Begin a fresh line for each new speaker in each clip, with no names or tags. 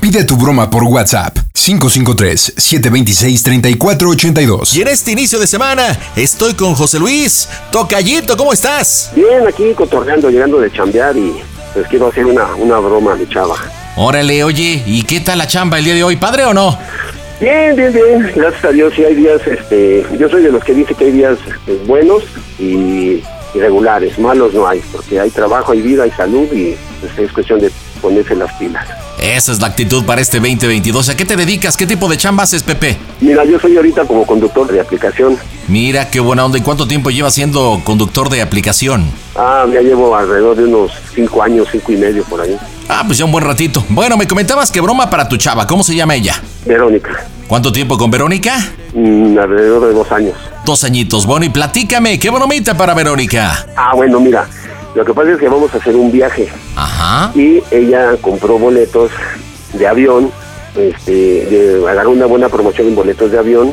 Pide tu broma por WhatsApp 553-726-3482.
Y en este inicio de semana estoy con José Luis. Tocayito, ¿cómo estás?
Bien, aquí cotorreando, llegando de chambear y les quiero hacer una, una broma de chava.
Órale, oye, ¿y qué tal la chamba el día de hoy? ¿Padre o no?
Bien, bien, bien. Gracias a Dios, sí hay días, este, yo soy de los que dice que hay días pues, buenos y irregulares, malos no hay, porque hay trabajo, hay vida, hay salud y pues, es cuestión de ponerse las pilas.
Esa es la actitud para este 2022. ¿A qué te dedicas? ¿Qué tipo de chamba haces, Pepe?
Mira, yo soy ahorita como conductor de aplicación.
Mira, qué buena onda. ¿Y cuánto tiempo llevas siendo conductor de aplicación?
Ah, ya llevo alrededor de unos cinco años, cinco y medio por ahí.
Ah, pues ya un buen ratito. Bueno, me comentabas que broma para tu chava. ¿Cómo se llama ella?
Verónica,
¿Cuánto tiempo con Verónica?
mm, alrededor de dos años.
Dos añitos. Bueno, y platícame, ¿qué bromita para Verónica?
Ah, bueno, mira, lo que pasa es que vamos a hacer un viaje
Ajá.
y ella compró boletos de avión, este, de- agarró una buena promoción en boletos de avión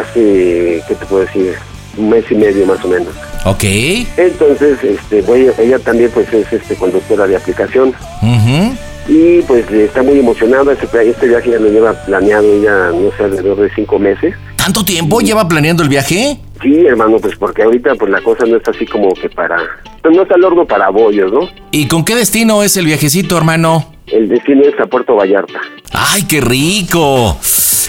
hace, ¿qué te puedo decir? Un mes y medio más o menos.
Ok.
Entonces, este, güey, ella también pues es este, conductora de aplicación
Ujú.
y pues eh, está muy emocionada, este, pla- este viaje ya lo lleva planeado ya, no sé, alrededor de cinco meses.
¿Tanto tiempo lleva planeando el viaje?
Sí, hermano, pues porque ahorita pues la cosa no está así como que para... pues, No está el horno para bollos, ¿no?
¿Y con qué destino es el viajecito, hermano?
El destino es a Puerto Vallarta.
¡Ay, qué rico!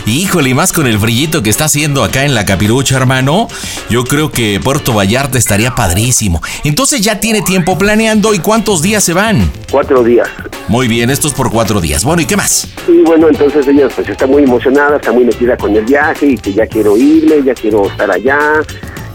Híjole, y más con el brillito que está haciendo acá en la capirucha, hermano. Yo creo que Puerto Vallarta estaría padrísimo. Entonces ya tiene tiempo planeando y cuántos días se van.
Cuatro días.
Muy bien, estos por cuatro días. Bueno, ¿y qué más?
Y bueno, entonces ella pues está muy emocionada, está muy metida con el viaje y que ya quiero irme, ya quiero estar allá.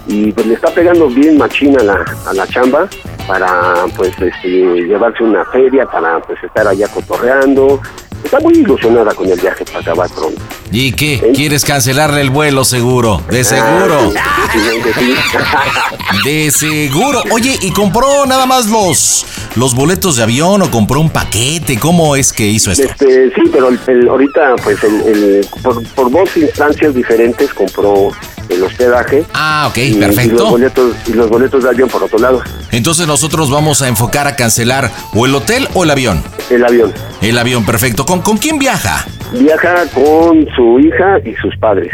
Y pues le está pegando bien machina a la, a la chamba para pues este, llevarse una feria, para pues estar allá cotorreando. Está muy ilusionada con el viaje para acabar pronto.
¿Y qué? ¿Quieres cancelarle el vuelo seguro? De seguro.
Ah, sí, sí, sí, sí.
De seguro. Oye, ¿y compró nada más los, los boletos de avión o compró un paquete? ¿Cómo es que hizo esto?
Este, sí, pero el- el- ahorita, pues, el, el- por, por dos instancias diferentes compró el hospedaje.
Ah, ok,
y- Y los,
perfecto.
boletos, y los boletos de avión por otro lado,
Entonces nosotros vamos a enfocar a cancelar o el hotel o el avión.
el avión.
El avión, perfecto. ¿Con, con quién viaja?
Viaja con su hija y sus padres.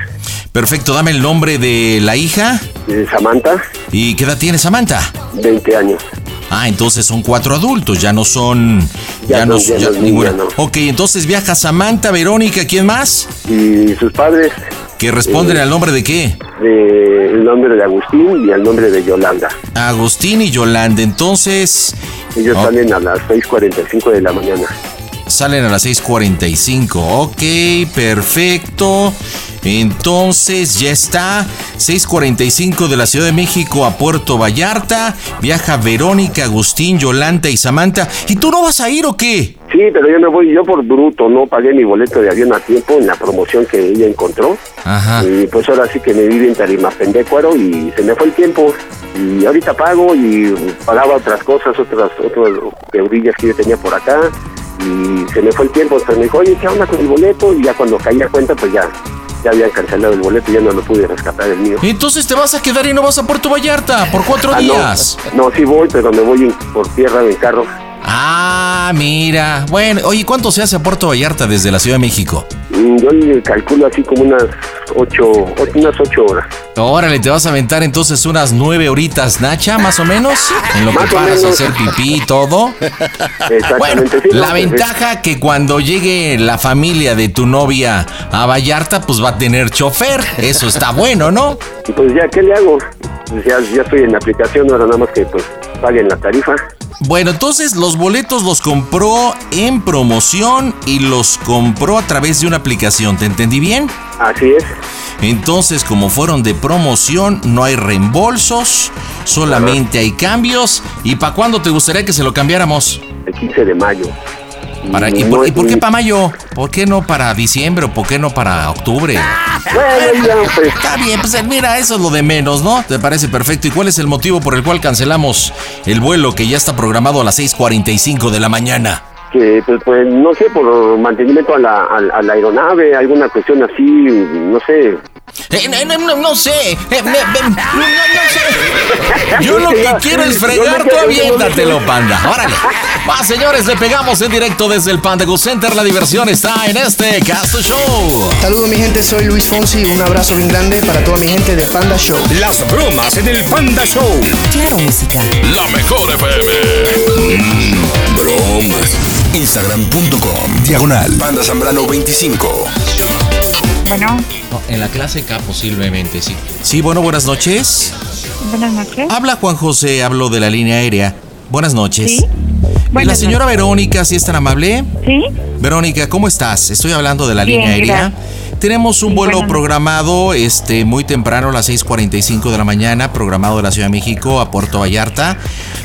Perfecto, dame el nombre de la hija.
Eh, Samantha,
¿Y qué edad tiene Samantha?
20 años.
Ah, entonces son cuatro adultos, ya no son...
Ya no, ya no,
ninguna.
ya no.
Ok, entonces viaja Samantha, Verónica, ¿quién más?
Y sus padres, Eh,
Que responden al nombre de qué?
de, el nombre de Agustín y el nombre de Yolanda.
Agustín y Yolanda. Entonces
Ellos
Ok.
salen a las 6.45 de la mañana.
salen a las 6.45. Ok, perfecto. Entonces ya está. 6.45 de la Ciudad de México a Puerto Vallarta. Viaja Verónica, Agustín, Yolanda y Samantha. ¿Y tú no vas a ir o qué?
Sí, pero yo me voy, yo por bruto, no pagué mi boleto de avión a tiempo en la promoción que ella encontró.
Ah.
Ajá.
Y pues ahora sí que me vive en tarima pendecuaro y se me fue el tiempo. Y ahorita pago y pagaba otras cosas, otras otras eurillas que yo tenía por acá. Y se me fue el tiempo. Entonces me dijo, oye, ¿qué onda con el boleto? Y ya cuando caí a cuenta, pues ya, ya habían cancelado el boleto, ya no lo pude rescatar el mío.
Entonces te vas a quedar y no vas a Puerto Vallarta por cuatro
Ah,
días.
no, no, sí voy, pero me voy en- por tierra en carro.
Ah, mira. Bueno, oye, ¿cuánto se hace a Puerto Vallarta desde la Ciudad de México?
Mm, Yo le calculo así como unas ocho, ocho- unas ocho horas.
Órale, te vas a aventar entonces unas nueve horitas, Nacha, más o menos, en lo que
Más o
paras a
menos.
hacer pipí y todo. Ah, Bueno,
Exactamente. sí,
la
no, pues,
ventaja que cuando llegue la familia de tu novia a Vallarta, pues va a tener chofer. Eso está bueno, ¿no?
eh, Pues ya, ¿qué le hago? Pues ya, ya estoy en la aplicación, ahora nada más que pues paguen la tarifa.
Bueno, entonces los boletos los compró en promoción y los compró a través de una aplicación. ¿Te entendí bien?
Así es.
Entonces, como fueron de promoción, no hay reembolsos, solamente hay cambios. ¿Y para cuándo te gustaría que se lo cambiáramos?
El 15 de mayo.
Para- ¿y,
No
por, y
es
por qué
mi-
para mayo? ¿Por qué no para diciembre o por qué no para octubre?
Bueno, ya, pues.
Está bien, pues mira, eso es lo de menos, ¿no? ¿Te parece perfecto? ¿Y cuál es el motivo por el cual cancelamos el vuelo que ya está programado a las 6.45 de la mañana?
que pues, pues, no sé por mantenimiento a la, a, la- a la aeronave alguna cuestión así no sé
Eh, no, no, no, no sé. Eh, me- me- no, no, no sé. Yo lo que quiero es fregar, tú aviéntatelo, panda. Órale. Va, señores, le pegamos en directo desde el Panda Go Center. La diversión está en este Casto Show.
Saludos mi gente, soy Luis Fonsi, un abrazo bien grande para toda mi gente de Panda Show.
Las bromas en el Panda Show.
Claro, música.
La mejor FM.
Mm. Instagram.com Diagonal Banda Zambrano 25
Bueno,
En la clase K, posiblemente, sí. Sí, bueno, buenas noches.
buenas noches.
Habla Juan José, hablo de la línea aérea. Buenas noches.
Sí.
Y la
Buenas
señora Verónica, si es tan amable.
¿Sí?
Verónica, ¿cómo estás? Estoy hablando de la
Bien,
línea aérea. Tenemos un
Sí,
vuelo
buenas noches.
programado este, muy temprano, a las 6.45 de la mañana, programado de la Ciudad de México a Puerto Vallarta.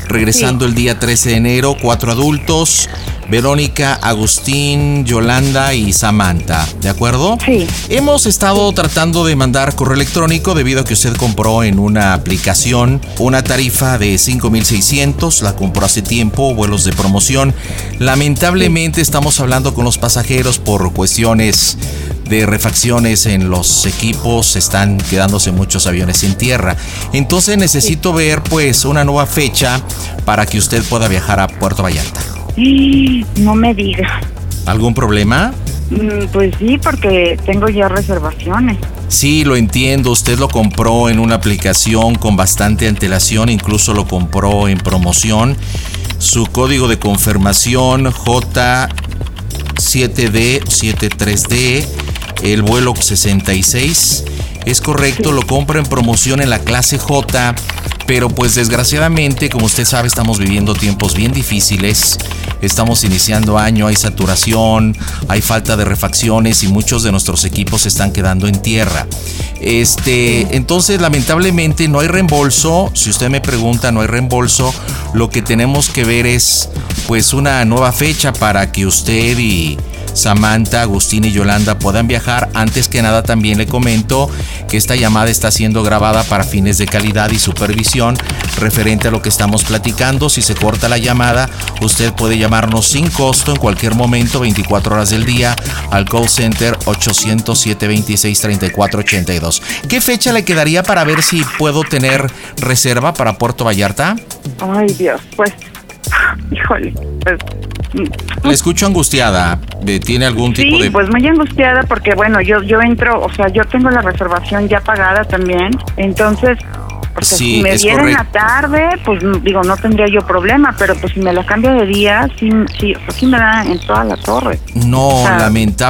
Regresando el día 13 de enero, cuatro adultos, Verónica, Agustín, Yolanda y Samantha, ¿de acuerdo?
Sí.
Hemos estado tratando de mandar correo electrónico debido a que usted compró en una aplicación una tarifa de 5.600, la compró hace tiempo, vuelos de promoción. Lamentablemente estamos hablando con los pasajeros por cuestiones de refacciones en los equipos, están quedándose muchos aviones sin tierra. Entonces necesito ver pues una nueva fecha para que usted pueda viajar a Puerto Vallarta.
No me diga.
¿Algún problema?
Mm, Pues sí, porque tengo ya reservaciones.
Sí, lo entiendo. Usted lo compró en una aplicación con bastante antelación, incluso lo compró en promoción. Su código de confirmación J7D73D, el vuelo 66. Es correcto, lo compra en promoción en la clase J, pero pues desgraciadamente, como usted sabe, estamos viviendo tiempos bien difíciles. Estamos iniciando año, hay saturación, hay falta de refacciones y muchos de nuestros equipos se están quedando en tierra. Este, entonces lamentablemente no hay reembolso, si usted me pregunta, no hay reembolso. Lo que tenemos que ver es pues una nueva fecha para que usted y Samantha, Agustín y Yolanda puedan viajar. Antes que nada también le comento que esta llamada está siendo grabada para fines de calidad y supervisión referente a lo que estamos platicando. Si se corta la llamada, usted puede llamarnos sin costo en cualquier momento, 24 horas del día, al call center 807-26-3482. ¿Qué fecha le quedaría para ver si puedo tener reserva para Puerto Vallarta?
Ay, Dios, pues. Híjole, pues. mm,
La escucho angustiada. Eh, ¿Tiene algún tipo
Sí,
de...?
pues muy angustiada porque, bueno, yo yo entro, o sea, yo tengo la reservación ya pagada también. Entonces, porque
Sí,
si me
es
dieran la
correcto.
tarde, pues mm, digo, no tendría yo problema, pero pues si me la cambia de día, sí, sí, o sea, sí me dan en toda la torre.
No,
Ah.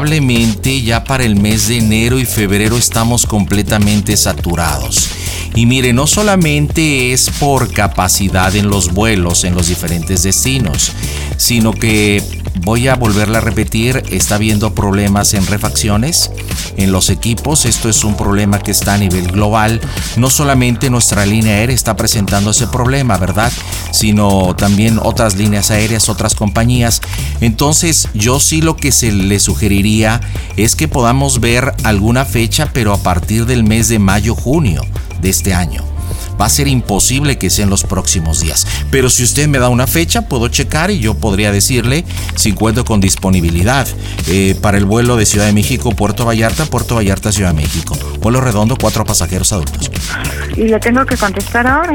lamentablemente ya para el mes de enero y febrero estamos completamente saturados. Y mire, no solamente es por capacidad en los vuelos en los diferentes destinos, sino que voy a volverla a repetir, está habiendo problemas en refacciones en los equipos, esto es un problema que está a nivel global, no solamente nuestra línea aérea está presentando ese problema, ¿verdad? Sino también otras líneas aéreas, otras compañías. Entonces, yo sí lo que se le sugeriría es que podamos ver alguna fecha, pero a partir del mes de mayo, junio de este año. Va a ser imposible que sea en los próximos días. Pero si usted me da una fecha, puedo checar y yo podría decirle si cuento con disponibilidad eh, para el vuelo de Ciudad de México, Puerto Vallarta, Puerto Vallarta, Ciudad de México. Vuelo redondo, cuatro pasajeros adultos.
Y le tengo que contestar ahora.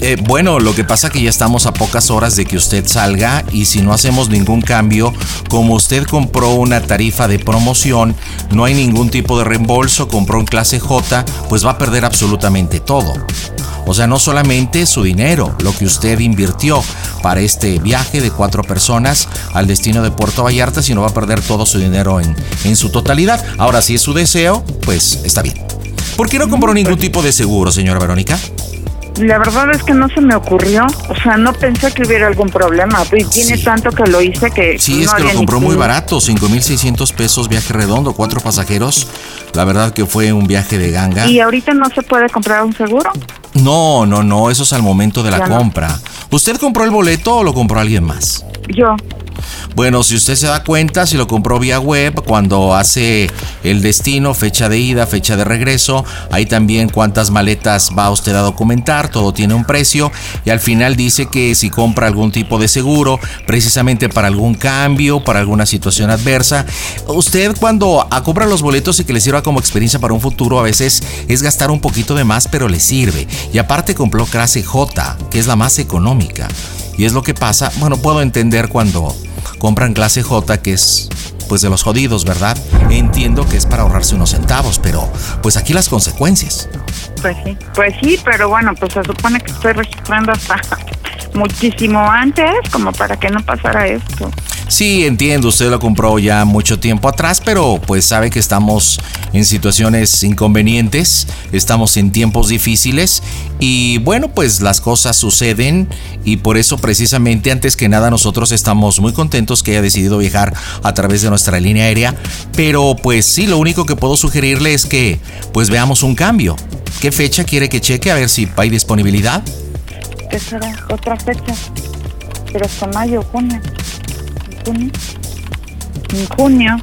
eh, bueno, lo que pasa que ya estamos a pocas horas de que usted salga y si no hacemos ningún cambio, como usted compró una tarifa de promoción, no hay ningún tipo de reembolso, compró en clase J, pues va a perder absolutamente todo. O sea, no solamente su dinero, lo que usted invirtió para este viaje de cuatro personas al destino de Puerto Vallarta, sino va a perder todo su dinero en, en su totalidad. Ahora, si es su deseo, pues está bien. ¿Por qué no compró ningún tipo de seguro, señora Verónica?
La verdad es que no se me ocurrió, o sea, no pensé que hubiera algún problema. Y tiene
Sí.
tanto que lo hice que.
Sí,
Pues no
es que lo
había
compró
ni-
muy barato, 5.600 pesos, viaje redondo, cuatro pasajeros. La verdad que fue un viaje de ganga.
Y ahorita no se puede comprar un seguro.
No, no, no, eso es al momento de la
Ya no.
compra. ¿Usted compró el boleto o lo compró alguien más?
Yo,
Bueno, si usted se da cuenta, si lo compró vía web, cuando hace el destino, fecha de ida, fecha de regreso, ahí también cuántas maletas va usted a documentar, todo tiene un precio y al final dice que si compra algún tipo de seguro, precisamente para algún cambio, para alguna situación adversa, usted cuando a- compra los boletos y que le sirva como experiencia para un futuro, a veces es gastar un poquito de más, pero le sirve. Y aparte compró clase J, que es la más económica. Y es lo que pasa, bueno, puedo entender cuando compran clase J, que es pues de los jodidos, ¿verdad? Entiendo que es para ahorrarse unos centavos, pero pues aquí las consecuencias.
pues sí. Pues sí, pero bueno, pues se supone que estoy registrando hasta muchísimo antes, como para que no pasara esto.
Sí, entiendo, usted lo compró ya mucho tiempo atrás, pero pues sabe que estamos en situaciones inconvenientes, estamos en tiempos difíciles y bueno, pues las cosas suceden y por eso precisamente antes que nada nosotros estamos muy contentos que haya decidido viajar a través de nuestra línea aérea, pero pues sí, lo único que puedo sugerirle es que pues veamos un cambio. ¿Qué fecha quiere que cheque? A ver si hay disponibilidad.
¿Qué será? Otra fecha. Pero hasta mayo, junio. ¿Junio? En junio.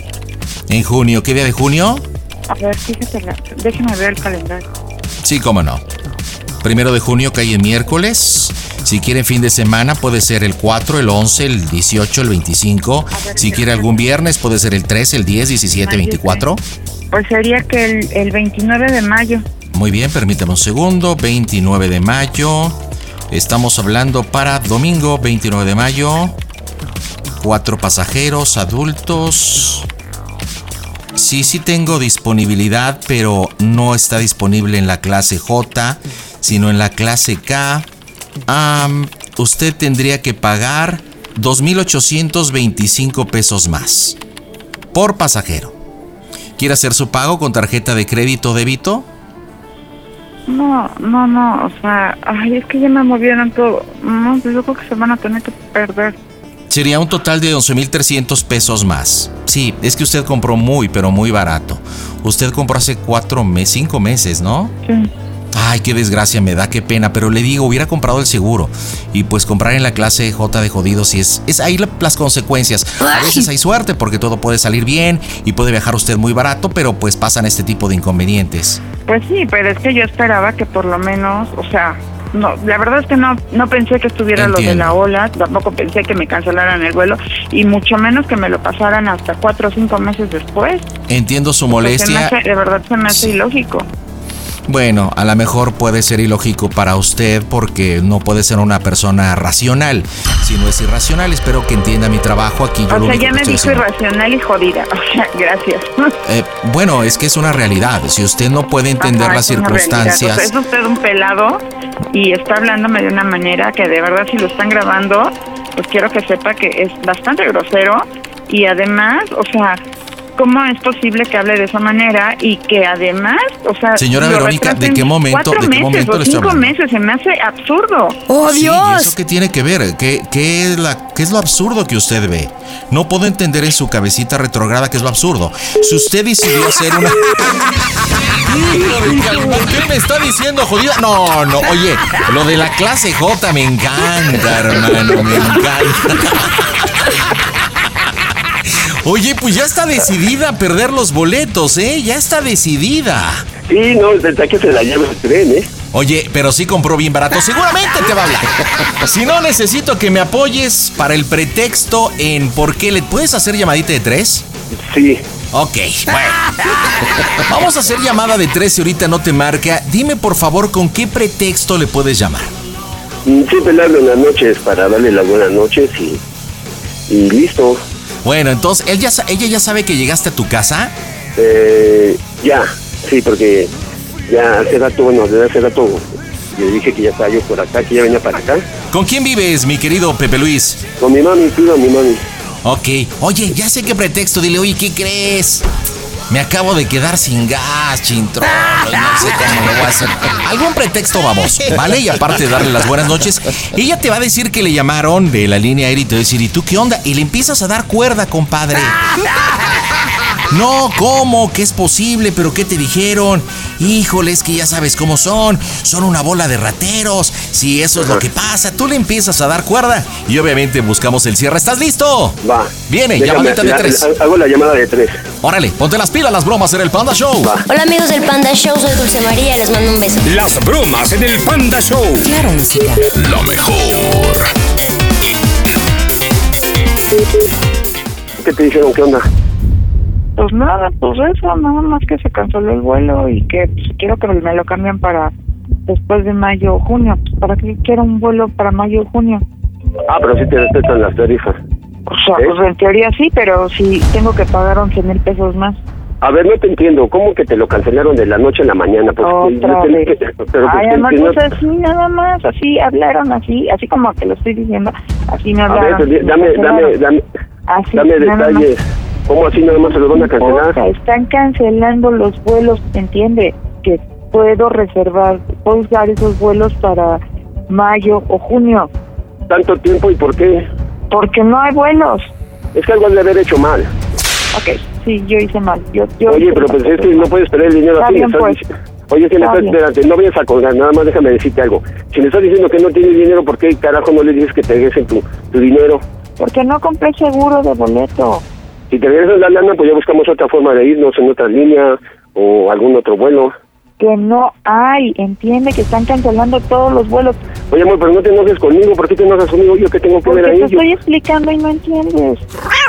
En junio, ¿qué día de junio?
A ver, fíjate, la- déjeme ver el calendario.
Sí, cómo no. Primero de junio cae el miércoles. Si quieren fin de semana puede ser el 4, el 11, el 18, el 25. Si quiere algún viernes puede ser el 3, el 10, 17, 24.
Pues sería que el, el 29 de mayo.
Muy bien, permítame un segundo. 29 de mayo. Estamos hablando para domingo 29 de mayo. Cuatro pasajeros, adultos. Sí, sí tengo disponibilidad, pero no está disponible en la clase J, sino en la clase K. Am, usted tendría que pagar 2.825 pesos más por pasajero. ¿Quiere hacer su pago con tarjeta de crédito o débito?
No, no, no, o sea, ay, es que ya me movieron todo. No, pues yo creo que se van a tener que perder.
Sería un total de 11.300 pesos más. Sí, es que usted compró muy, pero muy barato. Usted compró hace cuatro meses, cinco meses, ¿no?
Sí.
Ay, qué desgracia me da, qué pena. Pero le digo, hubiera comprado el seguro. Y pues comprar en la clase J de jodidos y es, es ahí la- las consecuencias. A veces hay suerte porque todo puede salir bien y puede viajar usted muy barato, pero pues pasan este tipo de inconvenientes.
Pues sí, pero es que yo esperaba que por lo menos, o sea, no, la verdad es que no, no pensé que estuviera lo de
Entiendo.
la ola, tampoco pensé que me cancelaran el vuelo y mucho menos que me lo pasaran hasta cuatro o cinco meses después.
Entiendo su
O sea, se me
molestia.
hace- de verdad se me hace
Sí.
ilógico.
Bueno, a lo mejor puede ser ilógico para usted porque no puede ser una persona racional, si no es irracional. Espero que entienda mi trabajo aquí. Yo
O
lo
sea,
único
ya
que
me
estoy
dijo
haciendo-
irracional y jodida. O sea, gracias.
Eh, bueno, es que es una realidad. Si usted no puede entender
Ajá,
las
es una realidad. O sea,
circunstancias,
es usted un pelado y está hablándome de una manera que de verdad si lo están grabando, pues quiero que sepa que es bastante grosero y además, o sea, ¿cómo es posible que hable de esa manera y que además, o sea,
Señora
lo
Verónica, ¿de
retraten
qué momento-
cuatro
de qué
meses
momento
o
le está
cinco
hablando?
meses se me hace absurdo.
¡Oh,
Sí, ¿y
Dios!
eso qué tiene que ver? ¿Qué, qué es la, ¿Qué es lo absurdo que usted ve? No puedo entender en su cabecita retrograda qué es lo absurdo. Si usted decidió hacer una... Hijo de cal- ¿Por qué me está diciendo jodida? No, no, oye, lo de la clase J me encanta, hermano, me encanta. Oye, pues ya está decidida a perder los boletos, ¿eh? Ya está decidida.
Sí, no, desde aquí se la lleva el tren, ¿eh?
Oye, pero sí compró bien barato. Seguramente te va a hablar. Si no, necesito que me apoyes para el pretexto en por qué le puedes hacer llamadita de tres.
Sí.
Ok, bueno. Vamos a hacer llamada de tres si ahorita no te marca. Dime por favor con qué pretexto le puedes llamar.
Mm, Siempre le hablo en las noches para darle las buenas noches y, y listo.
Bueno, entonces, ¿él ya sa- ¿ella ya sabe que llegaste a tu casa?
Eh, ya, sí, porque ya hace rato, bueno, desde hace rato le dije que ya estaba yo por acá, que ya venía para acá.
¿Con quién vives, mi querido Pepe Luis?
Con mi mami, pido a mi mami.
Ok, oye, ya sé qué pretexto, dile, oye, ¿qué crees? Me acabo de quedar sin gas, chintrón, y no sé cómo lo voy a hacer. Algún pretexto baboso, ¿vale? Y aparte de darle las buenas noches, ella te va a decir que le llamaron de la línea aérea y te va a decir, ¿y tú qué onda? Y le empiezas a dar cuerda, compadre. No, ¿cómo? ¿Qué es posible? ¿Pero qué te dijeron? Híjole, es que ya sabes cómo son. Son una bola de rateros. Si eso es lo que pasa, tú le empiezas a dar cuerda. Y obviamente buscamos el cierre. ¿Estás listo?
Va.
Viene,
Déjame,
llamadita de
la-
tres.
la- Hago la llamada de tres.
Órale, ponte las pilas, las bromas en el Panda Show.
Va.
Hola amigos del Panda Show, soy Dulce María, les mando un beso.
Las bromas en el Panda Show.
Claro, música.
Lo mejor.
¿Qué te dijeron? ¿Qué onda?
Pues nada, pues eso, nada más que se canceló el vuelo y que pues, quiero que me lo cambien para después de mayo o junio. Pues, ¿Para qué quiero un vuelo para mayo o junio?
Ah, pero sí te respetan las tarifas.
O sea,
¿Sí?
pues en teoría sí, pero si tengo que pagar 11 mil pesos más.
A ver, no te entiendo. ¿Cómo que te lo cancelaron de la noche a la mañana? Pues, yo
Otra
te-
vez.
pero, pues,
Ay,
que-
además,
que no-
pues, así nada más, así hablaron, así, así como te lo estoy diciendo, así me
A ver,
hablaron.
pues, di-
me
dame, dame,
cancelaron.
dame,
Así,
dame
nada más.
detalles. ¿Cómo así nada más se lo van a cancelar?
Porfa, están cancelando los vuelos, ¿entiende? Que puedo reservar, puedo usar esos vuelos para mayo o junio,
¿Tanto tiempo y por qué?
porque no hay vuelos.
Es que algo han de haber hecho mal.
Ok, sí, yo hice mal. Yo, yo
Oye,
hice
pero
mal.
pues es que no puedes perder el dinero
Está
así. me
bien,
estás
pues.
dic- Oye, es que me
Está
estás,
bien.
espérate, no vayas a colgar, nada más déjame decirte algo. Si me estás diciendo que no tienes dinero, ¿por qué carajo no le dices que te regresen tu, tu dinero?
Porque no compré seguro de boleto.
Si te regresan la lana, pues ya buscamos otra forma de irnos en otra línea o algún otro vuelo.
Que no hay, entiende que están cancelando todos los vuelos.
Oye, amor, pero no te enojes conmigo, ¿por qué te enojas conmigo? Yo que tengo que
Porque
ver ahí.
te
Yo-
estoy explicando y no entiendes.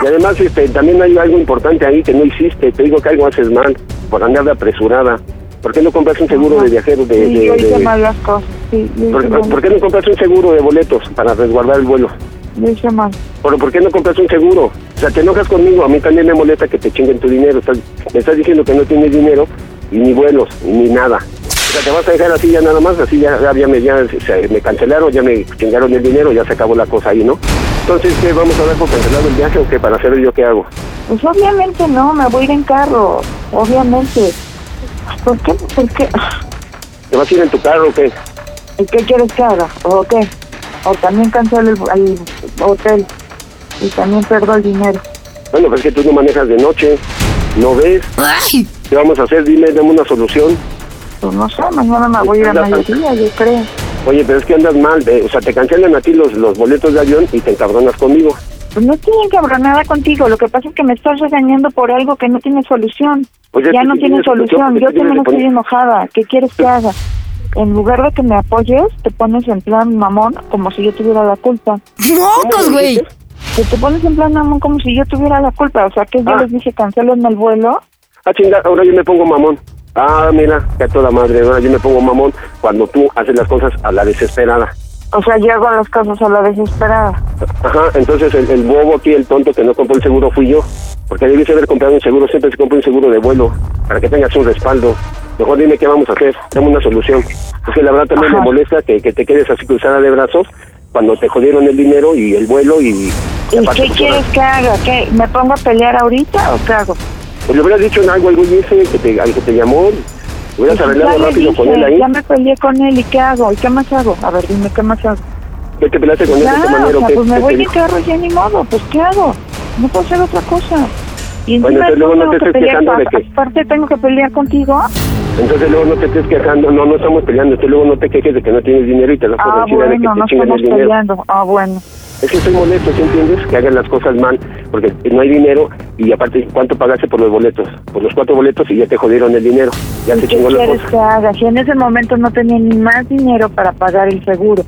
Y además, este, también hay algo importante ahí que no hiciste. Te digo que algo haces mal por andar de apresurada. ¿Por qué no compras un seguro de viajero? De,
sí,
de-
yo
de-
hice mal las cosas. Sí, yo hice
¿Por,
mal.
por qué no compras un seguro de boletos para resguardar el vuelo?
Yo hice mal.
¿Por, ¿Por qué no compras un seguro? O sea, te enojas conmigo. A mí también me molesta que te chinguen tu dinero. Estás- me estás diciendo que no tienes dinero y ni vuelos, ni nada. O sea, te vas a dejar así ya nada más, así ya, ya, ya me, ya se- me cancelaron, ya me chingaron el dinero, ya se acabó la cosa ahí, ¿no? Entonces, ¿qué? ¿Vamos a dar por cancelado el viaje o qué? ¿Para hacer yo qué hago?
Pues obviamente no, me voy a ir en carro, obviamente. ¿Por qué? ¿Por qué?
¿Te vas a ir en tu carro o qué?
¿Y qué quieres que haga? ¿O qué? O también cancelo el, el hotel y también pierdo el dinero.
Bueno, pues es que tú no manejas de noche, no ves.
¡Ay!
¿Qué vamos a hacer? Dime, dame una solución.
Pues no sé, mañana me voy a ir a mediodía, yo creo.
Oye, pero es que andas mal, ve, o sea, te cancelan a ti los, los boletos de avión y te encabronas conmigo.
Pues no estoy encabronada contigo, lo que pasa es que me estás regañando por algo que no tiene solución.
Pues es
ya
que
no
si
tiene
tienes solución,
solución,
¿por qué
yo
tienes
también
que poner-
estoy enojada. ¿Qué quieres que haga? En lugar de que me apoyes, te pones en plan mamón como si yo tuviera la culpa.
¡Mocos, güey!
Que te pones en plan mamón como si yo tuviera la culpa. O sea, que yo
Ah.
les dije cancelen el vuelo.
Ah, chinga, ahora yo me pongo mamón. Ah, mira, que a toda madre, ahora yo me pongo mamón cuando tú haces las cosas a la desesperada.
O sea, yo hago las cosas a la desesperada.
Ajá, entonces el, el bobo aquí, el tonto que no compró el seguro fui yo. Porque debiste haber comprado un seguro, siempre se compra un seguro de vuelo, para que tengas un respaldo. Mejor dime qué vamos a hacer, dame una solución. Es que la verdad también
Ajá.
me molesta que, que te quedes así cruzada de brazos cuando te jodieron el dinero y el vuelo y...
¿Y
aparte,
qué
pues,
quieres que haga? ¿Qué? ¿Me pongo a pelear ahorita o qué hago?
Pues le hubieras dicho en algo al güey ese que te, al que te llamó, hubieras
Pues
arreglado
ya le
rápido con
dije,
él ahí.
Ya me peleé con él. ¿Y qué hago? ¿Y qué más hago? A ver, dime, ¿qué más hago?
¿Qué te peleaste con
Ya,
ese manero?
o sea,
¿Qué-
pues
qué
me
te
voy en
dijo?
carro ya ni modo. Pues, ¿qué hago? No puedo hacer otra cosa. Y
Bueno,
encima
entonces luego no
tengo
te
que
estés
pelear,
quejando de
pa-
que-
aparte tengo que pelear contigo.
Entonces luego no te estés quejando, no, no estamos peleando, entonces luego no te quejes de que no tienes dinero y te la por
Ah,
vencida
bueno,
de
no
que te chingan
estamos
el dinero.
peleando. Ah, bueno.
Es que estoy molesto, ¿sí entiendes? Que hagan las cosas mal, porque no hay dinero y aparte, ¿cuánto pagaste por los boletos? Por los cuatro boletos y ya te jodieron el dinero, ya
¿Y
te
¿Qué
chingó la
quieres
cosa.
que haga? Si en ese momento no tenía ni más dinero para pagar el seguro.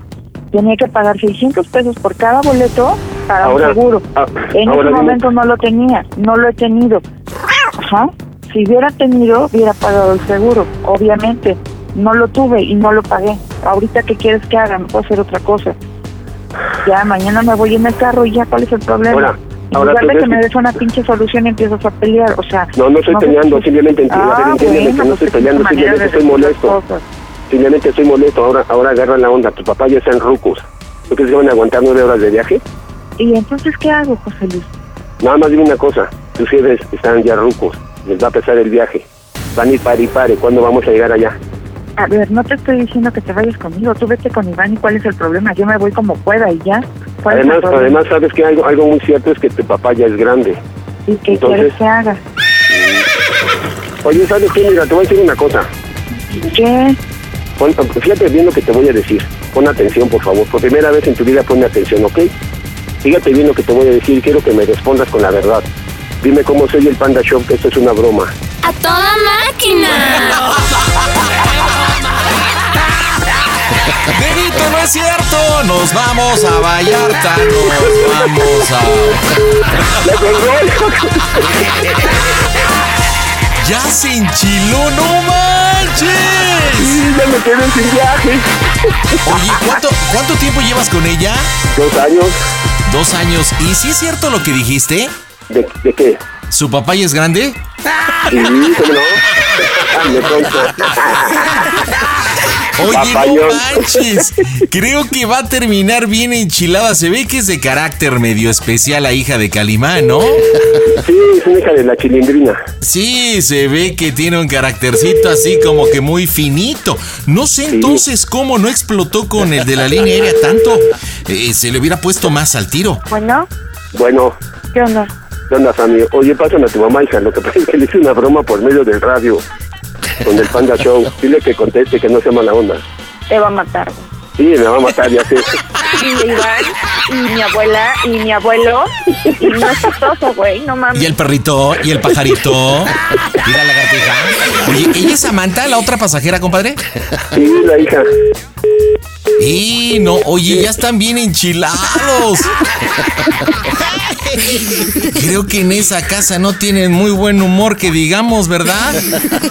Tenía que pagar 600 pesos por cada boleto para
Ahora,
un seguro.
ah,
en
ahora
ese
dime.
momento no lo tenía, no lo he tenido. Ajá. Si hubiera tenido, hubiera pagado el seguro, obviamente. No lo tuve y no lo pagué. ahorita qué quieres que haga, no puedo hacer otra cosa. Ya, mañana me voy en el carro y ya, ¿cuál es el problema?
Ahora,
en
ahora
lugar
tú
de
ves
que me
que-
des una pinche solución empiezas a pelear, o sea...
No, no estoy
sé
peleando,
si-
simplemente entiendo, a ver,
pues, Ah,
entiéndeme que
bueno,
no
pues
estoy
es
peleando,
una manera
simplemente
de
estoy
decir las
molesto.
cosas.
Simplemente estoy molesto, ahora, ahora agarra la onda, tu papá ya está en Rucos. ¿Tú crees que van a aguantar nueve horas de viaje?
¿Y entonces qué hago, José Luis?
Nada más dime una cosa, tus jefes están ya Rucos, les va a pesar el viaje. Van a ir para y pare, ¿cuándo vamos a llegar allá?
A ver, no te estoy diciendo que te vayas conmigo, tú vete con Iván y cuál es el problema, yo me voy como pueda y ya. ¿Cuál es el
Además,
problema?
además sabes que algo, algo muy cierto es que tu papá ya es grande.
¿Y qué
entonces-
quieres que haga?
Oye, ¿sabes qué? Mira, te voy a decir una cosa.
¿Qué?
Pon- fíjate bien lo que te voy a decir. Pon atención, por favor. Por primera vez en tu vida pon atención, ¿ok? Fíjate bien lo que te voy a decir. Quiero que me respondas con la verdad. Dime cómo soy el Panda Show, que esto es una broma.
¡A toda máquina!
Benito, no es cierto. Nos vamos a Vallarta. Nos vamos a. Ya se enchiló, no manches.
Ya me quedé sin viaje.
Oye, ¿cuánto, cuánto tiempo llevas con ella?
Dos años.
Dos años. ¿Y si es cierto lo que dijiste?
¿De, de qué?
¿Su papá ya es grande?
Sí, ¿cómo no? Ah, me consta.
Oye, no
Papayón.
manches. Creo que va a terminar bien enchilada. Se ve que es de carácter medio especial la hija de Calimán, ¿no?
Sí, es una hija de la chilindrina.
Sí, se ve que tiene un caractercito así como que muy finito. No sé entonces cómo no explotó con el de la línea aérea tanto. Eh, se le hubiera puesto más al tiro.
Bueno,
Bueno,
yo no.
¿qué onda, Sammy? Oye, pásame a tu mamá, hija. Lo que pasa es que le hice una broma por medio del radio con el Panda Show. Dile que conteste, que no sea mala onda.
Te va a matar.
Sí, me va a matar, ya sé.
Y Iván, y mi abuela, y mi abuelo, y no es chistoso, güey, no mames.
Y el perrito, y el pajarito, y la lagartija. Oye, ¿ella es Samantha, la otra pasajera, compadre?
Sí, la hija.
Y no, oye, ya están bien enchilados. Creo que en esa casa no tienen muy buen humor, que digamos, ¿verdad?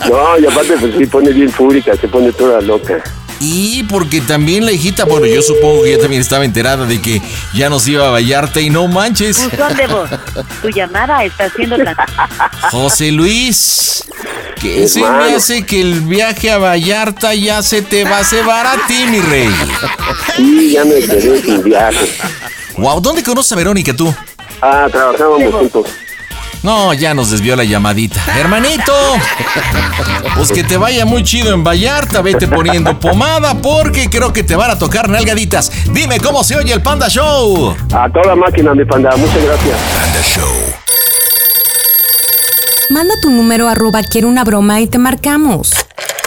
No, y aparte, pues sí, pone bien fúrica, se pone toda loca.
Y porque también la hijita, bueno, yo supongo que ya también estaba enterada de que ya nos iba a Vallarta y no manches.
Buzón de voz. Tu llamada está siendo tratada.
José Luis, que se me
Hermano.
hace que el viaje a Vallarta ya se te va a hacer ti, mi rey.
Sí, ya me quedé sin viaje.
Wow, ¿dónde conoces a Verónica tú?
Ah, trabajábamos juntos.
No, ya nos desvió la llamadita. Hermanito, pues que te vaya muy chido en Vallarta, vete poniendo pomada porque creo que te van a tocar nalgaditas. Dime cómo se oye el Panda Show.
A toda máquina, mi panda, muchas gracias.
Manda tu número arroba quiero una broma y te marcamos.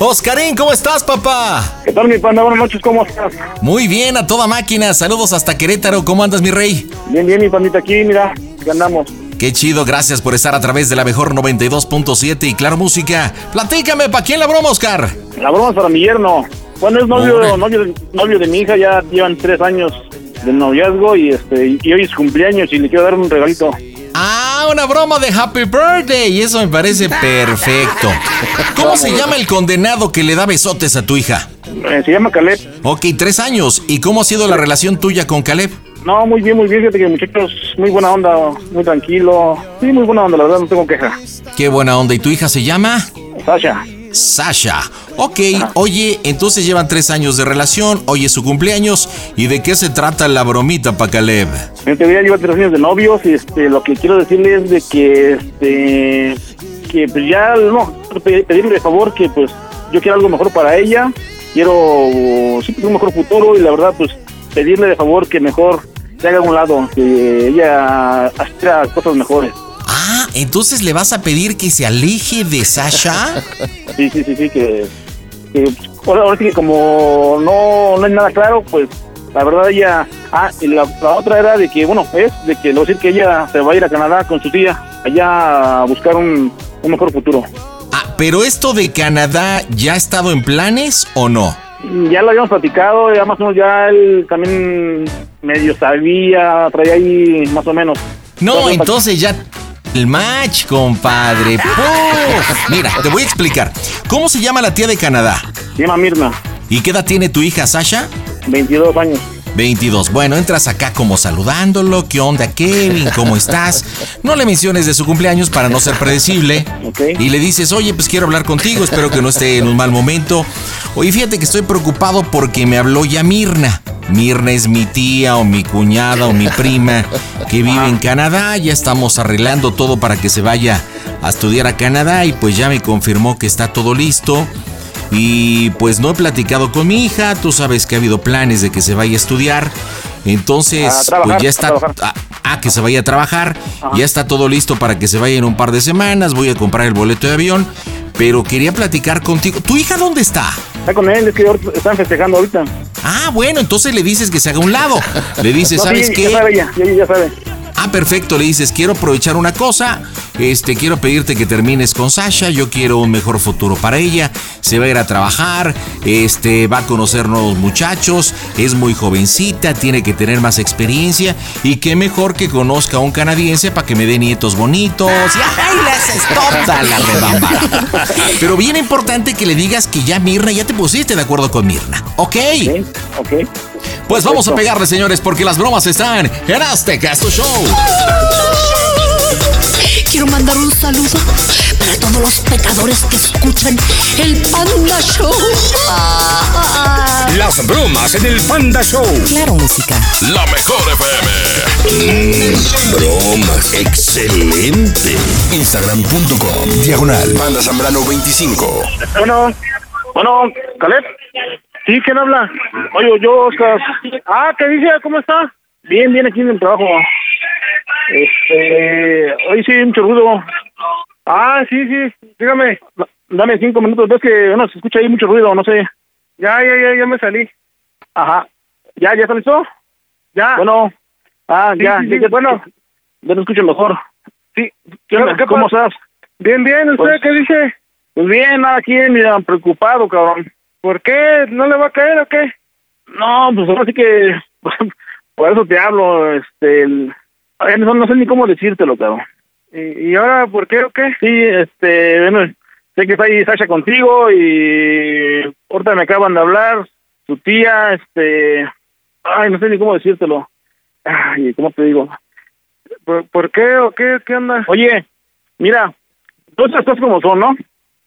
Oscarín, ¿cómo estás, papá?
¿Qué tal, mi panda? Buenas noches, ¿cómo estás?
Muy bien, a toda máquina. Saludos hasta Querétaro. ¿Cómo andas, mi rey?
Bien, bien, mi pandita aquí, mira, ganamos.
Qué chido, gracias por estar a través de la mejor 92.7 y Claro Música. Platícame, ¿pa' quién la broma, Oscar?
La broma es para mi yerno. Bueno, es novio,
Órale.
novio, de- novio de mi hija, ya llevan tres años de noviazgo y este y hoy es cumpleaños y le quiero dar un regalito.
Ah, una broma de Happy Birthday. Eso me parece perfecto. ¿Cómo se llama el condenado que le da besotes a tu hija?
Eh, se llama Caleb.
Ok, tres años. ¿Y cómo ha sido la relación tuya con Caleb?
No, muy bien, muy bien, fíjate que el muchacho es muy buena onda, muy tranquilo. Sí, muy buena onda, la verdad, no tengo queja.
Qué buena onda. ¿Y tu hija se llama?
Sasha,
Sasha. Ok, oye, entonces llevan tres años de relación, hoy es su cumpleaños. ¿Y de qué se trata la bromita para Caleb?
En teoría lleva tres años de novios y este, lo que quiero decirle es de que, este, que pues ya, no, pe- pedirle de favor que pues yo quiero algo mejor para ella, quiero sí, pues, un mejor futuro y la verdad pues pedirle de favor que mejor se haga a un lado, que ella aspira a cosas mejores.
Ah, entonces le vas a pedir que se aleje de Sasha.
Sí, sí, sí, sí, que, que, pues, ahora, ahora sí que como no, no es nada claro, pues la verdad ella, ah, y la, la otra era de que, bueno, es de que lo decir que ella se va a ir a Canadá con su tía, allá a buscar un, un mejor futuro.
Ah, pero esto de Canadá ya ha estado en planes o no?
Ya lo habíamos platicado, ya más o menos ya él también medio sabía, traía ahí más o menos. Ya
No,
habíamos
entonces ya el match, compadre. Puf. Mira, te voy a explicar. ¿Cómo se llama la tía de Canadá?
platic- Se llama Mirna.
¿Y qué edad tiene tu hija, Sasha?
22 años.
22. Bueno, entras acá como saludándolo. ¿Qué onda, Kevin? ¿Cómo estás? No le menciones de su cumpleaños para no ser predecible. Y le dices, oye, pues quiero hablar contigo. Espero que no esté en un mal momento. Oye, fíjate que estoy preocupado porque me habló ya Mirna. Mirna es mi tía o mi cuñada o mi prima que vive en Canadá. Ya estamos arreglando todo para que se vaya a estudiar a Canadá. Y pues ya me confirmó que está todo listo. Y pues no he platicado con mi hija, tú sabes que ha habido planes de que se vaya a estudiar. Entonces,
A trabajar,
pues ya está.
a trabajar.
Ah, ah, que se vaya a trabajar. Ya está todo listo para que se vaya en un par de semanas. Voy a comprar el boleto de avión. Pero quería platicar contigo. ¿Tu hija dónde está?
Está con él, es que ahorita están festejando ahorita.
Ah, bueno, entonces le dices que se haga a un lado. Le dices,
No, sí,
¿sabes
ya
qué?
sabe ella, ya, ya sabe.
Ah, perfecto, le dices, quiero aprovechar una cosa, este, quiero pedirte que termines con Sasha, yo quiero un mejor futuro para ella, se va a ir a trabajar, este, va a conocer nuevos muchachos, es muy jovencita, tiene que tener más experiencia y qué mejor que conozca a un canadiense para que me dé nietos bonitos. Y ¡Ay, le haces tonta la rebamba! Pero bien importante que le digas que ya Mirna, ya te pusiste de acuerdo con Mirna, ¿ok?
Ok.
Pues vamos a pegarle, señores, porque las bromas están en Azteca, es tu show.
Quiero mandar un saludo para todos los pecadores que escuchan el Panda Show.
Las bromas en el Panda Show.
Claro, música.
La mejor FM.
Mm. bromas. Excelente. Instagram.com. Diagonal. Banda Zambrano 25.
Bueno, bueno, Caleb. Sí, ¿quién habla? Oye, yo, Oscar. Ah, ¿qué dice? ¿Cómo está? Bien, bien, aquí en el trabajo. Este, hoy sí, mucho ruido. Ah, sí, sí, dígame. Da- Dame cinco minutos, ves que, bueno, se escucha ahí mucho ruido, no sé. Ya, ya, ya, ya me salí. Ajá. ¿Ya, ya está listo? Ya. Bueno. Ah,
Sí,
ya,
sí,
ya,
sí,
ya, bueno. Ya lo escucho mejor. Sí. ¿Qué onda?
¿Qué
¿Cómo
pasa?
estás? Bien, bien,
¿usted qué
dice? Pues bien, nada, aquí mira, preocupado, cabrón. ¿Por qué? ¿No le va a caer o qué? No, pues ahora sí que por eso te hablo, este, el- a ver, no, no sé ni cómo decírtelo, cabrón. ¿Y, ahora por qué o qué? Sí, este, bueno, sé que está ahí Sasha contigo y ahorita me acaban de hablar, su tía, este, ay, no sé ni cómo decírtelo. Ay, ¿cómo te digo? ¿Por, qué o qué? ¿Qué onda? Oye, mira, todas las cosas como son, ¿no?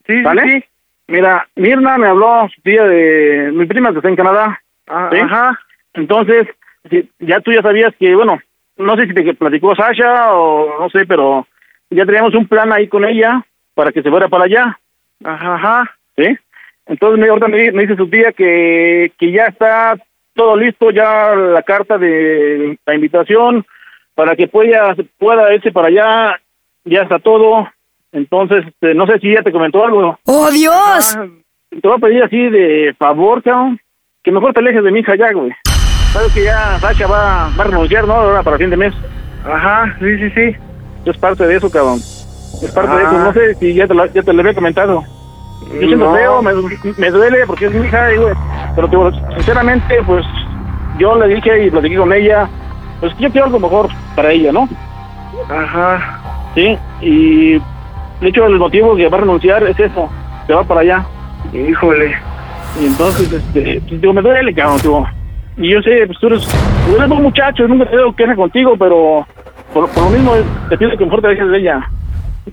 Sí, sí. Mira, Mirna me habló, su tía de mi prima que está en Canadá. ¿sí?
Ah, ajá.
Entonces, si- ya tú ya sabías que, bueno, no sé si te platicó Sasha o no sé, pero ya teníamos un plan ahí con ella para que se fuera para allá. Ajá, ¿Sí? Entonces, me, ahorita me, me dice su tía que, que ya está todo listo, ya la carta de la invitación para que pueda, pueda irse para allá, ya está todo. Entonces, este, no sé si ella te comentó algo.
¡Oh, Dios!
Te voy a pedir así de favor, cabrón, que mejor te alejes de mi hija ya, güey. Sabes que ya Sasha va, va a renunciar, ¿no? Ahora para fin de mes. Ajá, sí, sí, sí. Es parte de eso, cabrón. Es parte de eso.
Ah.
No sé si ya te lo, ya te lo había comentado. Yo siento
No.
feo, me, me duele porque es mi hija, y, güey. Pero digo, sinceramente, pues yo le dije y platiqué con ella, pues yo quiero algo mejor para ella, ¿no? Ajá. Sí, y de hecho el motivo que va a renunciar es eso, se va para allá. Híjole. Y entonces, este, pues, digo, me duele, cabrón, digo. Y yo sé, pues tú eres, tú eres buen muchacho, nunca he tenido queja contigo, pero por, por lo mismo te pido que mejor te dejes de ella.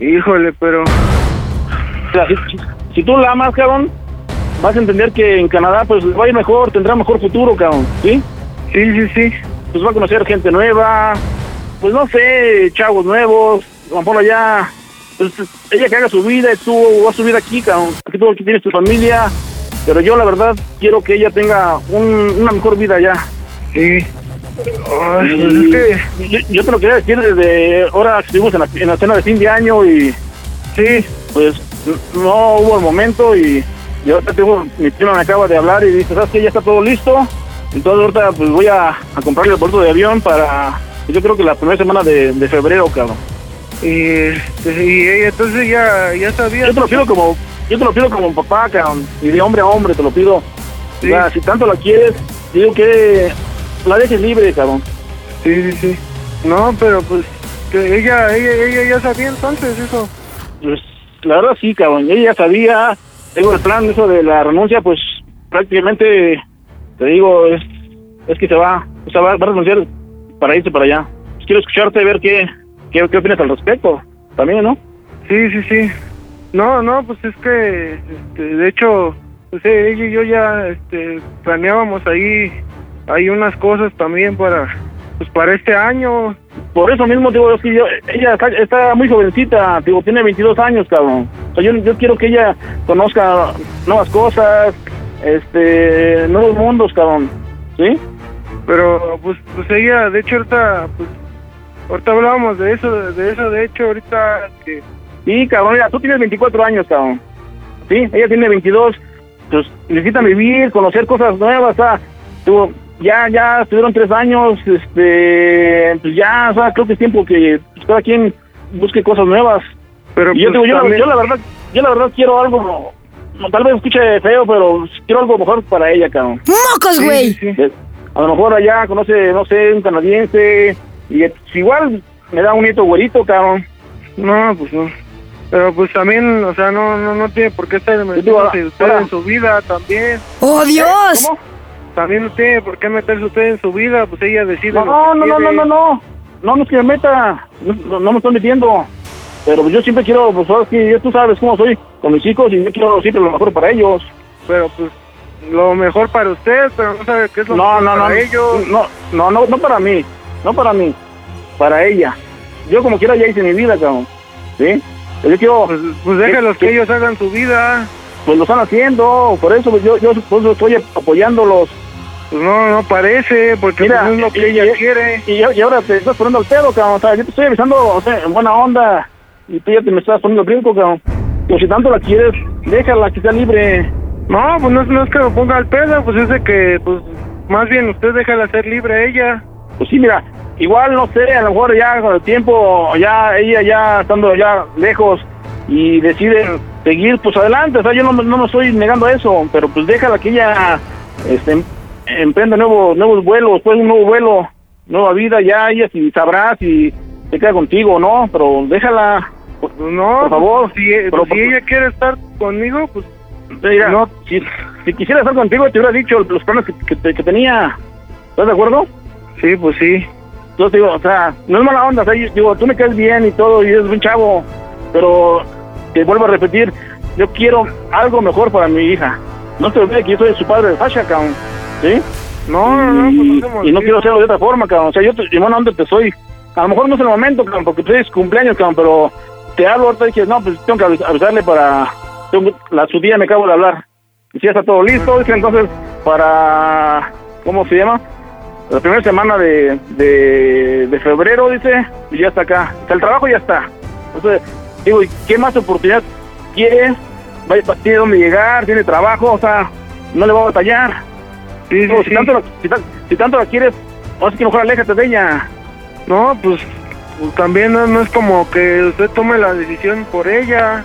Híjole, pero... si, si tú la amas, cabrón, vas a entender que en Canadá pues le va a ir mejor, tendrá mejor futuro, cabrón, ¿sí? Sí, sí, sí. Pues va a conocer gente nueva, pues no sé, chavos nuevos, a lo mejor allá, pues ella que haga su vida y tú vas a subir aquí, cabrón. Aquí tú aquí tienes tu familia, pero yo la verdad quiero que ella tenga un- una mejor vida allá. Sí. yo, yo te lo quería decir desde ahora que estuvimos en la, en la cena de fin de año y sí, pues n- no hubo el momento y, y ahorita tengo, mi prima me acaba de hablar y dice, ¿sabes qué? Ya está todo listo. Entonces ahorita pues voy a, a comprarle el boleto de avión para, yo creo que la primera semana de, de febrero, cabrón. Este, Y, entonces ya, ya sabía. Yo te lo pido como, yo te lo pido como papá, cabrón, y de hombre a hombre te lo pido. O sea, si tanto la quieres, digo que la dejes libre, cabrón. Sí, sí, sí. No, pero pues que ella, ella, ella ya sabía entonces eso. Pues la verdad sí, cabrón. Ella ya sabía, tengo el plan eso de la renuncia, pues prácticamente, te digo, es, es que se va, o sea, va, va a renunciar para irse para allá. Pues quiero escucharte, ver qué, qué, qué opinas al respecto, también, ¿no?
Sí, sí, sí. No, no, pues es que, este, de hecho, pues ella y yo ya este, planeábamos ahí, hay unas cosas también para, pues para este año.
Por eso mismo, digo, es que yo, ella está, está muy jovencita, digo, tiene 22 años, cabrón. O sea, yo, yo quiero que ella conozca nuevas cosas, este, nuevos mundos, cabrón, ¿sí?
Pero, pues, pues ella, de hecho, ahorita, pues, ahorita hablábamos de eso, de eso, de hecho, ahorita que...
Sí, cabrón, mira, tú tienes 24 años, cabrón. Sí, ella tiene 22. Pues necesitan vivir, conocer cosas nuevas, ¿sabes? Tú, ya, ya estuvieron tres años, este, pues ya, o sea, creo que es tiempo que pues, cada quien busque cosas nuevas. Pero y yo,
pues,
digo, yo, la-
también-
yo la verdad, yo la verdad quiero algo, no, tal vez escuche feo, pero quiero algo mejor para ella, cabrón.
¡Mocos, Sí, güey!
Eh, A lo mejor allá conoce, no sé, un canadiense, y eh, pues, igual me da un nieto güerito, cabrón.
No, pues no. Pero pues también, o sea, no, no, no tiene por qué estar metiéndose
ahora-
usted
ahora-
en su vida también.
¡Oh, Dios!
¿Cómo? También no tiene por qué meterse usted en su vida, pues ella decide.
No, no, no, no, no, no, no, no, no es que me meta, no, no- no me estoy metiendo, pero pues yo siempre quiero, pues ahora sí, yo- tú sabes cómo soy con mis chicos y yo quiero siempre lo mejor para ellos.
Pero pues lo mejor para usted, pero no sabe qué es lo
No,
mejor
no, no,
para ellos.
no, no, no, no para mí, no para mí, para ella. Yo como quiera ya hice mi vida, cabrón, ¿sí? Pero Yo quiero... Pues,
Pues déjalos que ellos hagan su vida.
Pues lo están haciendo, por eso pues, yo, yo por eso estoy apoyándolos.
Pues no, no parece, porque
Mira,
pues, es lo que
y-
ella
y-
quiere.
Y, y ahora te estás poniendo el pedo, cabrón. O sea, yo te estoy avisando o sea, en buena onda. Y tú ya te me estás poniendo el brinco, cabrón. Pero si tanto la quieres, déjala que sea libre.
No, pues no, es- no es que lo ponga al pedo, pues es de que, pues más bien usted déjala ser libre a ella.
Pues sí, mira, igual no sé, a lo mejor ya con el tiempo, ya ella ya estando ya lejos y decide seguir, pues adelante. O sea, yo no, me- no me estoy negando a eso, pero pues déjala que ella este, em- emprenda nuevos, nuevos vuelos, pues un nuevo vuelo, nueva vida, ya ella si sabrá si se queda contigo o no, pero déjala.
Pues, No,
por favor.
Si, pues,
Pero,
si ella quiere estar conmigo, pues
Mira, si, si quisiera estar contigo, te hubiera dicho los planes que, que te- que tenía. ¿Estás de acuerdo?
Sí, pues sí.
Yo te digo, o sea, no es mala onda, o sea, yo- digo, tú me caes bien y todo, y eres un chavo, pero te vuelvo a repetir, yo quiero algo mejor para mi hija. No te olvides que yo soy su padre de Sasha, cabrón, ¿sí?
No, no, no,
y,
pues, no se
y no
motiva.
quiero hacerlo de otra forma, cabrón, o sea, yo te, en buena onda te soy, a lo mejor no es el momento, cabrón, porque tú es cumpleaños, cabrón, pero te hablo ahorita y dices, no, pues tengo que avis- avisarle para, tengo, la su día me acabo de hablar. Y si ya está todo listo, dice entonces para, ¿cómo se llama? La primera semana de, de, de febrero, dice, y ya está acá. O sea, el trabajo ya está. Entonces, digo, ¿y ¿qué más oportunidad quiere? Vaya, pa- tiene dónde llegar, tiene trabajo, o sea, no le va a batallar. Digo, si, Tanto la, si, tan- si tanto la quieres, así que mejor aléjate de ella.
No, pues, pues, también no, no es como que usted tome la decisión por ella.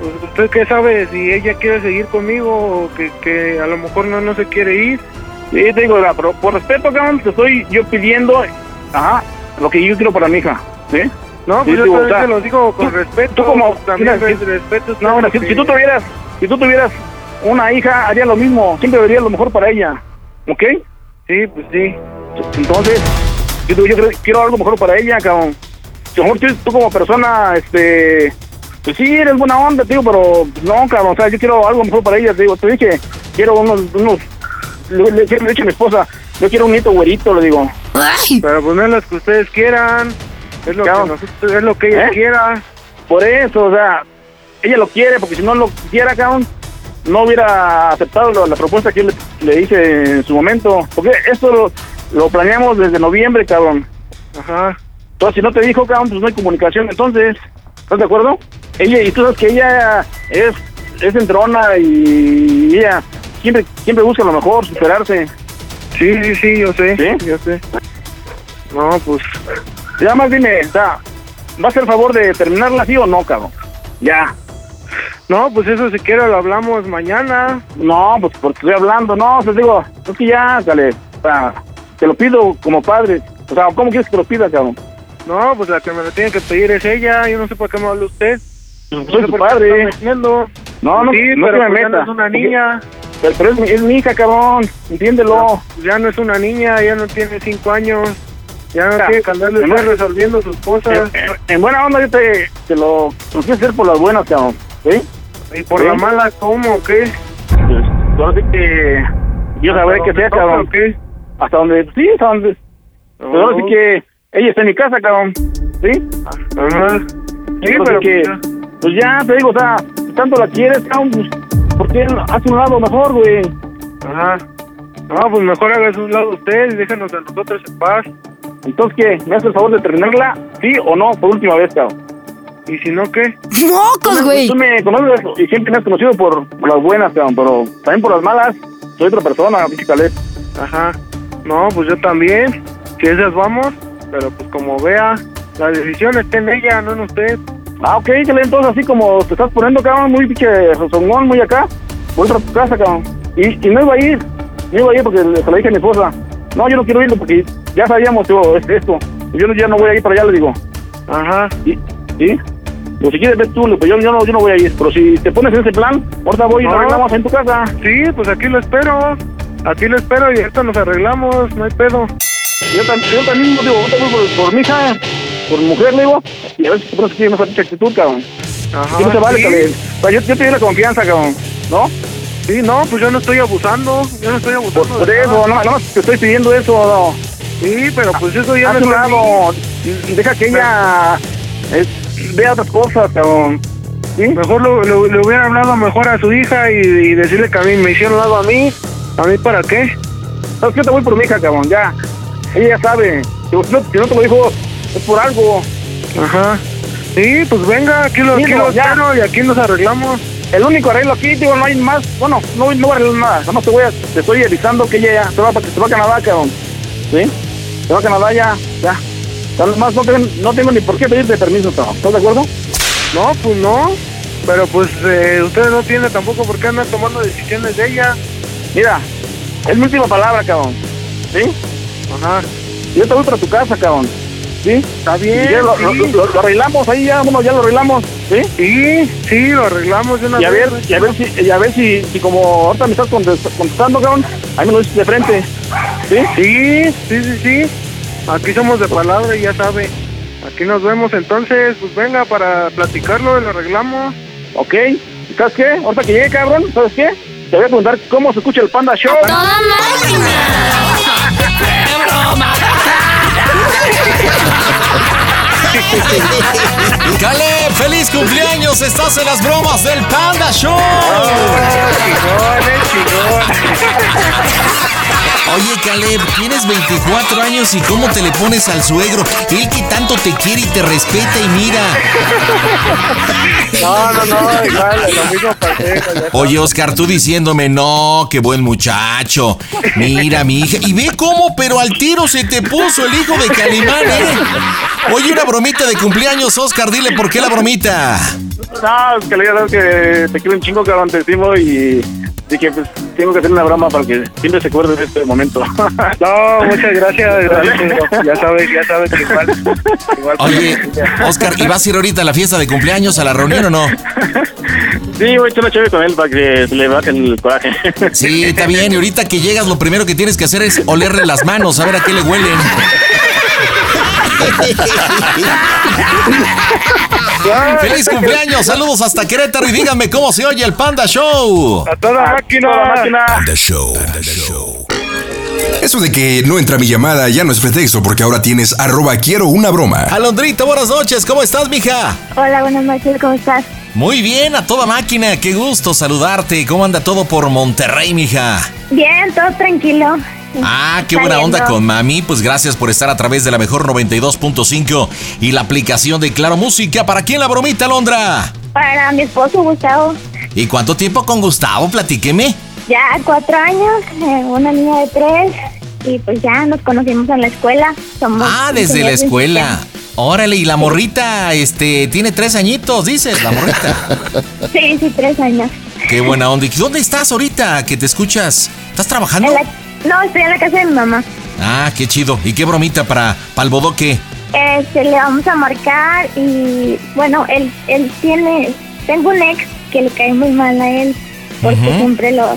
Pues, usted qué sabe si ella quiere seguir conmigo o que, que a lo mejor no, no se quiere ir.
Sí, te digo, la- pero por respeto, cabrón, te estoy yo pidiendo, ajá, lo que yo quiero para mi hija, ¿sí?
No, pues
Sí,
yo
digo,
también
o sea,
se lo digo con respeto.
tú como-
pues, también
mira,
res-
si-
respeto.
No, mira, si,
porque-
si tú tuvieras, si tú tuvieras una hija, haría lo mismo, siempre vería lo mejor para ella, ¿ok?
Sí, pues sí.
Entonces, yo, digo, yo creo- quiero algo mejor para ella, cabrón. Si a lo mejor tú, tú como persona, este, pues sí, eres buena onda, tío, pero pues, no, cabrón, o sea, yo quiero algo mejor para ella, te digo, te dije, quiero unos, unos, le, le- le dije a mi esposa, yo quiero un nieto güerito, le digo.
Pero pues no es lo que ustedes quieran, es lo,
Claro.
que, nosotros, es lo que ella
¿Eh?
quiera.
Por eso, o sea, ella lo quiere, porque si no lo quisiera, cabrón, no hubiera aceptado lo- la propuesta que yo le, le hice en su momento. Porque esto lo, lo planeamos desde noviembre, cabrón.
Ajá.
Entonces, si no te dijo, cabrón, pues no hay comunicación. Entonces, ¿estás de acuerdo? Ella, y tú sabes que ella es, es entrona y ella siempre, siempre busca lo mejor, superarse.
Sí, sí, sí, yo sé.
¿Sí?
Yo sé. No, pues.
Ya más dime, o sea, ¿vas a hacer el favor de terminarla así o no, cabrón? Ya.
No, pues eso si quiere lo hablamos mañana.
No, pues porque estoy hablando, no, te digo, es que ya, dale, o sea, te lo pido como padre, o sea, ¿cómo quieres que te lo pida, cabrón?
No, pues la que me lo tiene que pedir es ella. Yo no sé por qué me habla usted.
Soy tu Pues, padre,
Entiendo.
no, no,
sí,
no
pero
te me
pues ya no
metas.
es una niña.
Porque- Pero, pero es, mi- es mi hija, cabrón. Entiéndelo.
Ya no es una niña, ya no tiene cinco años. Ya no tiene que andarle
en buena-
estar resolviendo sus cosas.
en- en- en buena onda yo te, te lo consigo hacer por las buenas, cabrón. ¿Sí?
¿Y por la mala cómo o qué?
Pues, ahora sí que yo
¿Hasta
sabré que
dónde
sea,
toca
cabrón.
o qué? Oh.
Hasta donde, sí, hasta donde. Pero ahora sí que ella está en mi casa, cabrón. ¿Sí?
Ajá.
Sí, pero que, pues ya te digo, o sea, si tanto la quieres, cabrón, pues, ¿por qué no hace un lado mejor, güey?
Ajá. No, pues mejor hagas un lado usted y déjanos a nosotros en paz.
Entonces, ¿qué? ¿Me hace el favor de terminarla? ¿Sí o no? Por última vez, cabrón.
¿Y si no qué?
¡Mocos, güey! Tú me conoces y siempre me has conocido por, por las buenas, cabrón, pero también por las malas. Soy otra persona, pinche Caleb.
Ajá. No, pues yo también. Si esas vamos, pero pues como vea, la decisión está en ella, no en usted.
Ah, ok, que le entonces así como te estás poniendo, cabrón, muy pinche songón, muy acá. Vuelta a tu casa, cabrón. Y, y no iba a ir, no iba a ir porque le- se lo dije a mi esposa. No, yo no quiero irlo porque ya sabíamos yo, es- esto. Yo no- ya no voy a ir para allá, le digo.
Ajá.
¿Y? ¿Sí? Pues si quieres ves tú, le digo, yo, yo, no, yo no voy a ir. Pero si te pones en ese plan, ahorita voy y nos
No.
arreglamos en tu casa.
Sí, pues aquí lo espero. Aquí lo espero y ahorita nos arreglamos, no hay pedo.
Yo, tam- yo también digo, ahorita voy por, por mi hija, por mi mujer, le digo. Y a ver si te pones aquí en esa pinche actitud, cabrón.
Ajá.
Sí, no se vale,
sí.
Caleb. O sea, yo, yo te doy la confianza, cabrón. ¿No?
Sí, no, pues yo no estoy abusando. Yo no estoy abusando.
Por
de
eso,
nada.
no, no, te estoy pidiendo eso, no.
Sí, pero pues eso ya
Haz
no
un
está
lado, deja que ella es- vea otras cosas, cabrón.
Mejor lo- lo- le hubiera hablado mejor a su hija y, y decirle que a mí me hicieron algo a mí. ¿A mí para qué?
No, yo te voy por mi hija, cabrón, ya. Ella ya sabe. Yo, no, yo no te lo digo, es por algo.
Ajá. Sí, pues venga, aquí lo, aquí
Digo,
lo
ya.
espero y aquí nos arreglamos.
El único arreglo aquí, digo, no hay más. Bueno, no, no voy a arreglar nada. Nada más te voy a, te estoy avisando que ella ya se va, pa- se va a Canadá, cabrón. ¿Sí? Se va a Canadá ya, ya. Nada más no tengo, no tengo ni por qué pedirte permiso, cabrón. ¿Estás de acuerdo?
No, pues no. Pero pues eh, usted no tiene tampoco por qué andar tomando decisiones de ella.
Mira, es mi última palabra, cabrón. ¿Sí?
Ajá.
Yo te voy para tu casa, cabrón. ¿Sí?
Está bien.
Y ya lo,
sí.
lo- lo- lo arreglamos ahí, ya, bueno, ya lo arreglamos. ¿Sí?
Sí, sí, lo arreglamos de una
Y a ver,
vez.
y a ver si, y a ver si, si como ahorita me estás contest- contestando, cabrón, ahí me lo dices de frente. ¿Sí?
Sí, sí, sí, sí. Aquí somos de palabra y ya sabe. Aquí nos vemos entonces. Pues venga para platicarlo y lo arreglamos.
Ok. ¿Sabes qué? Ahorita que llegue, cabrón, ¿sabes qué? Te voy a preguntar cómo se escucha el Panda Show.
Caleb, feliz cumpleaños. Estás en las bromas del Panda Show. Oye, Caleb, tienes 24 años y cómo te le pones al suegro. Él que tanto te quiere y te respeta y mira.
No, no, no, igual, lo mismo pasé.
Oye, Oscar, tú diciéndome, no, qué buen muchacho. Mira, mi hija. Y ve cómo, pero al tiro se te puso el hijo de Calimán, ¿eh? Oye, una bromita de cumpleaños, Oscar, dile por qué la bromita.
No, Ah, es que le digo ¿sabes que te quiero un chingo, cabrón, te estimo y dije, pues tengo que hacer una broma para que siempre se acuerde de este momento.
No, muchas gracias. gracias. Ya sabes, ya sabes que igual. igual
Oye, Oscar, ¿y vas a ir ahorita a la fiesta de cumpleaños, a la reunión o no?
sí, voy a echar una chévere con él para que se le baje el coraje.
Sí, está bien. Y ahorita que llegas, lo primero que tienes que hacer es olerle las manos, a ver a qué le huelen. ¡Feliz cumpleaños! Saludos hasta Querétaro y díganme cómo se oye el Panda Show.
A toda máquina.
Toda máquina.
Panda Show. Eso de que no entra mi llamada ya no es pretexto porque ahora tienes arroba quiero una broma.
Alondrita, buenas noches. ¿Cómo estás, mija?
Hola, buenas noches, ¿cómo estás?
Muy bien, a toda máquina. Qué gusto saludarte. ¿Cómo anda todo por Monterrey, mija?
Bien, todo tranquilo.
Ah, qué buena onda
Saliendo.
con mami. Pues gracias por estar a través de la mejor 92.5 y la aplicación de Claro Música. ¿Para quién la bromita, Alondra?
Para mi esposo Gustavo,
¿Y cuánto tiempo con Gustavo? Platíqueme.
ya cuatro años, eh, una niña de tres, y pues ya nos conocimos en la escuela. Somos
Ah, desde la
ingenieros
escuela. Órale, y la morrita, este, tiene tres añitos, dices, la morrita.
en- Sí, sí, tres años.
Qué buena onda. ¿Y dónde estás ahorita que te escuchas? ¿Estás trabajando?
En la- no, estoy en la casa de mi mamá.
Ah, qué chido. ¿Y qué bromita para, para el bodoque?
Este, le vamos a marcar y bueno, él, él tiene, tengo un ex que le cae muy mal a él porque
Ujú.
siempre lo,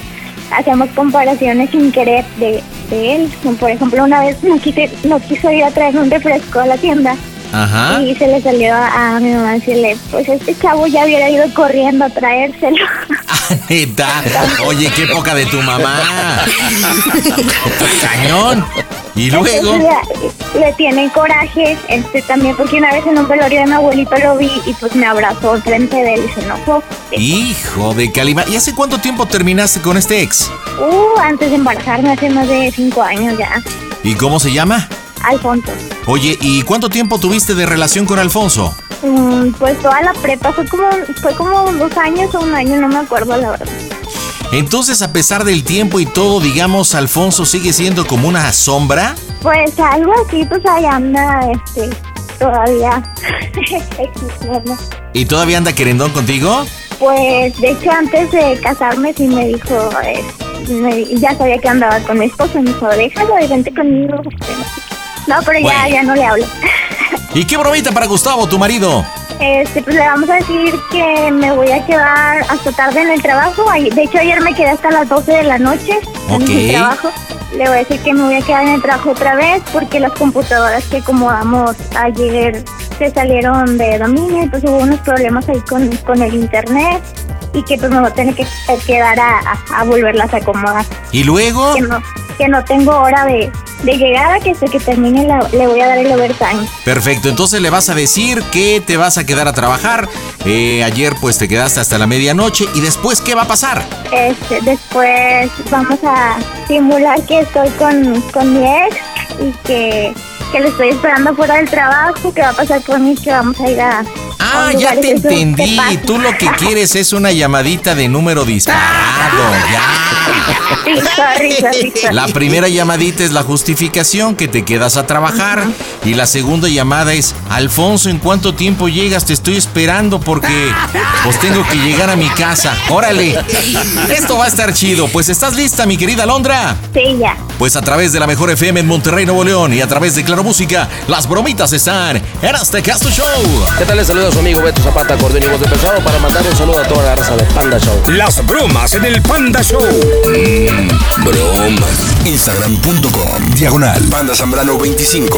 hacemos comparaciones sin querer de, de él. Como por ejemplo, una vez no, quise, no quiso ir a traer un refresco a la tienda.
Ajá.
Y se le salió a, a mi mamá decirle, pues este chavo ya hubiera ido corriendo a traérselo.
Neta. Oye, qué poca de tu mamá. Cañón. Y luego.
Entonces, ya, le tienen coraje, este también, porque una vez en un velorio de mi abuelito lo vi y pues me abrazó frente de él y se enojó.
Hijo de Calima. ¿Y hace cuánto tiempo terminaste con este ex?
Uh, antes de embarazarme hace más de cinco años ya.
¿Y cómo se llama?
Alfonso.
Oye, ¿y cuánto tiempo tuviste de relación con Alfonso?
Mm, pues toda la prepa fue como, fue como dos años o un año, no me acuerdo la verdad.
Entonces, a pesar del tiempo y todo, digamos, Alfonso sigue siendo como una sombra.
Pues algo así, pues ahí anda, este, todavía existiendo.
¿Y todavía anda querendón contigo?
Pues de hecho antes de casarme sí me dijo, eh, me- ya sabía que andaba con mi esposo y me dijo, déjalo y vente conmigo. este, no sé qué". No, pero ya, ya no le hablo.
¿Y qué bromita para Gustavo, tu marido?
Este, pues le vamos a decir que me voy a quedar hasta tarde en el trabajo. Ay- De hecho, ayer me quedé hasta las 12 de la noche
Ok.
en el trabajo. Le voy a decir que me voy a quedar en el trabajo otra vez porque las computadoras que acomodamos ayer se salieron de dominio y pues hubo unos problemas ahí con, con el internet y que pues me voy a tener que eh, quedar a, a- a volverlas a acomodar.
¿Y luego?
Que no, que no tengo hora de, de llegada, que hasta que termine la- le voy a dar el overtime.
Perfecto, entonces le vas a decir que te vas a quedar a trabajar. Eh, ayer pues te quedaste hasta la medianoche y después ¿qué va a pasar?
Este, después vamos a simular que estoy con, con mi ex y que, que lo estoy esperando fuera del trabajo, que va a pasar por mí, que vamos a ir a...
Ah, ya te entendí. Tú lo que quieres es una llamadita de número disparado. Ya. La primera llamadita es la justificación que te quedas a trabajar y la segunda llamada es Alfonso, ¿en cuánto tiempo llegas? Te estoy esperando porque pues tengo que llegar a mi casa. Órale. Esto va a estar chido. Pues estás lista, mi querida Alondra.
Sí, ya.
Pues a través de la mejor FM en Monterrey, Nuevo León y a través de Claro Música, las bromitas están en Azteca tu Show.
¿Qué tal? Les saluda a su amigo Beto Zapata, acordeón y voz de pesado, para mandar un saludo a toda la raza de Panda Show.
Las bromas en el Panda Show.
Bromas. Instagram.com. Diagonal. Banda Zambrano 25.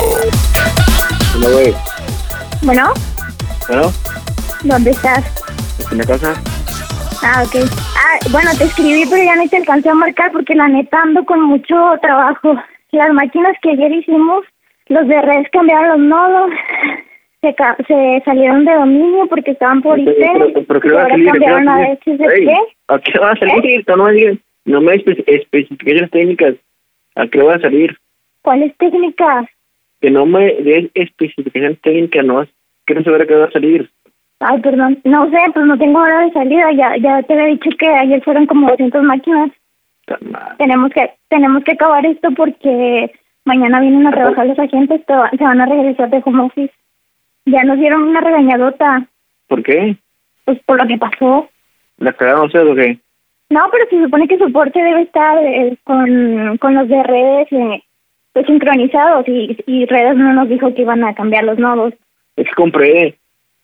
Bueno,
Bueno,
¿dónde estás?
¿en la casa?
Ah, ok. Ah, bueno, te escribí, pero ya no te alcancé a marcar porque la neta ando con mucho trabajo. Las máquinas que ayer hicimos, los de redes cambiaron los nodos, se, ca- se salieron de dominio porque estaban por IP,
Pero- pero que
y
va a
ahora
salir, que va
cambiaron a
a salir.
SSP.
Ey, ¿A qué ¿Eh? va a salir? No me digas, no me espe- especificaciones técnicas. ¿A qué va a salir?
¿Cuáles técnicas?
Que no me des especificaciones técnicas, no. Quiero saber a qué va a salir.
Ay, perdón, no sé, pues no tengo hora de salida, ya, ya te había dicho que ayer fueron como 200 máquinas. Tenemos que, tenemos que acabar esto porque mañana vienen a trabajar los agentes, te va- se van a regresar de home office. Ya nos dieron una regañadota,
¿Por qué?
pues por lo que pasó.
¿La cagaron ustedes o qué?
No, pero se supone que soporte debe estar eh, con, con los de redes eh, pues, sincronizados y, y redes no nos dijo que iban a cambiar los nodos.
Es que compré.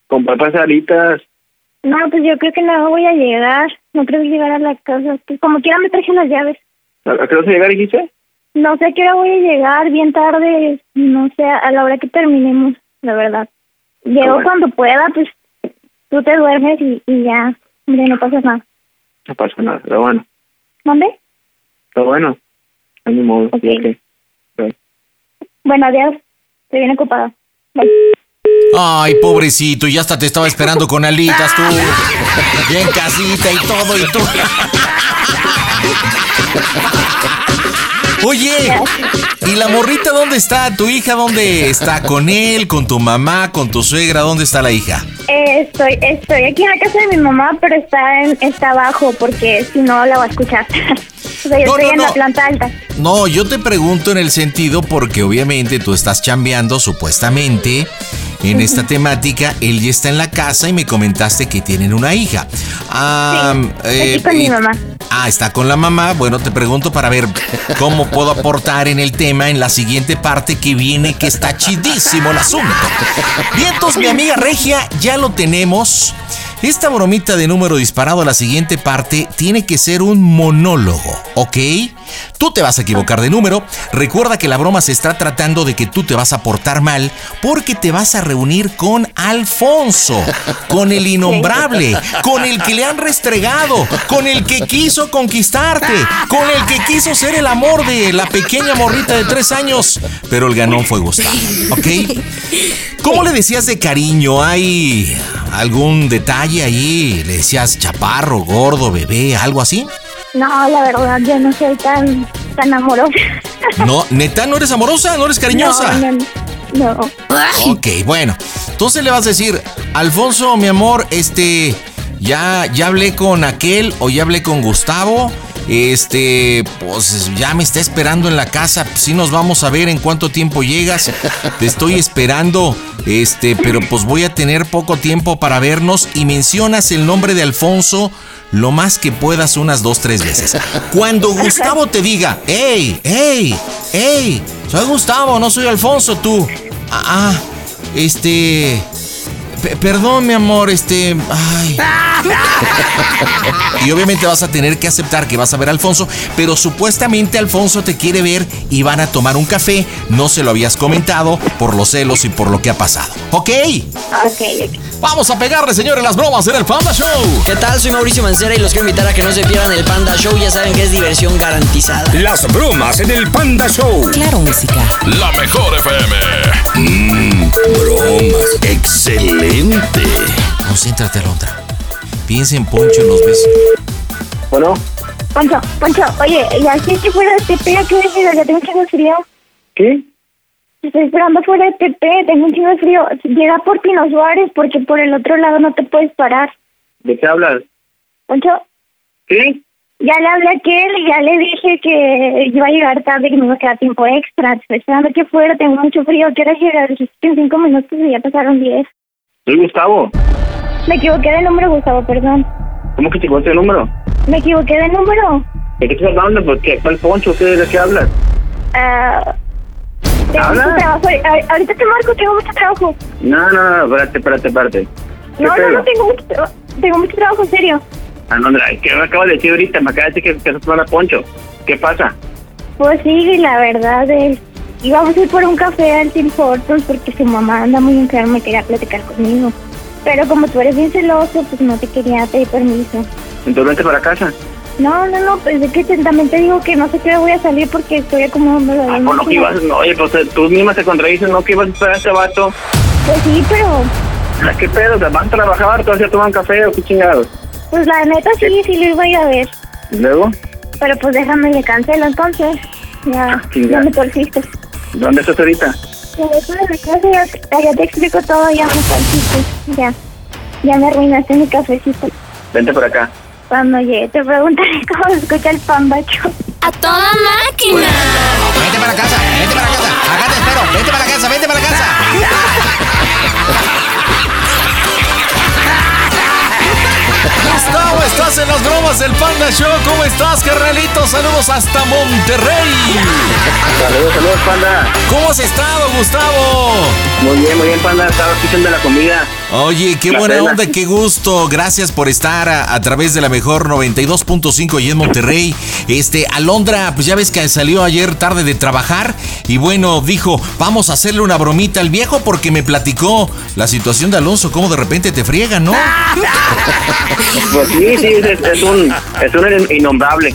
Compré pasaditas.
No, pues yo creo que no voy a llegar, no creo que llegar a la casa, pues, como quiera me traje las llaves.
¿A a qué vas a llegar, dijiste?
No sé a qué hora voy a llegar, bien tarde, no sé, a la hora que terminemos, la verdad. Llego
Bueno.
cuando pueda, pues tú te duermes y, y ya, hombre, no pasa nada.
No pasa nada, pero bueno.
¿Dónde?
Pero bueno. A mi modo, ya que-
Bueno, adiós, estoy bien ocupada. Bye.
Ay, pobrecito, y hasta te estaba esperando con alitas tú. Bien casita y todo y tú. Oye, ¿y la morrita dónde está? ¿Tu hija dónde está? ¿Con él, con tu mamá, con tu suegra? ¿Dónde está la hija?
Eh, estoy, estoy aquí en la casa de mi mamá, pero está en, está abajo porque si no la va a escuchar. o sea, yo estoy en la planta alta.
No, yo te pregunto en el sentido porque obviamente tú estás chambeando supuestamente en esta temática. Él ya está en la casa y me comentaste que tienen una hija. Ah, eh,
aquí con mi
y-
mamá.
Ah, está con la mamá. Bueno, te pregunto para ver cómo puedo aportar en el tema en la siguiente parte que viene, que está chidísimo el asunto. Y entonces, mi amiga Regia, ya lo tenemos. Esta bromita de número disparado a la siguiente parte tiene que ser un monólogo, ¿ok? Tú te vas a equivocar de número. Recuerda que la broma se está tratando de que tú te vas a portar mal porque te vas a reunir con Alfonso, con el innombrable, con el que le han restregado, con el que quiso conquistarte, con el que quiso ser el amor de la pequeña morrita de tres años, pero el ganón fue Gustavo, ¿ok? ¿Cómo le decías de cariño? ¿Hay algún detalle ahí? ¿Le decías chaparro, gordo, bebé, algo así?
No, la verdad, yo no soy tan, tan amorosa.
No, neta, no eres amorosa, no eres cariñosa.
No, no, no.
Ok, bueno. Entonces le vas a decir, Alfonso, mi amor, este, ya, ya hablé con aquel o ya hablé con Gustavo. Este, pues ya me está esperando en la casa. Sí nos vamos a ver en cuánto tiempo llegas. Te estoy esperando. Este, pero pues voy a tener poco tiempo para vernos. Y mencionas el nombre de Alfonso lo más que puedas unas dos, tres veces. Cuando Gustavo te diga, hey, hey, hey, soy Gustavo, no soy Alfonso, tú. Ah, ah, este... P- Perdón, mi amor, este. Ay. Y obviamente vas a tener que aceptar que vas a ver a Alfonso, pero supuestamente Alfonso te quiere ver y van a tomar un café. No se lo habías comentado por los celos y por lo que ha pasado. ¿Ok?
Ok,
Vamos a pegarle, señores, las bromas en el Panda Show.
¿Qué tal? Soy Mauricio Mancera y los quiero invitar a que no se pierdan el Panda Show. Ya saben que es diversión garantizada.
Las bromas en el Panda Show.
Claro, música.
La mejor FM. bromas. Excelente.
Concéntrate, Alondra. Piensa en Poncho y los ves.
Bueno.
Poncho, Poncho, oye, y así que fuera de Tepe, ¿a qué hora llegas? Ya tengo un chingo de frío.
¿Qué?
Te Estoy esperando fuera de Tepe, tengo un chingo de frío. Llega por Pino Suárez porque por el otro lado no te puedes parar.
¿De qué hablas?
Poncho,
¿Qué?
ya le hablé a aquel y ya le dije que iba a llegar tarde, que me iba a quedar tiempo extra. Te Estoy esperando que fuera, tengo mucho frío. ¿A ¿Qué hora llegas? Dijiste que en cinco minutos y ya pasaron diez.
Soy Gustavo.
Me equivoqué de número, Gustavo, perdón.
¿Cómo que te cuento el número?
Me equivoqué de número.
¿De qué estás hablando? ¿Por qué? ¿Cuál poncho? ¿Qué, ¿De qué hablas?
Ah, tengo
Habla.
mucho trabajo. A- Ahorita te marco, tengo mucho trabajo.
No, no, no, espérate, espérate, espérate. ¿Qué
No, no,
pedo?
no, tengo mucho, tra- tengo mucho trabajo, en serio.
Alondra, Ah, ¿qué me acabas de decir ahorita? Me acabas de decir que te vas a tomar a Poncho. ¿Qué pasa?
Pues sí, la verdad es. Íbamos a ir por un café al Tim Hortons porque su mamá anda muy enferma y quería platicar conmigo. Pero como tú eres bien celoso, pues no te quería pedir permiso.
Entonces vente para casa.
No, no, no, pues es que te- también te digo que no sé qué hora voy a salir porque estoy acomodándome. lo
Con Ah, lo que ibas, no, oye, pues eh, tú misma te contradices, ¿no? Que ibas a esperar a este vato.
Pues sí, pero
Ah, ¿Qué pedo? ¿Te van a trabajar? ¿Tú vas a tomar café o qué chingados?
pues la neta sí, sí lo iba a ir a ver.
¿Y Eh. luego?
Pero pues déjame, le cancelo entonces. Ya,
Ah, chinga.
ya me torciste.
¿Dónde estás ahorita?
Pero eso de mi casa ya, te- ya te explico todo, ya me torciste. Ya, ya me arruinaste mi cafecito.
Vente para acá.
Cuando llegue te preguntaré cómo se escucha el pambacho. A toda máquina.
Vete para casa, vete para casa. Acá te espero, vete para casa, vete para casa. Gustavo, estás en las bromas del Panda Show. ¿Cómo estás, carnalito? Saludos hasta Monterrey.
Saludos, saludos, panda.
¿Cómo has estado, Gustavo?
Muy bien, muy bien, panda. Estaba escuchando la comida.
Oye, qué
La
buena
pela.
onda, qué gusto. Gracias por estar a, a través de la mejor 92.5 y en Monterrey. Este, Alondra, pues ya ves que salió ayer tarde de trabajar y bueno, dijo, vamos a hacerle una bromita al viejo porque me platicó la situación de Alonso, cómo de repente te friega, ¿no?
Ah, Pues sí, sí, es, es- es un, es un innombrable.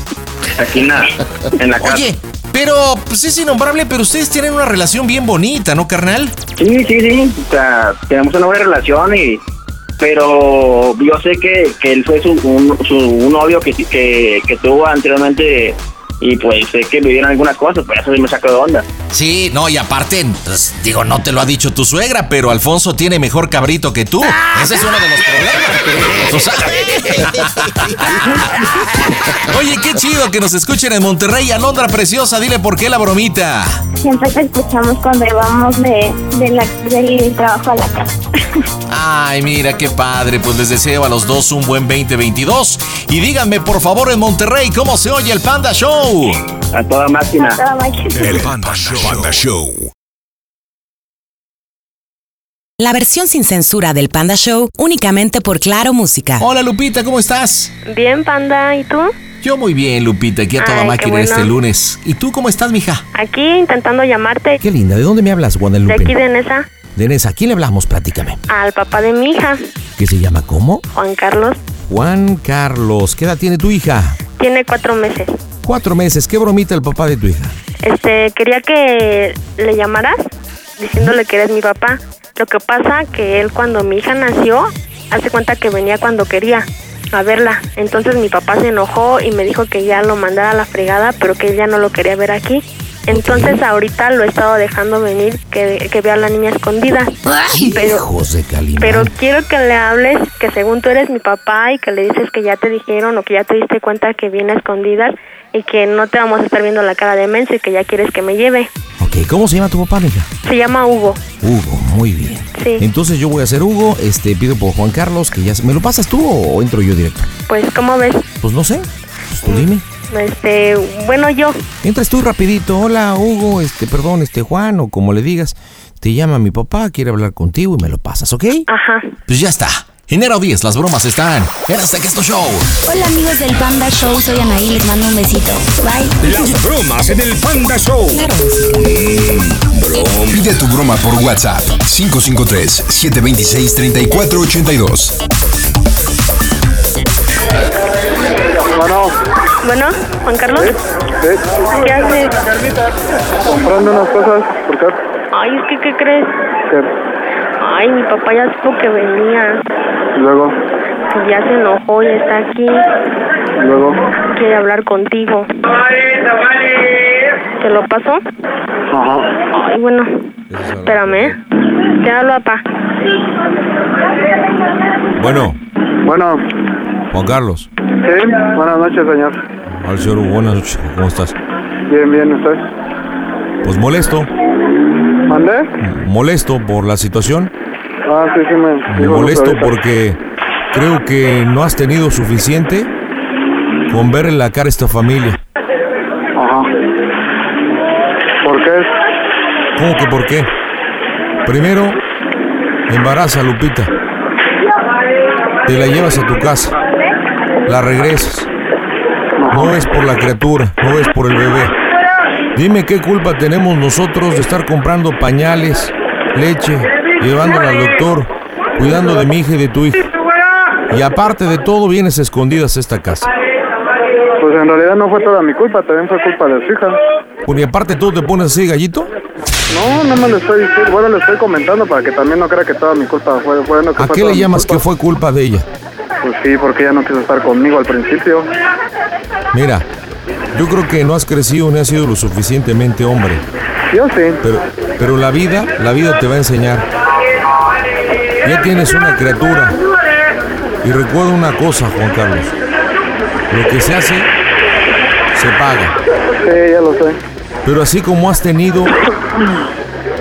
Aquí en la, en la casa.
Oye, pero pues es innombrable, pero ustedes tienen una relación bien bonita, ¿no, carnal?
Sí, sí, sí. O sea, tenemos una buena relación y pero yo sé que, que él fue su, un, su- un novio que, que, que tuvo anteriormente y pues sé que vivieron pues. algunas cosas, pero eso sí me sacó de onda.
Sí, no, y aparte, pues, digo, no te lo ha dicho tu suegra, pero Alfonso tiene mejor cabrito que tú.
Ah,
Ese es uno de los problemas. Tú sabes. Oye, qué chido que nos escuchen en Monterrey. Alondra preciosa, dile por qué la bromita.
Siempre te escuchamos cuando vamos de, de la, del trabajo a la casa.
Ay, mira, qué padre. Pues les deseo a los dos un buen 2022. Y díganme, por favor, en Monterrey, ¿cómo se oye el Panda Show?
A toda
A toda máquina.
Panda Show.
La versión sin censura del Panda Show únicamente por Claro Música.
Hola Lupita, ¿cómo estás?
Bien, Panda, ¿y tú?
Yo muy bien, Lupita, aquí a toda
Ay, qué
máquina
bueno.
este lunes. ¿Y tú cómo estás, mija?
Aquí intentando llamarte.
Qué linda, ¿de dónde me hablas,
De
Guadalupe?
aquí de Nesa
De Nesa, ¿a quién le hablamos? Platícame.
al papá de mi hija,
¿Qué se llama? ¿Cómo?
Juan Carlos.
Juan Carlos, ¿qué edad tiene tu hija?
Tiene cuatro meses.
Cuatro meses, ¿qué bromita el papá de tu hija?
Este, quería que le llamaras diciéndole que eres mi papá. Lo que pasa que él cuando mi hija nació, hace cuenta que venía cuando quería a verla. Entonces mi papá se enojó y me dijo que ya lo mandara a la fregada, pero que él ya no lo quería ver aquí. Entonces ahorita lo he estado dejando venir, que, que vea a la niña escondida. Pero-
José Calimán.
Pero quiero que le hables que según tú eres mi papá y que le dices que ya te dijeron o que ya te diste cuenta que viene a escondidas y que no te vamos a estar viendo la cara de menso y que ya quieres que me lleve.
Ok, ¿cómo se llama tu papá, mija?
Se llama Hugo.
Hugo, muy bien.
Sí.
Entonces yo voy a ser Hugo, este, pido por Juan Carlos, que ya... se- ¿Me lo pasas tú o entro yo directo?
Pues, ¿cómo ves?
Pues no sé, pues tú dime.
Este, bueno, yo.
Entras tú rapidito, hola Hugo, este, perdón, este Juan, o como le digas, te llama mi papá, quiere hablar contigo y me lo pasas, ¿ok?
Ajá.
Pues ya está. Enero 10, las bromas están. En hasta que esto show.
Hola amigos del Panda Show, soy Anaí, les mando un besito. Bye.
Las bromas en el Panda Show.
Pide tu broma por WhatsApp 553-726-3482.
Bueno,
Bueno, Juan Carlos. ¿Qué haces?
comprando unas cosas porque
Ay, es que, ¿qué crees?
que-
Ay, mi papá ya supo que venía.
luego,
Y ya se enojó y está aquí.
luego,
Quiere hablar contigo. ¿Te lo paso?
ajá,
Ay, bueno. Espérame, ¿eh? Te hablo, papá.
Bueno,
bueno,
Juan Carlos.
sí, buenas noches señor,
Al señor Hugo, buenas noches, ¿cómo estás?
bien, bien, ¿usted?
Pues molesto,
¿Mandé?
molesto por la situación.
Ah, sí, sí me...
Me molesto porque creo que no has tenido suficiente con ver en la cara a esta familia.
Ajá. ¿Por qué?
¿Cómo que por qué? Primero, embaraza a Lupita. Te la llevas a tu casa. La regresas. No es por la criatura, no es por el bebé. Dime qué culpa tenemos nosotros de estar comprando pañales, leche, llevándola al doctor, cuidando de mi hija y de tu hija. Y aparte de todo, vienes escondidas a esta casa.
Pues en realidad no fue toda mi culpa, también fue culpa de su hija.
Porque aparte tú te pones así, gallito.
No, no me lo estoy diciendo, bueno, le estoy comentando para que también no crea que toda mi culpa fue... fue no, que
¿A
fue
qué
toda
le
mi
llamas
culpa.
que fue culpa de ella?
Pues sí, porque ella no quiso estar conmigo al principio.
Mira, yo creo que no has crecido ni has sido lo suficientemente hombre.
Yo sí.
Pero, pero la vida, la vida te va a enseñar. Ya tienes una criatura. Y recuerda una cosa, Juan Carlos. Lo que se hace, se paga.
Sí, ya lo sé.
Pero así como has tenido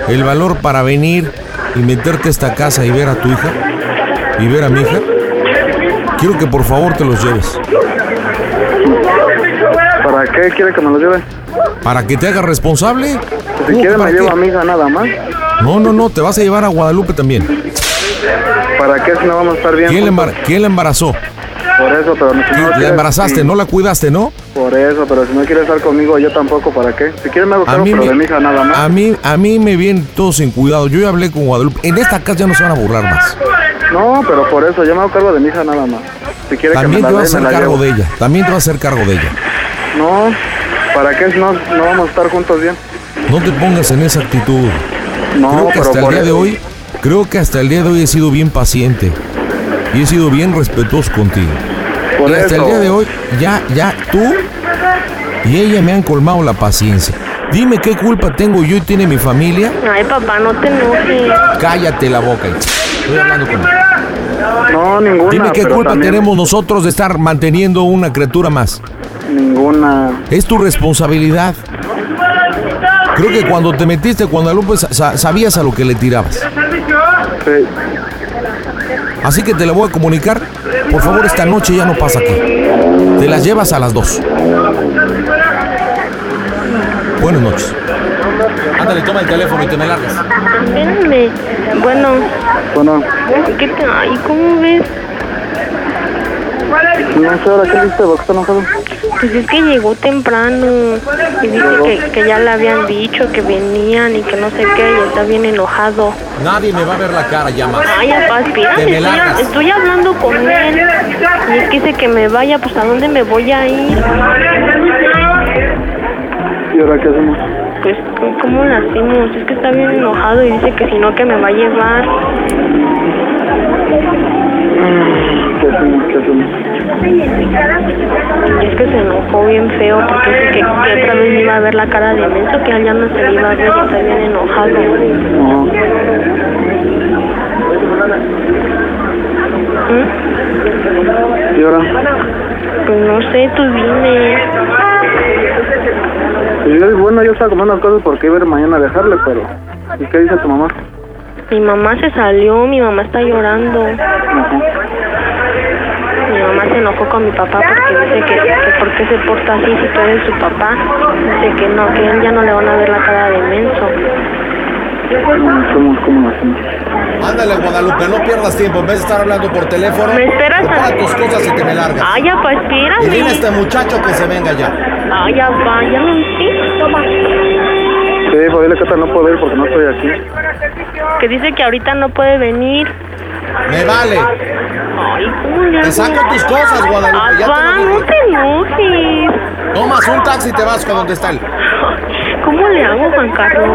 el valor para venir y meterte a esta casa y ver a tu hija y ver a mi hija, quiero que por favor te los lleves.
¿Para qué quiere que me lo lleve?
Para que te hagas responsable.
Si
Uh,
quiere me
¿para
llevo
qué?
a mi hija nada más.
No, no, no, te vas a llevar a Guadalupe también.
¿Para qué si no vamos a estar bien?
¿Quién la,
juntos?
embar- quién la embarazó?
Por eso, pero si no
La
quiere-
embarazaste, no la cuidaste, ¿no?
Por eso, pero si no quiere estar conmigo, yo tampoco, ¿para qué? Si quiere me hago
A
cargo,
mí,
pero
me,
de mi hija nada más.
a, mí, a mí me vienen todos sin cuidado. Yo ya hablé con Guadalupe. En esta casa ya no se van a burlar más.
No, pero por eso, yo me hago cargo de mi hija nada más. Si quiere
También
que me
te
la
vas
dé,
a
me
hacer
la
cargo
llevo.
de ella. También te vas a hacer cargo de ella.
No, ¿para qué si no, no vamos a estar juntos bien?
No te pongas en esa actitud.
No,
creo que
pero
hasta el
por
día de
eso-
hoy, creo que hasta el día de hoy he sido bien paciente y he sido bien respetuoso contigo.
Por
y hasta el
eso.
día de hoy, ya, ya tú y ella me han colmado la paciencia. Dime qué culpa tengo yo y tiene mi familia.
Ay, papá, no te enojes.
Cállate la boca. hija. Estoy hablando con él.
No, ninguna.
Dime qué
pero
culpa
también
tenemos nosotros de estar manteniendo una criatura más.
Ninguna.
Es tu responsabilidad. Creo que cuando te metiste cuando Guadalupe sa- sa- sabías a lo que le tirabas.
Sí.
Así que te la voy a comunicar. Por favor, esta noche ya no pasa aquí. Te las llevas a las dos. Buenas noches. Ándale, toma el teléfono y te me largas.
Espérame. Bueno.
Bueno.
¿Qué te... Ay, ¿cómo ves?
No sé ahora qué le hiciste, Boxer, no sé.
Pues es que llegó temprano y dice que, que ya le habían dicho que venían y que no sé qué y está bien enojado.
Nadie me va a ver la cara, llama.
Ay, papá,
Te me
espérame, estoy,
largas.
estoy hablando con él. Y es que dice que me vaya, pues ¿a dónde me voy a ir?
¿Y ahora qué hacemos?
Pues, ¿cómo la hacemos? Es que está bien enojado y dice que si no, que me va a llevar.
¿Qué hacemos? ¿Qué hacemos?
Y es que se enojó bien feo porque dice que, que otra vez me iba a ver la cara de menso, que allá no se le iba a ver y está bien enojado.
¿Y ahora?
Pues no sé, tú dime.
Pues yo, bueno, yo estaba comiendo cosas porque iba a ir mañana a dejarle, pero... ¿Y qué dice tu mamá?
Mi mamá se salió, mi mamá está llorando. Mi mamá se enojó con mi papá porque dice que, que por qué se porta así si tú eres su papá. Dice que no, que él ya no le van a ver la cara de menso.
¿Cómo, cómo lo hacemos?
Ándale, Guadalupe, no pierdas tiempo. En vez de estar hablando por teléfono,
¿Me esperas a-
prepara tus cosas y te me largas.
Ay, ya, pues
Y dile a
espérame.
este muchacho que se venga ya.
Ay, ya va, ya no sí, toma.
Sí, pues dile que ahorita no puedo ir porque no estoy aquí.
Que dice que ahorita no puede venir.
Me vale.
Ay, ¿cómo le
Te
hago?
saco tus cosas, Guadalupe. Ya
Papá,
te lo
no
dije.
te enojes.
Tomas un taxi y te vas con donde está él.
¿Cómo le hago, Juan Carlos?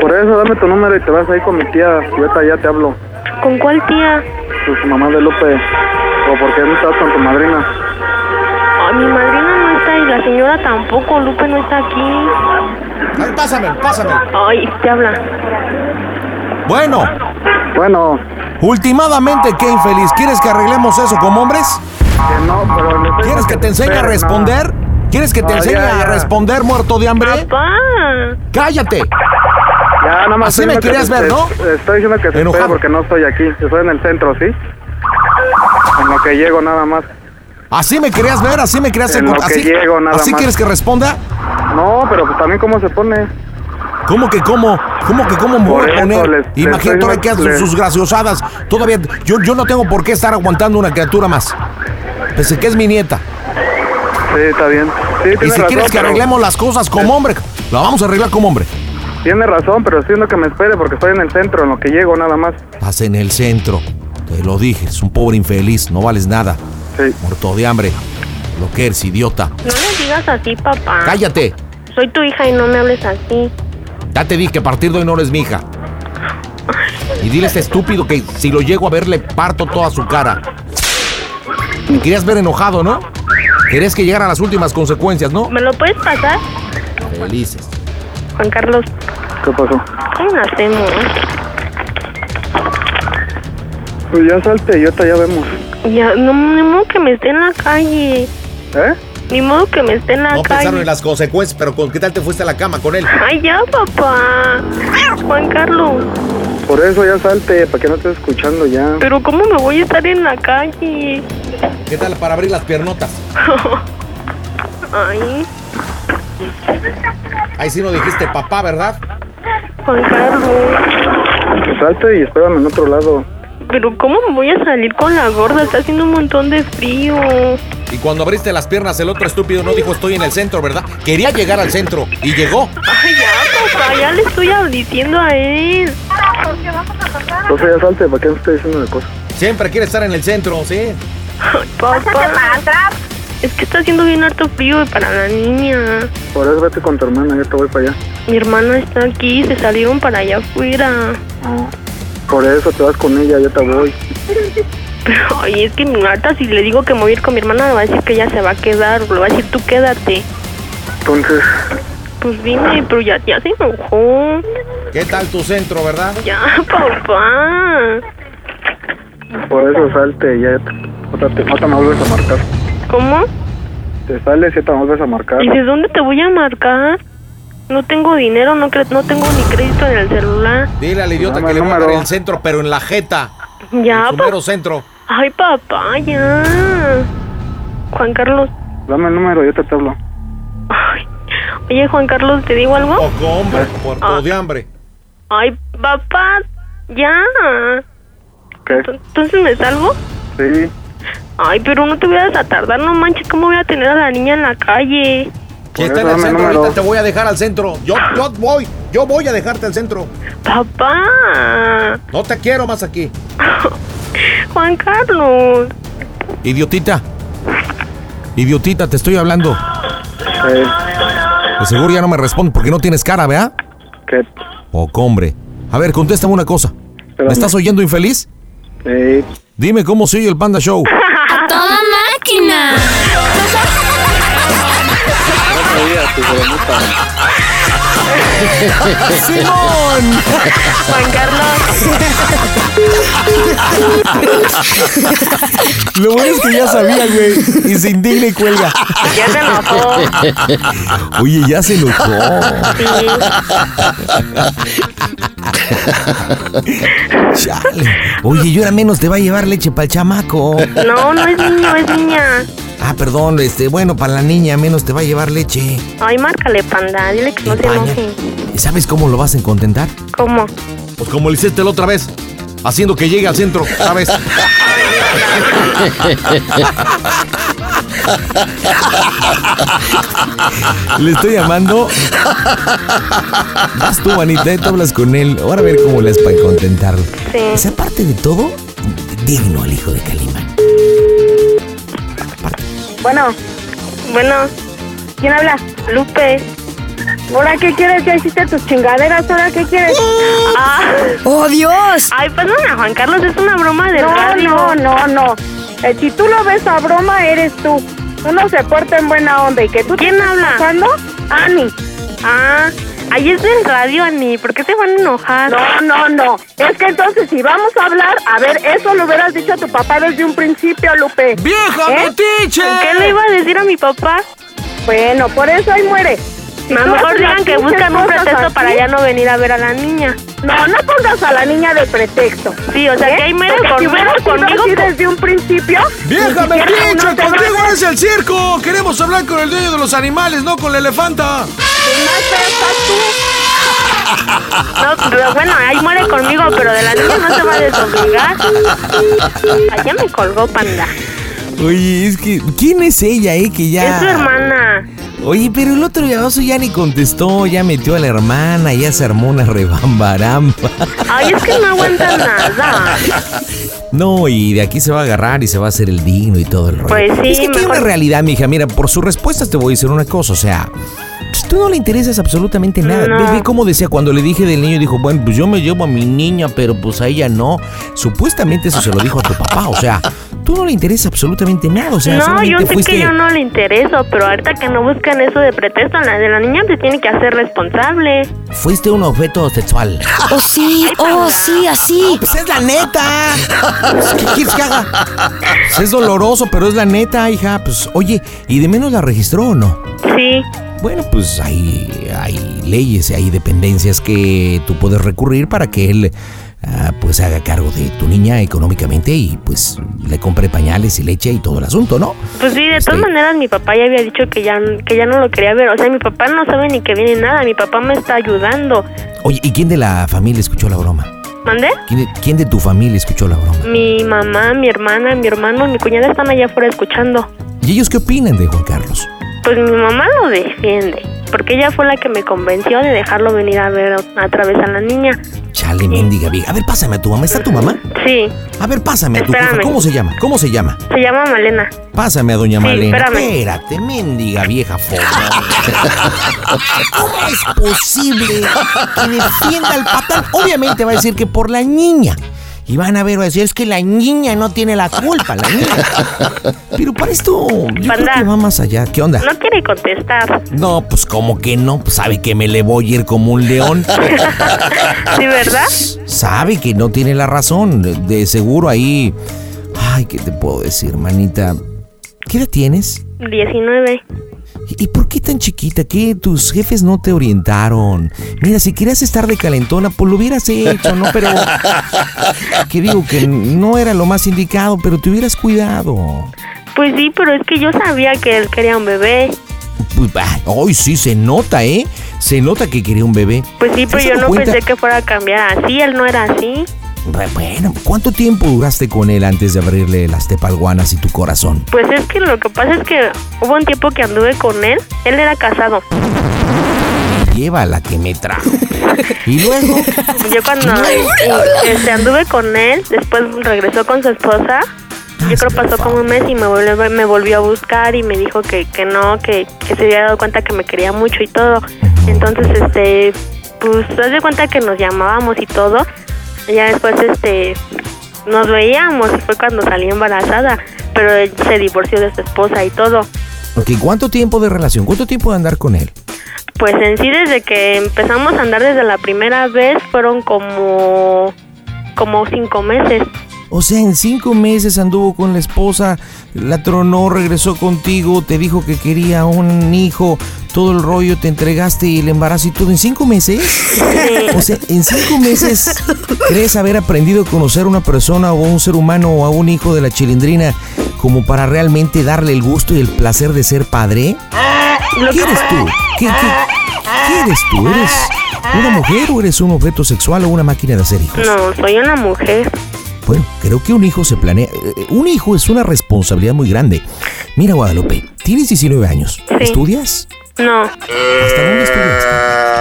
Por eso, dame tu número y te vas ahí con mi tía. Yo hasta allá te hablo.
¿Con cuál tía?
Con su mamá de López. ¿O por qué no estás con tu madrina?
Ay, mi madrina no está y la señora tampoco. Lupe no está aquí.
Ay, pásame, pásame.
Ay, te habla.
Bueno.
Bueno.
Últimamente, qué infeliz. ¿Quieres que arreglemos eso como hombres? ¿Quieres que te enseñe a responder? ¿Quieres que te
No,
enseñe
ya,
a
ya.
responder, muerto de hambre? ¡Cállate!
Ya, nada más.
Así
estoy
me
diciendo que
querías
se-
ver, ¿no?
se- Estoy diciendo que se espere porque no estoy aquí. Estoy en el centro, ¿sí? En lo que llego, nada más.
Así me querías ver, así me querías
En lo
encontrar.
que
¿Así,
llego, nada
así
más.
quieres que responda?
No, pero pues también cómo se pone.
¿Cómo que cómo? ¿Cómo que cómo me voy
Por
a
eso
poner?
les- les
Imagínate
estoy
ahora que hacen
le-
sus graciosadas. Todavía yo, yo no tengo por qué estar aguantando una criatura más. Pensé que es mi nieta.
Sí, está bien. Sí,
Y si
tiene
quieres
razón,
que
pero-
arreglemos las cosas como hombre, la vamos a arreglar como hombre.
Tiene razón, pero estoy diciendo que me espere porque estoy en el centro, en lo que llego, nada más.
Estás en el centro. Te lo dije, es un pobre infeliz, no vales nada. Muerto de hambre. Lo que eres, idiota.
No le digas así, papá.
Cállate.
Soy tu hija y no me hables así.
Ya te dije que a partir de hoy no eres mi hija. Y dile a este estúpido que si lo llego a ver le parto toda su cara. Me querías ver enojado, ¿no? Querías que llegara a las últimas consecuencias, ¿no?
¿Me lo puedes pasar?
Felices.
Juan Carlos,
¿Qué pasó?
¿cómo lo hacemos?
Pues ya salte y ahorita ya vemos.
Ya, no, ni modo que me esté en la calle.
¿Eh?
Ni modo que me esté en la
No pensaron
calle.
en las consecuencias, pero ¿con qué tal te fuiste a la cama con él?
Ay, ya, papá. Juan Carlos,
Por eso ya salte, para que no estés escuchando ya.
pero ¿cómo me voy a estar en la calle?
¿Qué tal para abrir las piernotas?
Ay,
Ahí sí no dijiste papá, ¿verdad?
Juan Carlos.
Salte y espérame en otro lado.
Pero ¿cómo me voy a salir con la gorda? Está haciendo un montón de frío.
Y cuando abriste las piernas, el otro estúpido no dijo estoy en el centro, ¿verdad? Quería llegar al centro y llegó.
Ay, ya, papá, ya le estoy diciendo a él.
Entonces ya salte, para que no estés diciendo de cosas.
Siempre quiere estar en el centro, ¿sí?
Papá. Es que está haciendo bien harto frío para la niña.
Por eso vete con tu hermana, yo te voy para allá.
Mi hermana está aquí, se salieron para allá afuera.
Por eso te vas con ella, yo te voy.
Pero, ay, es que mi Marta, si le digo que me voy a ir con mi hermana, me va a decir que ella se va a quedar. Le va a decir, tú quédate.
Entonces,
Pues dime, pero ya, ya se enojó.
¿Qué tal tu centro, verdad?
Ya, papá.
por eso salte y ya. Otra, te, otra me vuelves a marcar.
¿Cómo?
Te sales y otra me vuelves a marcar.
Dices, ¿dónde te voy a marcar? No tengo dinero, no, cre- no tengo ni crédito en el celular.
Dile al idiota que le voy a dar el centro, pero en la jeta.
Ya,
Su mero centro.
Ay, papá, ya. Juan Carlos,
Dame el número, yo te, te hablo.
Oye, Juan Carlos, ¿te digo algo? Ah.
Poco hombre, puerto de hambre.
Ay, papá, ya.
¿Qué?
Entonces me salgo.
Sí.
Ay, pero no te vayas a tardar, no manches, ¿cómo voy a tener a la niña en la calle?
Si está en el centro, ahorita te voy a dejar al centro. Yo, yo voy, yo voy a dejarte al centro.
Papá,
No te quiero más aquí.
Ah. Juan Carlos.
Idiotita. Idiotita, te estoy hablando. De seguro ya no me responde porque no tienes cara, ¿vea?
¿Qué?
Oh, hombre. A ver, contéstame una cosa. ¿Me estás oyendo infeliz?
Sí.
Dime cómo se oye el Panda Show.
¡A toda máquina!
¡Simón!
Juan
Carlos.
Lo bueno es que ya sabía, güey. Y se indigna y cuelga.
Ya se enojó.
Oye, ya se enojó. Chale. Oye, yo era menos te va a llevar leche para el chamaco.
No, no es niño, es niña.
Ah, perdón, este, bueno, para la niña menos te va a llevar leche.
Ay, márcale, panda, dile que no se enoje.
¿Y sabes cómo lo vas a contentar?
¿Cómo?
Pues como lo hiciste la otra vez, haciendo que llegue al centro, ¿sabes?
Le estoy llamando. Vas tú, Manita, y tú hablas con él. Ahora a ver cómo le es para contentarlo.
Sí.
Es aparte de todo, digno al hijo de Calimán.
Bueno,
Bueno,
¿quién habla?
Lupe.
¿Ahora qué quieres? Ya hiciste tus chingaderas, ¿ahora qué quieres? Uh.
¡Oh, Dios! Ay, pásame a Juan Carlos, es una broma del
no,
radio.
no, no, no. Eh, si tú lo ves a broma, eres tú. Uno se porta en buena onda y que tú...
¿Quién habla?
¿Cuándo? Ani.
Ah, ahí es del radio, Ani. ¿Por qué se van a enojar?
No, no, no. Es que entonces si vamos a hablar, a ver, eso lo hubieras dicho a tu papá desde un principio, Lupe. ¿Eh?
¡Vieja metiche!
¿Qué
le iba a decir a mi papá?
Bueno, por eso ahí muere. Si
a
tú
lo mejor
haces
digan
las
que buscan un
pinches cosas
pretexto para
así-
ya no venir a ver a la niña.
No, no pongas a la niña de pretexto. ¿Eh?
Sí, o sea, que ahí muere
Porque
por
si hubieras
menos
sido
conmigo,
así
pues-
desde un principio...
¡Vieja
ni siquiera
metiche!
uno te va a
¡Contigo es el circo! Queremos hablar con el dueño de los animales, no con la elefanta.
No, pero bueno, ahí muere conmigo, pero de la niña no se va a desobligar. Ay, ya me colgó, panda.
Oye, es que. ¿Quién es ella, eh? Que ya.
Es su hermana.
Oye, pero el otro llamazo ya ni contestó, ya metió a la hermana, ya se armó una rebambaramba.
Ay, es que no aguanta nada.
No, y de aquí se va a agarrar y se va a hacer el digno y todo el rollo.
Pues sí,
es que aquí hay
mejor-
una realidad, mija. Mira, por sus respuestas te voy a decir una cosa. O sea, pues, tú no le interesas absolutamente nada.
No.
Ve, ve cómo decía cuando le dije del niño, dijo, bueno, pues yo me llevo a mi niña, pero pues a ella no. Supuestamente eso se lo dijo a tu papá. O sea, tú no le interesa absolutamente nada. O sea,
No, yo
solamente
sé
fuiste-
que yo no le intereso, pero ahorita que no buscan eso de pretexto, la de la niña se tiene que hacer responsable.
Fuiste un objeto sexual.
Oh, sí, oh, sí, así.
pues es la neta. ¿Qué quieres que haga? Pues, es doloroso, pero es la neta, hija. Pues oye, ¿y de menos la registró o no?
Sí.
Bueno, pues hay, hay leyes, hay dependencias que tú puedes recurrir para que él ah, pues haga cargo de tu niña económicamente y pues le compre pañales y leche y todo el asunto, ¿no?
Pues sí, de todas maneras mi papá ya había dicho que ya, que ya no lo quería ver. O sea, mi papá no sabe ni que viene nada. Mi papá me está ayudando.
Oye, ¿y quién de la familia escuchó la broma?
¿Mandé?
¿Quién de, quién de tu familia escuchó la broma?
Mi mamá, mi hermana, mi hermano, mi cuñada están allá afuera escuchando.
¿Y ellos qué opinan de Juan Carlos?
Pues mi mamá lo defiende, porque ella fue la que me convenció de dejarlo venir a ver otra través a la niña.
Chale, mendiga vieja. A ver, pásame a tu mamá. ¿Está tu mamá?
Sí,
A ver, pásame a tu jefa.
Espérame.
¿Cómo se llama? ¿Cómo se llama?
se llama Malena.
Pásame a doña Malena.
espérame.
Espérate, mendiga vieja foca. ¿Cómo es posible que defienda al patán? Obviamente va a decir que por la niña. Y van a ver, va a decir, es que la niña no tiene la culpa, la niña. Pero para esto, yo creo que va más allá. ¿Qué onda?
No quiere contestar.
No, pues como que no, Pues, sabe que me le voy a ir como un león.
¿Sí, verdad?
Sabe que no tiene la razón. De- De seguro ahí. Ay, ¿qué te puedo decir, manita? ¿Qué edad tienes?
19.
¿Y por qué tan chiquita? ¿Qué? ¿Tus jefes no te orientaron? Mira, si querías estar de calentona, pues lo hubieras hecho, ¿no? Pero que digo que no era lo más indicado, pero te hubieras cuidado.
Pues sí, pero es que yo sabía que él quería un bebé.
pues, bah, hoy sí se nota, ¿eh? Se nota que quería un bebé.
Pues sí, pero
¿Se
yo
dan
no
cuenta?
pensé que fuera a cambiar así, él no era así.
Bueno, ¿cuánto tiempo duraste con él antes de abrirle las tepalguanas y tu corazón?
Pues es que lo que pasa es que hubo un tiempo que anduve con él, él era casado.
Lleva la que me trajo. Y luego,
Yo cuando este, anduve con él, después regresó con su esposa. Yo creo pasó como un mes y me volvió, me volvió a buscar y me dijo que, que no, que, que se había dado cuenta que me quería mucho y todo. Entonces, este, pues se de cuenta que nos llamábamos y todo. Y ya después, este, nos veíamos. Fue cuando salí embarazada, pero él se divorció de su esposa y todo.
ok, ¿cuánto tiempo de relación? ¿Cuánto tiempo de andar con él?
Pues en sí, desde que empezamos a andar desde la primera vez, fueron como, como cinco meses.
O sea, en cinco meses anduvo con la esposa, la tronó, regresó contigo, te dijo que quería un hijo, todo el rollo, te entregaste y el embarazo y todo. ¿En cinco meses? O sea, en cinco meses crees haber aprendido a conocer a una persona o a un ser humano o a un hijo de la chilindrina como para realmente darle el gusto y el placer de ser padre? ¿Qué eres tú? ¿Qué, qué- qué eres tú? ¿Eres una mujer o eres un objeto sexual o una máquina de hacer hijos?
No, soy una mujer.
Bueno, creo que un hijo se planea. eh, eh, Un hijo es una responsabilidad muy grande. Mira, Guadalupe, tienes 19 años.
Sí.
¿Estudias?
No. ¿Hasta
dónde estudiaste?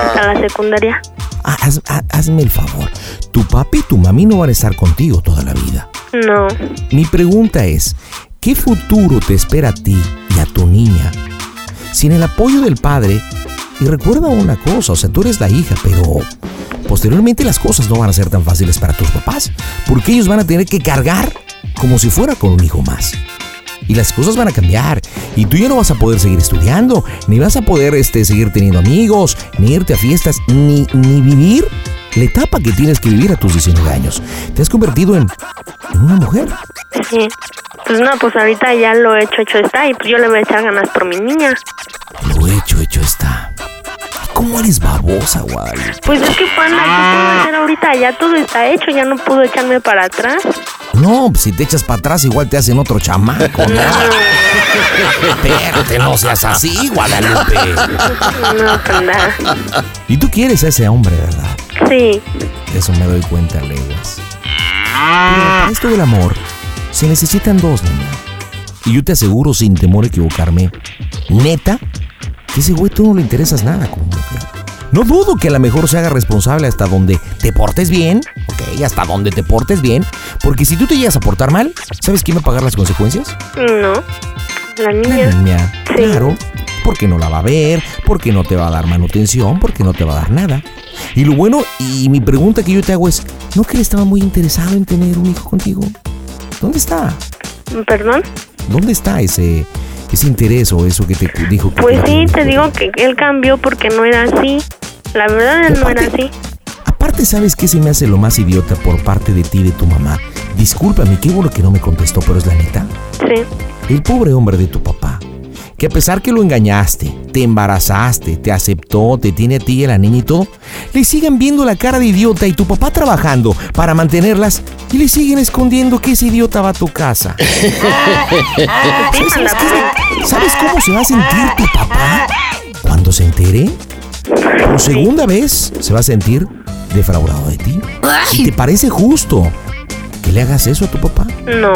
Hasta la secundaria.
Ah, haz- ha- hazme el favor. Tu papi y tu mami no van a estar contigo toda la vida.
No.
Mi pregunta es, ¿qué futuro te espera a ti y a tu niña sin el apoyo del padre? Y recuerda una cosa, o sea, tú eres la hija, pero posteriormente las cosas no van a ser tan fáciles para tus papás, porque ellos van a tener que cargar como si fuera con un hijo más. Y las cosas van a cambiar, y tú ya no vas a poder seguir estudiando, ni vas a poder este, seguir teniendo amigos, ni irte a fiestas, ni, ni vivir la etapa que tienes que vivir a tus 19 años. Te has convertido en- en una mujer.
Sí. Pues no, pues ahorita ya lo hecho, hecho está. Y pues yo le voy a echar ganas por mi niña.
Lo hecho, hecho está. ¿Cómo eres babosa, Guadalupe?
Pues es que, pana, ¿qué
Ah.
puedo hacer ahorita? Ya todo está hecho, ya no puedo echarme para atrás.
No, pues, si te echas para atrás, igual te hacen otro chamaco, ¿no? Espérate, no seas así, Guadalupe.
No, pues panda.
Y tú quieres a ese hombre, ¿verdad?
Sí.
Eso me doy cuenta, Leguas. Pero para esto del amor, se necesitan dos, niña. Y yo te aseguro, sin temor a equivocarme, neta, que ese güey tú no le interesas nada como mujer. No dudo que a lo mejor se haga responsable hasta donde te portes bien, ok, hasta donde te portes bien, porque si tú te llegas a portar mal, ¿sabes quién va a pagar las consecuencias?
No. La niña.
niña. Claro, porque no la va a ver, porque no te va a dar manutención, porque no te va a dar nada. Y lo bueno, y mi pregunta que yo te hago es, ¿no que él estaba muy interesado en tener un hijo contigo? ¿Dónde está?
¿Perdón?
¿Dónde está ese, ese interés o eso que te dijo? que
Pues
te-
sí, te digo que él cambió porque no era así. La verdad, él no era así.
Aparte, ¿sabes qué se me hace lo más idiota por parte de ti y de tu mamá? Discúlpame, qué bueno que no me contestó, pero es la neta.
Sí.
El pobre hombre de tu papá, que a pesar que lo engañaste, te embarazaste, te aceptó, te tiene a ti y a la niña y todo, le siguen viendo la cara de idiota y tu papá trabajando para mantenerlas y le siguen escondiendo que ese idiota va a tu casa.
¿Sabes,
¿Sabes cómo se va a sentir tu papá cuando se entere? Por segunda vez se va a sentir defraudado de ti. ¿Y ¿Te parece justo que le hagas eso a tu papá?
No.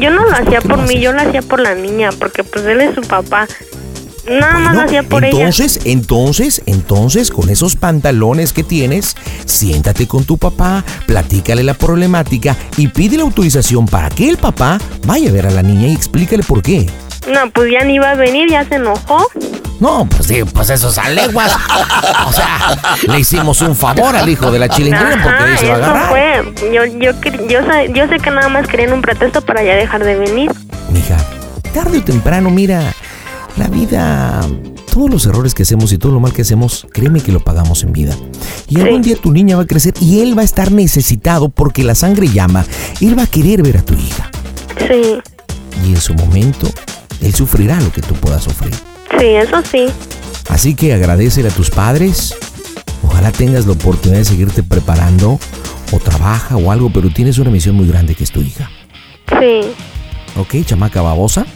Yo no lo hacía por mí, yo lo hacía por la niña, porque pues él es su papá. Nada más lo hacía Ah, por ella.
Entonces, entonces, entonces, con esos pantalones que tienes, siéntate con tu papá, platícale la problemática y pide la autorización para que el papá vaya a ver a la niña y explícale por qué.
No, pues ya ni iba a venir, ya se enojó.
No, pues sí, pues eso es a leguas. O sea, le hicimos un favor al hijo de la chilindrina porque ahí se va a
eso
agarrar.
fue. Yo, yo, cre- yo, sa- yo sé que nada más querían un pretexto para ya dejar de venir.
Mija, tarde o temprano, mira, la vida, todos los errores que hacemos y todo lo mal que hacemos, créeme que lo pagamos en vida. Y algún día tu niña va a crecer y él va a estar necesitado porque la sangre llama. Él va a querer ver a tu hija.
Sí,
Y en su momento, él sufrirá lo que tú puedas sufrir.
sí, eso sí.
Así que agradecele a tus padres. Ojalá tengas la oportunidad de seguirte preparando o trabaja o algo, pero tienes una misión muy grande que es tu hija.
Sí.
¿Ok, chamaca babosa?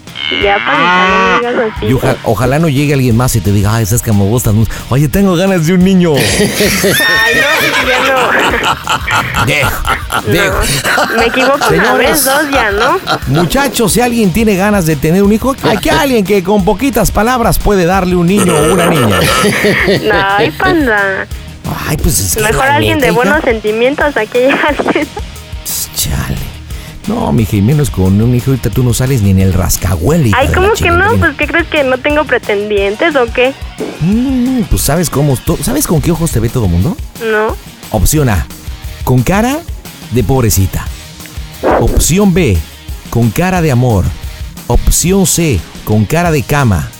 Ya para que no digas así.
Y oja- ojalá no llegue alguien más y te diga, ay, sabes que me gustan. mucho". Oye, tengo ganas de un niño.
Ay, no, ya
Dejo,
no.
dejo.
No. Me equivoco una
Señores.
vez, dos ya, ¿no?
Muchachos, si alguien tiene ganas de tener un hijo, aquí hay alguien que con poquitas palabras puede darle un niño o una niña.
No, ay, panda.
Ay, pues es que
Mejor
la
alguien
neta,
de
hija.
buenos sentimientos, aquí hay alguien.
No, mija, y menos con un hijo, ahorita tú no sales ni en el rascahuele. hija
Ay,
de la
¿cómo que no?
chilindrina.
Pues, ¿qué crees que no tengo pretendientes o qué?
Mm, pues sabes cómo, to- ¿sabes con qué ojos te ve todo mundo?
No.
Opción A, con cara de pobrecita. Opción B, con cara de amor. Opción C, con cara de cama.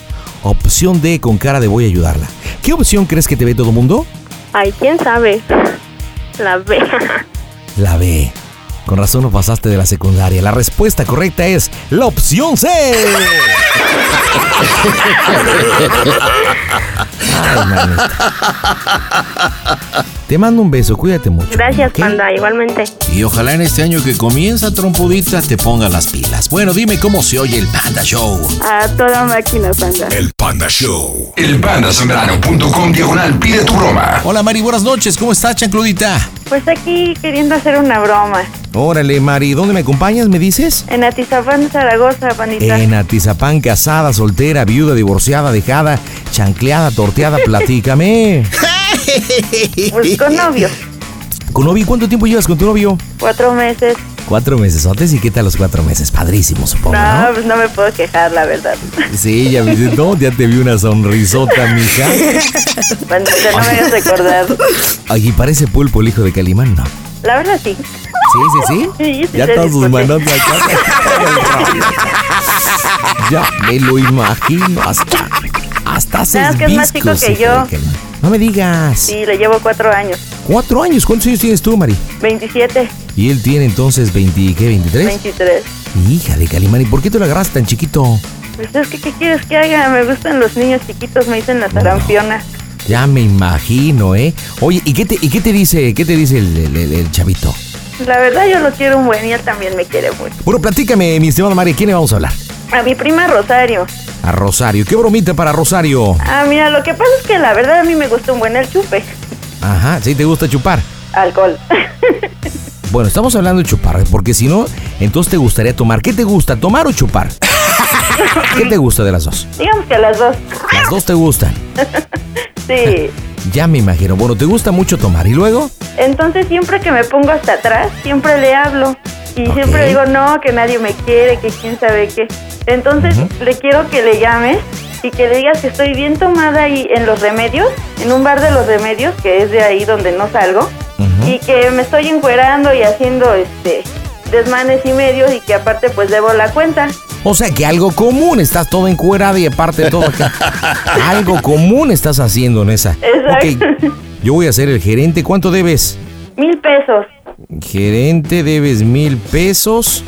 Opción D, con cara de voy a ayudarla. ¿Qué opción crees que te ve todo mundo?
Ay, quién sabe. La ve.
La B. Con razón no pasaste de la secundaria. La respuesta correcta es la opción C. Ay, manita. Te mando un beso, cuídate mucho.
Gracias, panda, igualmente.
Y ojalá en este año que comienza, trompudita, te ponga las pilas. Bueno, dime cómo se oye el Panda Show.
A toda máquina, panda.
El Panda Show.
El pandasambrano.com diagonal pide tu broma.
Hola Mari, buenas noches. ¿Cómo estás, chancludita?
Pues aquí queriendo hacer una broma.
Órale, Mari, ¿dónde me acompañas? ¿Me dices?
En Atizapán, Zaragoza, pandita.
En Atizapán, casada, soltera, viuda, divorciada, dejada, chancleada, torteada, platícame.
Pues con novio.
¿Con novio cuánto tiempo llevas con tu novio?
Cuatro meses.
Cuatro meses, antes y qué tal los cuatro meses, padrísimo, supongo.
No, pues no me puedo quejar, la verdad.
Sí, ya me dice, no, ya te vi una sonrisota, mija.
Pandita, no me hagas recordar.
Ay, y parece pulpo el hijo de Calimán, ¿no?
La verdad, sí.
Sí, sí, sí.
Sí, sí,
ya
te
todas sus
disfruté.
manos Ya me lo imagino. Hasta, hasta haces
Nada, que es más
viscos,
chico que
hijo de
yo.
Calimán. No me digas.
Sí, le llevo cuatro años.
Cuatro años. ¿Cuántos años tienes tú, Mari?
27,
Y él tiene entonces 20, ¿qué? ¿23?
23.
Hija de Calimán, ¿y por qué tú lo agarraste tan chiquito?
Pues es que, ¿qué quieres que haga? Me gustan los niños chiquitos, me dicen la sarampiona.
Ya me imagino, ¿eh? Oye, ¿y qué te, y qué te dice, qué te dice el, el- el- el chavito?
La verdad, yo lo quiero un buen y él también me quiere mucho.
Bueno, platícame, mi estimado Mari, ¿a ¿quién le vamos a hablar?
A mi prima Rosario.
A Rosario. ¿Qué bromita para Rosario?
Ah, mira, lo que pasa es que la verdad a mí me gusta un buen el chupe.
Ajá, ¿sí te gusta chupar?
Alcohol.
Bueno, estamos hablando de chupar, porque si no, entonces te gustaría tomar. ¿Qué te gusta, tomar o chupar? ¿Qué te gusta de las dos?
Digamos que a las dos.
Las dos te gustan.
Sí.
Ya me imagino. Bueno, te gusta mucho tomar. ¿Y luego?
Entonces siempre que me pongo hasta atrás, siempre le hablo. Y siempre digo, no, que nadie me quiere, que quién sabe qué. Entonces le quiero que le llames y que le digas que estoy bien tomada ahí en los remedios, en un bar de los remedios, que es de ahí donde no salgo, y que me estoy encuerando y haciendo este desmanes y medios y que aparte pues debo la cuenta.
O sea, que algo común. Estás todo encuerada y aparte de todo acá. Algo común estás haciendo en esa.
Exacto.
Ok, yo voy a ser el gerente. ¿Cuánto debes?
Mil pesos.
Gerente, debes mil pesos.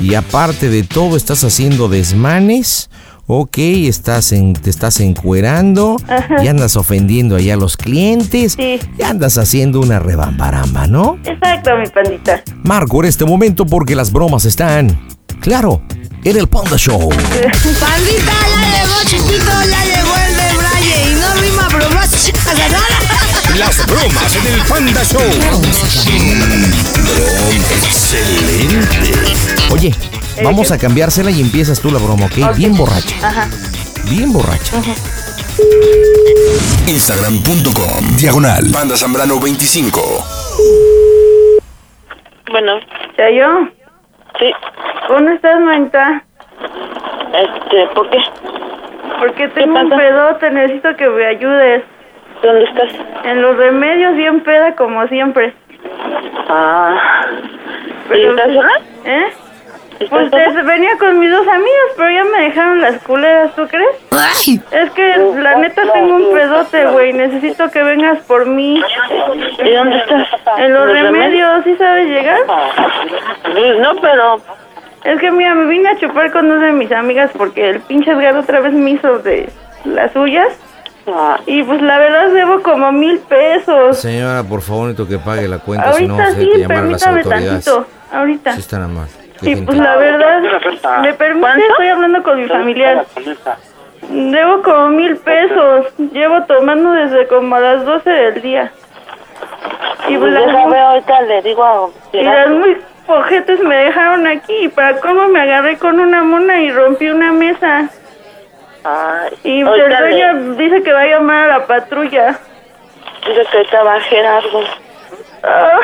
Y aparte de todo, estás haciendo desmanes. Ok, estás en, te estás encuerando.
Ajá.
Y andas ofendiendo allá a los clientes. Y andas haciendo una rebambaramba, ¿no?
Exacto, mi pandita.
Marco en este momento porque las bromas están. Claro, en el Panda Show.
Pandita, ya llegó chiquito, ya llegó el de Braille y no rima bromas chicas de nada.
Las bromas en el Panda Show. Excelente.
Oye, vamos a cambiársela y empiezas tú la broma, ¿ok? Bien borracha.
Ajá.
Bien borracha.
Instagram.com diagonal Panda Zambrano 25.
Bueno. ¿Ya yo? Sí. ¿Cómo estás, manita? Este, ¿por qué? Porque tengo un pedote, necesito que me ayudes. ¿Dónde estás? En los remedios, bien peda como siempre. Ah.
estás sola?
¿Eh? Pues te- venía con mis dos amigas, pero ya me dejaron las culeras, ¿tú crees? Es que la neta tengo un pedote, güey. Necesito que vengas por mí.
¿Y dónde estás?
En los
¿Los
remedios,
remedios?
¿sí sabes llegar? No, pero... Es que mira, me vine a chupar con dos de mis amigas porque el pinche Edgar otra vez me hizo de las suyas.
Ah.
Y pues la verdad debo como mil pesos.
Señora, por favor, necesito que pague la cuenta, si no,
Ahorita
hay
sí,
que llamar a las
permítame
autoridades.
tantito. Ahorita.
Sí, está nada más.
Y pues
Ah,
la verdad, ¿me permite? Estoy hablando con mi familiar. Debo como mil pesos. Llevo tomando desde como a las 12 del día. Y pues las, mu-
ahorita le digo a...
y las muy pojetes me dejaron aquí. Y para cómo me agarré con una mona y rompí una mesa. Y pues, el
ahorita le-
dueño dice que va a llamar a la patrulla.
Dice que trabajé algo.
Ah,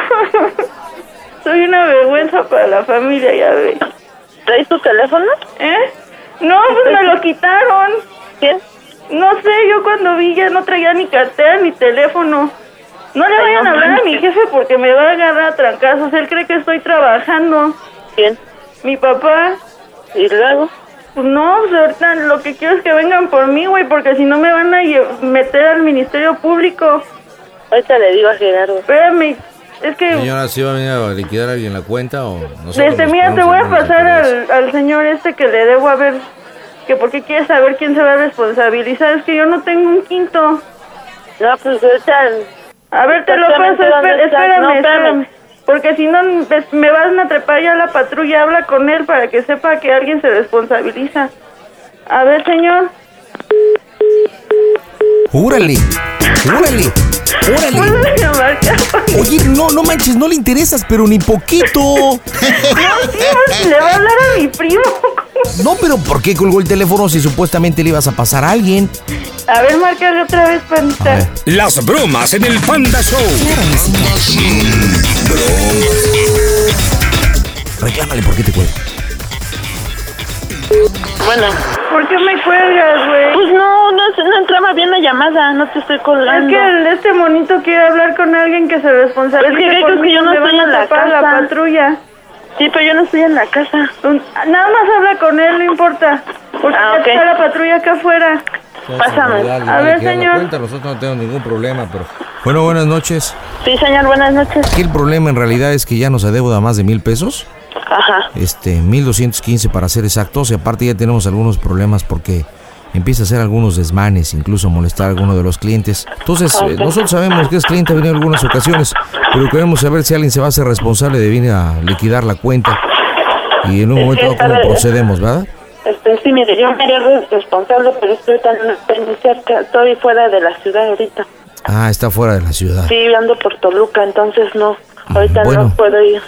Soy una vergüenza para la familia, ya ve. ¿Traes tu teléfono? ¿Eh? No, pues me lo quitaron. ¿Qué? No sé, yo cuando vi ya no traía ni cartera ni teléfono. No le
Ay,
vayan
no
a hablar a mi
manches.
jefe porque me va a agarrar a trancazos. Él cree que estoy trabajando. ¿Quién? Mi papá. ¿Y luego? Pues no, pues ahorita lo que quiero es que vengan por mí, güey, porque si no me van a lle- meter al Ministerio Público. Ahorita le digo a Gerardo. Espérame, es que...
Señora, ¿sí va a venir a liquidar a alguien la cuenta o nosotros
Desde
nos
mira, te
ponemos
voy
en
a
una
pasar
liquidez?
al, al señor este que le debo a ver, que porque quiere saber quién se va a responsabilizar, es que yo no tengo un quinto. No, pues A ver, te lo paso,
Exactamente,
espé-
¿dónde estás?
espérame,
No, espérame.
espérame. Porque si no, ves, me van a trepar ya a la patrulla, habla con él para que sepa que alguien se responsabiliza. A ver, señor.
¡Júrale! ¡Júrale! ¡Júrale! Oye, no, no manches, no le interesas, pero ni poquito.
le va a hablar a mi primo.
No, pero ¿por qué colgó el teléfono si supuestamente le ibas a pasar a alguien?
A ver, márcale otra vez, panita.
Las bromas en el Panda Show.
Reclámale por qué te cuelga.
Bueno.
¿Por qué me cuelgas, güey?
Pues no, no, no entraba bien la llamada, no te estoy colgando.
Es que el- este monito quiere hablar con alguien que se responsabilice.
Es que, ¿qué
por
crees
mí,
que yo no
le
estoy
van a
en la
tapar
casa?
la patrulla.
Sí, pero yo no estoy en la casa.
Nada más habla con él, no importa. Porque
Ah,
ya
ok.
está la patrulla acá afuera.
Entonces,
Pásame.
en realidad,
A
le
ver,
liquidan la
señor.
cuenta, nosotros no tenemos ningún problema, pero...
Bueno, buenas noches.
Sí, señor, buenas noches.
Aquí el problema en realidad es que ya nos adeuda más de mil pesos.
Ajá.
Este, 1215 para ser exactos. Y aparte ya tenemos algunos problemas porque empieza a hacer algunos desmanes, incluso molestar a alguno de los clientes. Entonces, eh,
Ah, Ok.
nosotros sabemos que es cliente ha venido en algunas ocasiones, pero queremos saber si alguien se va a hacer responsable de venir a liquidar la cuenta. Y en un
Sí,
momento dado,
está
cómo
bien.
procedemos, ¿verdad?
Este, sí, mire, yo me haría re- responsable, pero estoy tan no estoy ni cerca, estoy fuera de la ciudad ahorita.
Ah, está fuera de la ciudad.
Sí, ando por Toluca, entonces no, ahorita
Bueno.
no puedo ir.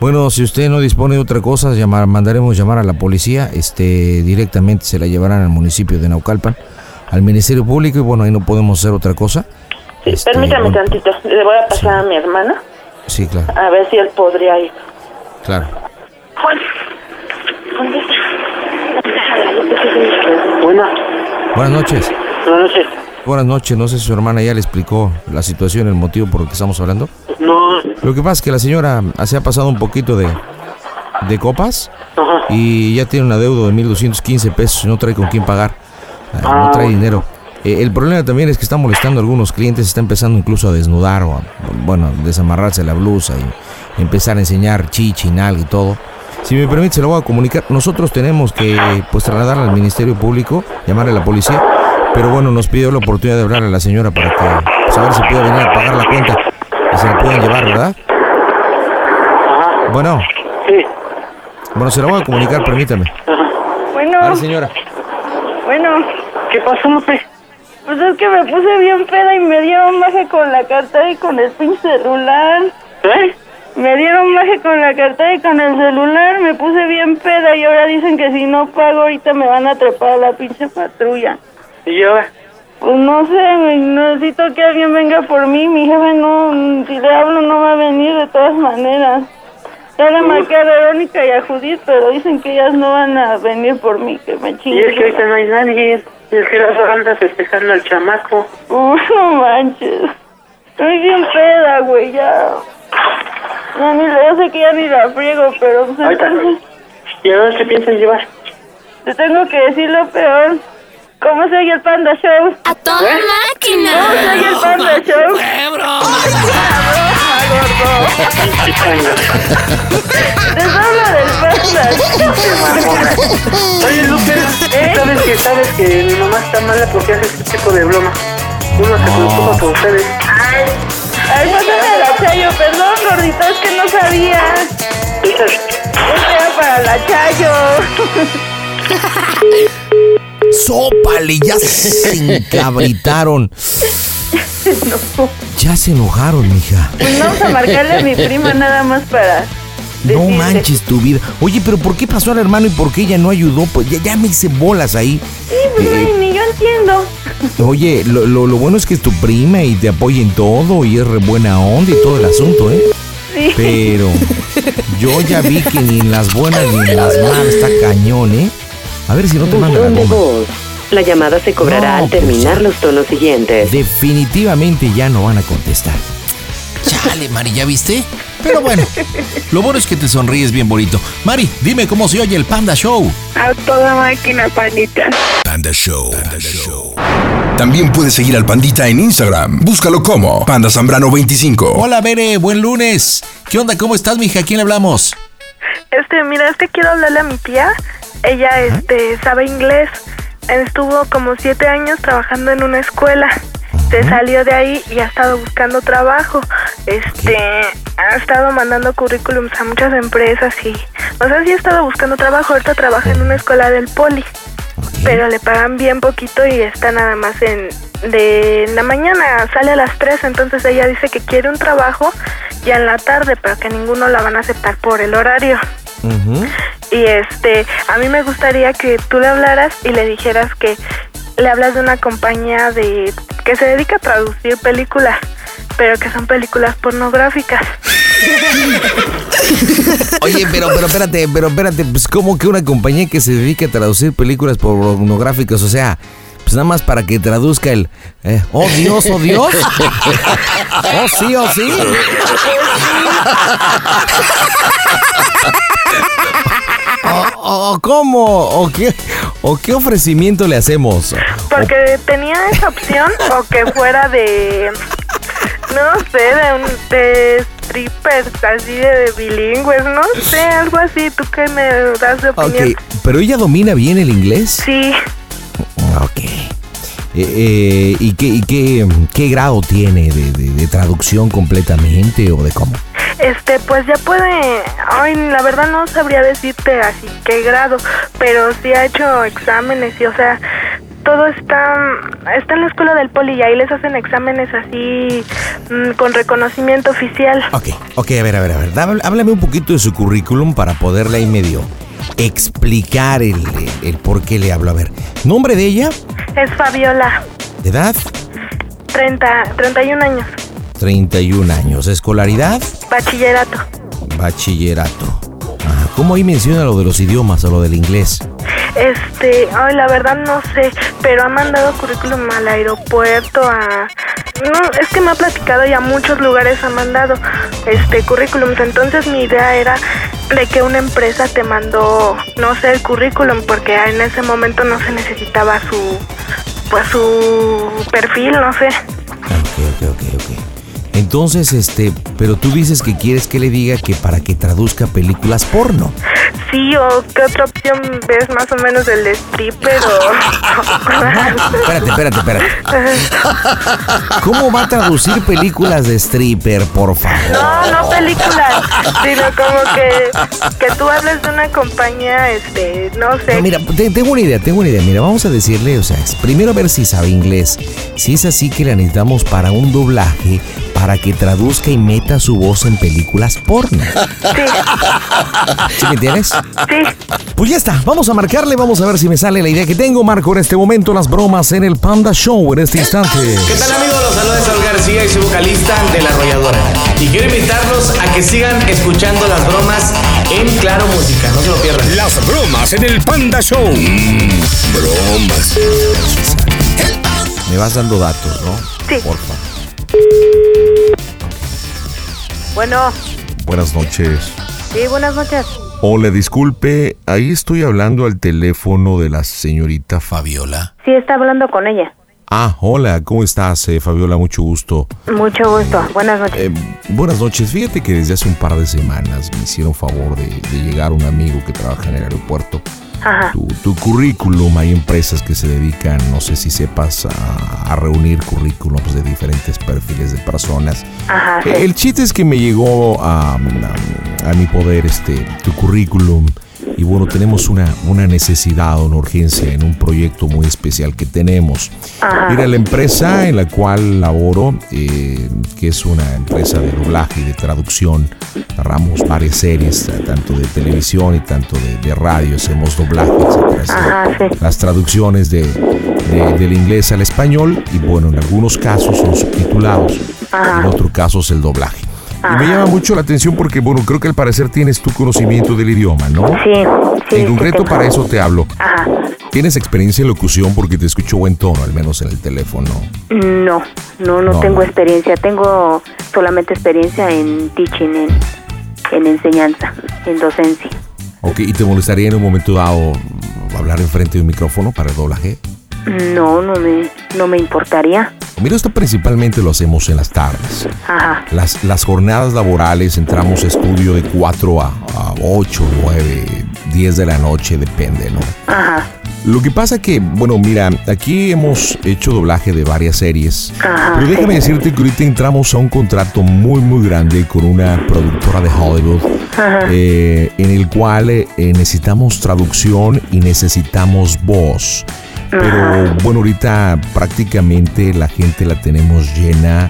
Bueno, si usted no dispone de otra cosa, llamar, mandaremos llamar a la policía, este, directamente se la llevarán al municipio de Naucalpan, al Ministerio Público y bueno, ahí no podemos hacer otra cosa.
Sí,
Este,
permítame
bueno.
tantito, le voy a pasar a mi hermana,
Sí, claro,
a ver si él podría ir.
claro.
Bueno,
Buenas noches.
buenas noches.
Buenas noches, no sé si su hermana ya le explicó la situación, el motivo por el que estamos hablando.
No,
Lo que pasa es que la señora ah, se ha pasado un poquito de, de copas y ya tiene un adeudo de 1.215 pesos y no trae con quién pagar, eh, no trae dinero. Eh, el problema también es que está molestando a algunos clientes, está empezando incluso a desnudar o a, bueno, desamarrarse la blusa y empezar a enseñar chichi, nalga y todo. Si me permite, se lo voy a comunicar. Nosotros tenemos que pues trasladar al Ministerio Público, llamar a la policía, pero bueno, nos pidió la oportunidad de hablar a la señora para que saber si puede venir a pagar la cuenta y se la pueden llevar, ¿verdad? Bueno.
Sí.
Bueno, se la voy a comunicar, permítame.
Bueno,
A ver, señora.
bueno. ¿Qué pasó, Lupe? Pues es que me puse bien peda y me dieron maje con la cartera y con el pinche celular. ¿Eh? Me dieron maje con la cartera y con el celular, me puse bien peda y ahora dicen que si no pago ahorita me van a trepar a la pinche patrulla.
¿Y ahora?
Pues no sé, güey, necesito que alguien venga por mí. Mi jefe no, mm, si le hablo no va a venir de todas maneras. Ya le marqué a Verónica y a Judith, pero dicen que ellas no van a venir por mí, que me
Y
chinguen.
es que ahorita no hay nadie, y el Gerardo anda festejando al chamaco.
Uh, no manches. Estoy bien peda, güey, ya. Ya ni la- yo sé que ya ni la friego, pero pues, entonces
¿Y a dónde se piensan llevar?
te tengo que decir lo peor. ¿Cómo se oye el Panda Show? ¡A
toda
¿Eh?
máquina.
¿Cómo se oye el Panda Show? Les hablo del Panda
Oye, Lupe, ¿sabes
¿Eh?
que, sabes que mi mamá está mala porque hace este tipo de broma? Uno se
Oh.
preocupa por ustedes.
Ay, pásame la chayo, perdón, gordito, es que no sabía.
Esas-
Este, para la Chayo.
¡Sópale! Ya se encabritaron.
no,
Ya se enojaron, mija.
pues vamos a marcarle a mi prima nada más para.
No
decirle.
manches tu vida. Oye, pero ¿por qué pasó al hermano y por qué ella no ayudó? Pues ya, ya me hice bolas ahí.
Sí, pues
Eh,
ay, ni yo entiendo.
Oye, lo, lo- lo bueno es que es tu prima y te apoya en todo y es re buena onda y todo el asunto, ¿eh?
Sí.
Pero yo ya vi que ni en las buenas ni en las malas está cañón, ¿eh? A ver si no te manda la goma. pues,
La llamada se cobrará al terminar los tonos siguientes.
Definitivamente ya no van a contestar.
Chale, Mari, ¿ya viste? Pero bueno, lo bueno es que te sonríes bien bonito. Mari, dime cómo se oye el Panda Show.
A toda máquina, panita.
Panda Show. También puedes seguir al Pandita en Instagram. Búscalo como Panda Zambrano25.
Hola, Bere, buen lunes. ¿Qué onda? ¿Cómo estás, mija? ¿A quién le hablamos?
Este, mira, es que quiero hablarle a mi tía. Ella, este, sabe inglés. Estuvo como siete años trabajando en una escuela. Se salió de ahí y ha estado buscando trabajo. Este, ha estado mandando currículums a muchas empresas y, o sea, sí ha estado buscando trabajo. Ahorita trabaja en una escuela del poli. Pero le pagan bien poquito y está nada más en de en la mañana, sale a las 3, entonces ella dice que quiere un trabajo ya en la tarde, pero que ninguno la van a aceptar por el horario. Y este, a mí me gustaría que tú le hablaras y le dijeras que le hablas de una compañía de que se dedica a traducir películas, pero que son películas pornográficas.
Oye, pero, pero espérate, pero espérate, pues como que una compañía que se dedica a traducir películas pornográficas, o sea, pues nada más para que traduzca el eh, oh Dios, oh Dios. oh sí, oh sí. O, o cómo, o qué, o qué ofrecimiento le hacemos.
Porque tenía esa opción o que fuera de, no sé, de, un, de strippers, así de bilingües, no sé, algo así. ¿Tú qué me das de opinión?
Ok, pero ella domina bien el inglés.
Sí,
Eh, eh, ¿Y, qué, y qué, qué grado tiene de, de- de traducción completamente o de cómo?
este, pues ya puede, ay, la verdad no sabría decirte así qué grado, pero sí ha hecho exámenes y, o sea, todo está, está en la escuela del poli y ahí les hacen exámenes así mm, con reconocimiento oficial.
Ok, a ver, a ver, a ver. dame- Háblame un poquito de su currículum para poderle ahí medio explicar el, el, el por qué le hablo. A ver, nombre de ella,
Es Fabiola,
edad,
30, 31 años,
31 años, escolaridad,
bachillerato.
bachillerato. Ah, ¿Cómo ahí menciona lo de los idiomas o lo del inglés?
Este, ay, la verdad no sé, pero ha mandado currículum al aeropuerto, a... No, es que me ha platicado y a muchos lugares ha mandado este currículums. Entonces mi idea era de que una empresa te mandó, no sé, el currículum, porque en ese momento no se necesitaba su, pues su perfil, no sé.
Ok, ok, ok. Entonces, este, pero tú dices que quieres que le diga que para que traduzca películas porno.
Sí, o qué otra opción ves más o menos del stripper o...
Espérate, espérate, espérate. ¿Cómo va a traducir películas de stripper, por favor?
No, no películas, sino como que, que tú hables de una compañía, este, no sé.
No, mira, te- tengo una idea, tengo una idea. Mira, vamos a decirle, o sea, es- primero a ver si sabe inglés. Si es así que la necesitamos para un doblaje, para que traduzca y meta su voz en películas porno. ¿Sí me entiendes? Pues ya está, vamos a marcarle, vamos a ver si me sale la idea que tengo. Marco en este momento las bromas en el Panda Show en este instante.
¿Qué tal amigos? Los saluda Saúl García y su vocalista de La Arrolladora. Y quiero invitarlos a que sigan escuchando las bromas en Claro Música. No se lo pierdan.
Las bromas en el Panda Show. bromas.
Me vas dando datos, ¿no?
Sí.
Porfa.
Bueno,
Buenas noches.
sí, buenas noches.
Hola, disculpe, ahí estoy hablando al teléfono de la señorita Fabiola.
Sí, está hablando con ella.
Ah, hola, ¿cómo estás, eh, Fabiola? Mucho gusto.
Mucho gusto. Buenas noches.
Eh, buenas noches, fíjate que desde hace un par de semanas me hicieron favor de, de llegar un amigo que trabaja en el aeropuerto.
Ajá.
Tu, tu currículum, hay empresas que se dedican, no sé si sepas, a, a reunir currículums de diferentes perfiles de personas. Eh,
Ajá, sí.
El chiste es que me llegó a, a- a mi poder este tu currículum
Y bueno, tenemos una, una necesidad o una urgencia en un proyecto muy especial que tenemos.
Ajá.
Mira, la empresa en la cual laboro, eh, que es una empresa de doblaje y de traducción, narramos varias series, tanto de televisión y tanto de, de radio, hacemos doblajes,
Ah,
las traducciones de, de- del inglés al español y bueno, en algunos casos son subtitulados, en otros casos el doblaje. Y me llama mucho la atención porque, bueno, creo que al parecer tienes tu conocimiento del idioma, ¿no?
Sí, sí,
En
sí
concreto
tengo.
para eso te hablo.
Ajá.
¿Tienes experiencia en locución? Porque te escucho buen tono, al menos en el teléfono.
No, no, no
No,
tengo
no.
experiencia. Tengo solamente experiencia en teaching, en, en enseñanza, en docencia.
Ok, ¿y te molestaría en un momento dado hablar enfrente de un micrófono para el doblaje?
No, no me, no me importaría.
Mira, esto principalmente lo hacemos en las tardes.
Ajá.
Las, las jornadas laborales entramos a estudio de 4 a, a 8, 9, 10 de la noche, depende, ¿no?
Ajá.
Lo que pasa que, bueno, mira, aquí hemos hecho doblaje de varias series. pero déjame decirte que ahorita entramos a un contrato muy, muy grande con una productora de Hollywood. eh, en el cual eh, eh, necesitamos traducción y necesitamos voz. Pero bueno, ahorita prácticamente la gente la tenemos llena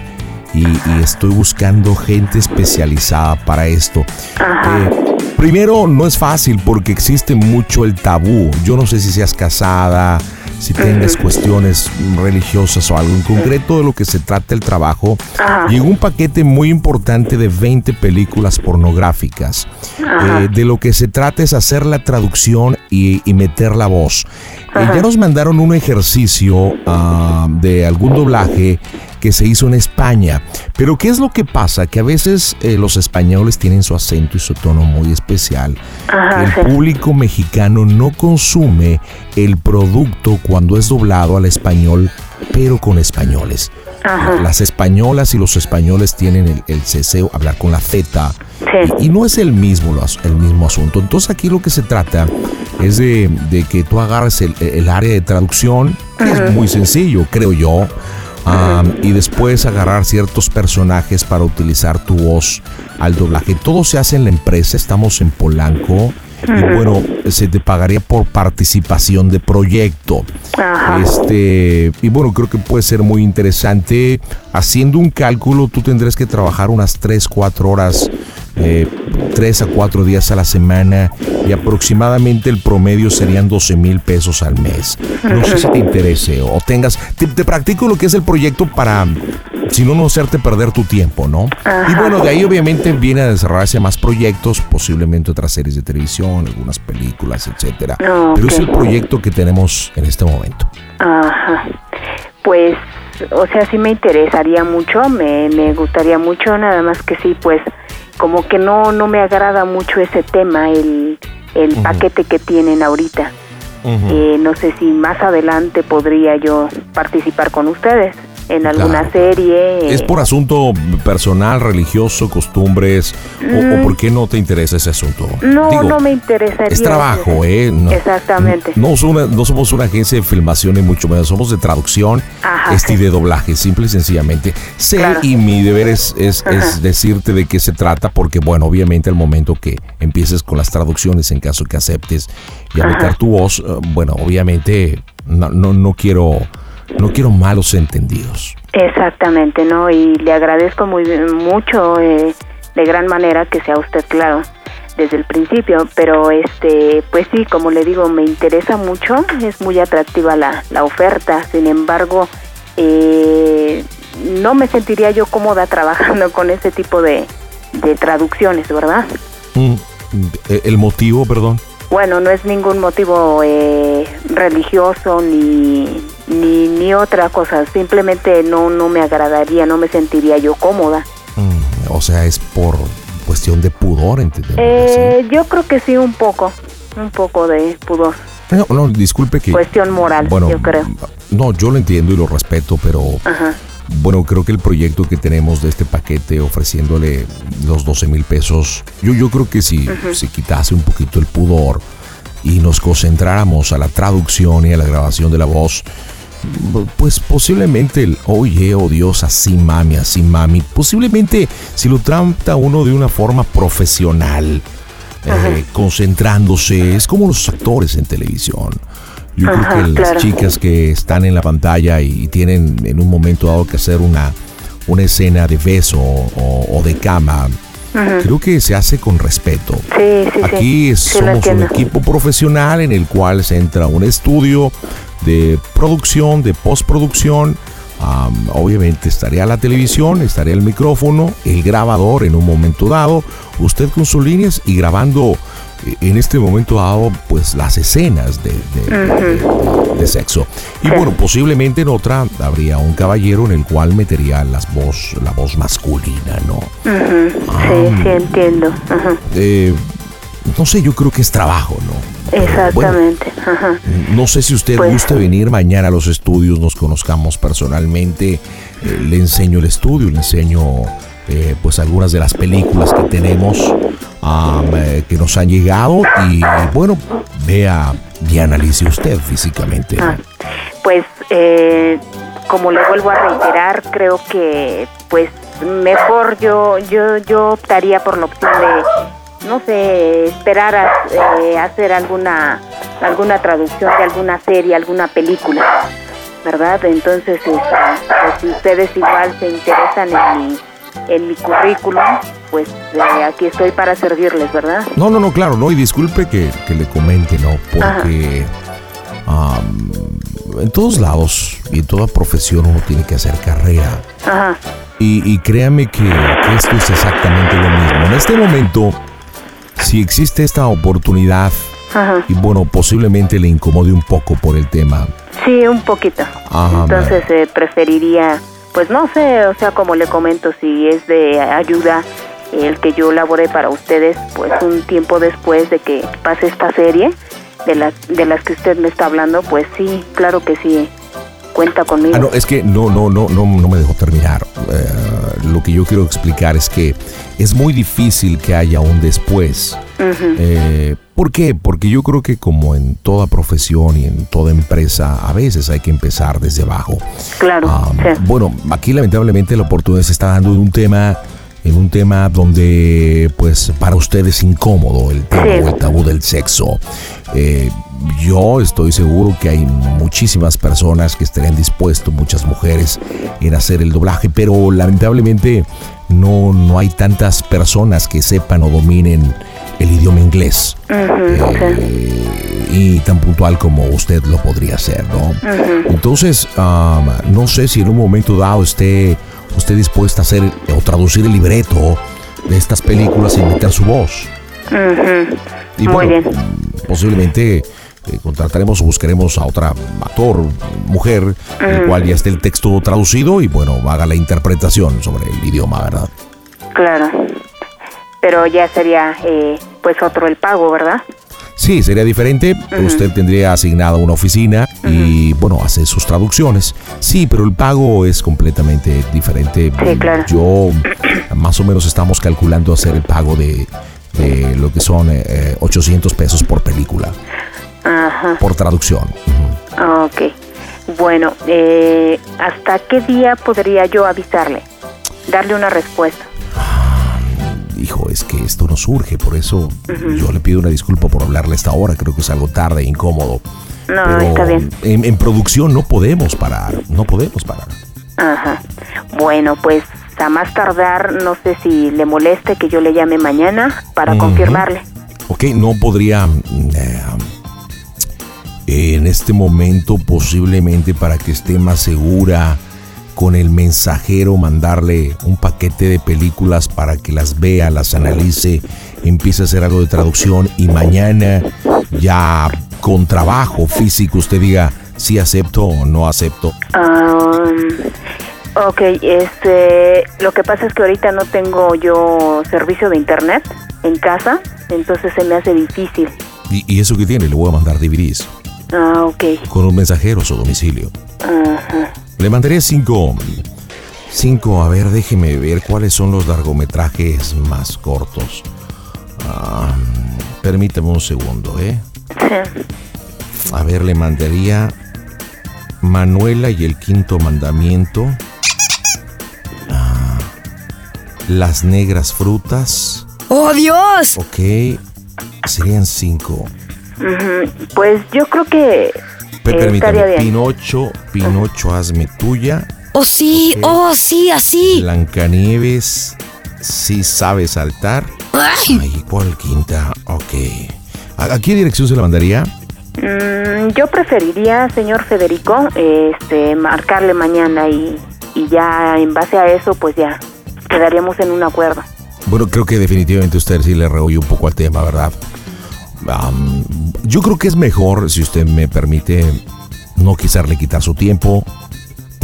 y, y estoy buscando gente especializada para esto. Eh, primero, no es fácil porque existe mucho el tabú. Yo no sé si seas casada, si tengas cuestiones religiosas o algo en concreto de lo que se trata el trabajo.
Ajá.
Llegó un paquete muy importante de 20 películas pornográficas.
Ajá.
Eh, de lo que se trata es hacer la traducción y, y meter la voz. Eh, ya nos mandaron un ejercicio ah, de algún doblaje que se hizo en España. Pero ¿qué es lo que pasa? Que a veces eh, los españoles tienen su acento y su tono muy especial.
Ajá,
el público mexicano no consume el producto cuando es doblado al español, pero con españoles. Las españolas y los españoles tienen el, el ceseo, hablar con la Z. Y, y no es el mismo, lo as- el mismo asunto. Entonces aquí lo que se trata es de, de que tú agarres el, el área de traducción, que es muy sencillo, creo yo. am, y después agarrar ciertos personajes para utilizar tu voz al doblaje. Todo se hace en la empresa, estamos en Polanco. Y bueno, eh, se te pagaría por participación de proyecto. Este, y bueno, creo que puede ser muy interesante. Haciendo un cálculo, tú tendrás que trabajar unas 3, 4 horas, 3 a 4 días a la semana y aproximadamente el promedio serían 12 mil pesos al mes. No sé si te interese o tengas... Te, te practico lo que es el proyecto para, si no, no hacerte perder tu tiempo, ¿no? Y bueno, de ahí obviamente viene a desarrollarse más proyectos, posiblemente otras series de televisión, algunas películas, etcétera.
Ah,
Pero es
ok.
el proyecto que tenemos en este momento.
Ajá. Pues, o sea, sí me interesaría mucho, me, me gustaría mucho, nada más que sí, pues, como que no, no me agrada mucho ese tema, el, el
Ujú.
paquete que tienen ahorita. Eh, no sé si más adelante podría yo participar con ustedes en alguna
Claro.
serie.
¿Es por asunto personal, religioso, costumbres? O, o
Mm.
por qué no te interesa ese asunto?
No,
Digo,
no me interesaría.
Es trabajo, ¿eh? No,
Exactamente.
no somos una, no somos una agencia de filmación, ni mucho menos. Somos de traducción
Ajá,
este, y de doblaje, simple y sencillamente. Sé y mi deber es, es- es decirte de qué se trata, porque, bueno, obviamente al momento que empieces con las traducciones, en caso que aceptes y
Ajá.
aventar tu voz, eh, bueno, obviamente no, no, no quiero. No quiero malos entendidos.
Exactamente, ¿no? Y le agradezco muy mucho, eh, de gran manera, que sea usted claro desde el principio, pero este, pues sí, como le digo, me interesa mucho, es muy atractiva la, la oferta, sin embargo, eh, no me sentiría yo cómoda trabajando con ese tipo de, de traducciones, ¿verdad?
Mm, eh, El motivo, perdón.
Bueno, no es ningún motivo eh, religioso ni, ni, ni otra cosa. Simplemente no, no me agradaría, no me sentiría yo cómoda.
Mm, O sea, es por cuestión de pudor, ¿entendés?
Eh, yo creo que sí, un poco. Un poco de pudor.
No, no, disculpe que...
Cuestión moral,
Bueno,
yo creo.
No, yo lo entiendo y lo respeto, pero...
Ajá.
Bueno, creo que el proyecto que tenemos de este paquete ofreciéndole los 12 mil pesos, yo, yo creo que si
Ujú.
se quitase un poquito el pudor y nos concentráramos a la traducción y a la grabación de la voz, pues posiblemente el oye, oh Dios, así mami, así mami, posiblemente si lo trata uno de una forma profesional, eh, concentrándose. Es como los actores en televisión. Yo
Ajá,
creo que las
claro.
chicas que están en la pantalla y tienen en un momento dado que hacer una, una escena de beso o, o de cama,
Ujú.
creo que se hace con respeto.
Sí, sí, sí.
Aquí es-
Sí, lo
somos un
entiendo.
equipo profesional en el cual se entra un estudio de producción, de postproducción. Am, obviamente estaría la televisión, estaría el micrófono, el grabador en un momento dado, usted con sus líneas y grabando eh, en este momento dado pues las escenas de, de- de- de sexo. Y bueno, posiblemente en otra habría un caballero en el cual metería las voz, la voz masculina, ¿no?
Ujú, Sí, sí, entiendo. Ajá,
Eh, no sé, yo creo que es trabajo, ¿no?
Exactamente. Ajá.
No sé si usted gusta venir mañana a los estudios, nos conozcamos personalmente, eh, le enseño el estudio, le enseño eh, pues algunas de las películas que tenemos am, eh, que nos han llegado y bueno, vea y analice usted físicamente.
Pues, eh, como lo vuelvo a reiterar, creo que, pues, mejor yo, yo, yo optaría por la opción de, no sé, esperar a eh, hacer alguna, alguna traducción de alguna serie, alguna película, ¿verdad? Entonces, este, pues, si ustedes igual se interesan en mi, en mi currículum, pues, eh, aquí estoy para servirles, ¿verdad?
No, no, no, claro, no, y disculpe que, que le comente, ¿no? Porque am, en todos lados y en toda profesión uno tiene que hacer carrera.
Ajá.
Y, y créame que, que esto es exactamente lo mismo. En este momento, si existe esta oportunidad,
Ajá.
y bueno, posiblemente le incomode un poco por el tema.
Sí, un poquito.
Ajá,
Entonces eh, preferiría, pues no sé, o sea, como le comento, si es de ayuda el que yo labore para ustedes, pues un tiempo después de que pase esta serie de las de las que usted me está hablando, pues sí, claro que sí, cuenta conmigo.
Ah, no, es que no, no, no, no, no me dejó terminar. Eh, lo que yo quiero explicar es que es muy difícil que haya un después.
Ujú.
Eh, ¿Por qué? Porque yo creo que como en toda profesión y en toda empresa, a veces hay que empezar desde abajo. Ah,
Claro.
Ah,
sí.
Bueno, aquí lamentablemente la oportunidad se está dando en un tema, en un tema donde, pues, para ustedes es incómodo el tema o el tabú del sexo. Eh, yo estoy seguro que hay muchísimas personas que estarían dispuestos, muchas mujeres, en hacer el doblaje, pero lamentablemente no, no hay tantas personas que sepan o dominen el idioma inglés
Ujú,
eh, y tan puntual como usted lo podría hacer, ¿no?
Ujú.
Entonces, um, no sé si en un momento dado esté usted dispuesta a hacer o traducir el libreto de estas películas e imitar su voz.
Ujú.
Y
Muy
bueno,
bien.
posiblemente eh, contrataremos o buscaremos a otra actor, mujer, el
Ujú.
cual ya esté el texto traducido y bueno, haga la interpretación sobre el idioma, ¿verdad?
Claro. Pero ya sería eh, pues otro el pago, ¿verdad?
Sí, sería diferente.
Ujú.
Usted tendría asignada una oficina y, bueno, hace sus traducciones. Sí, pero el pago es completamente diferente.
Sí, claro.
Yo, más o menos, estamos calculando hacer el pago de, de lo que son eh, eh, 800 pesos por película,
Ajá.
por traducción.
Ok. Bueno, eh, ¿hasta qué día podría yo avisarle? Darle una respuesta.
Hijo, es que esto no surge, por eso yo le pido una disculpa por hablarle a esta hora. Creo que es algo tarde e incómodo.
No,
Pero
está bien.
En, en producción no podemos parar, no podemos parar.
Ajá. Bueno, pues a más tardar, no sé si le moleste que yo le llame mañana para
Ujú.
confirmarle.
Ok, no podría mm, eh, en este momento posiblemente para que esté más segura con el mensajero mandarle un paquete de películas para que las vea, las analice, empiece a hacer algo de traducción y mañana ya con trabajo físico usted diga si acepto o no acepto.
Um, ok, este, lo que pasa es que ahorita no tengo yo servicio de internet en casa, entonces se me hace difícil.
Y, y eso que tiene, le voy a mandar DVDs
Ah, ok.
con un mensajero a su domicilio.
Ajá.
Le mandaré cinco. Cinco, a ver, déjeme ver cuáles son los largometrajes más cortos. Ah, permítame un segundo, ¿eh? A ver, le mandaría Manuela y el quinto mandamiento. Ah, las negras frutas.
¡Oh, Dios!
Ok. Serían cinco.
Ujú, Pues yo creo que
Pe-
eh, estaría
permítame,
bien.
Pinocho, Pinocho, hazme tuya.
Oh, sí, oh, sí, así.
Blancanieves, sí sabe saltar. Ay, ¿cuál quinta? Ok. ¿A, a qué dirección se la mandaría?
Mm, yo preferiría, señor Federico, este, marcarle mañana y, y ya en base a eso, pues ya quedaríamos en un acuerdo.
Bueno, creo que definitivamente usted sí le rehuye un poco al tema, ¿verdad? Am, yo creo que es mejor, si usted me permite, no quizarle quitar su tiempo.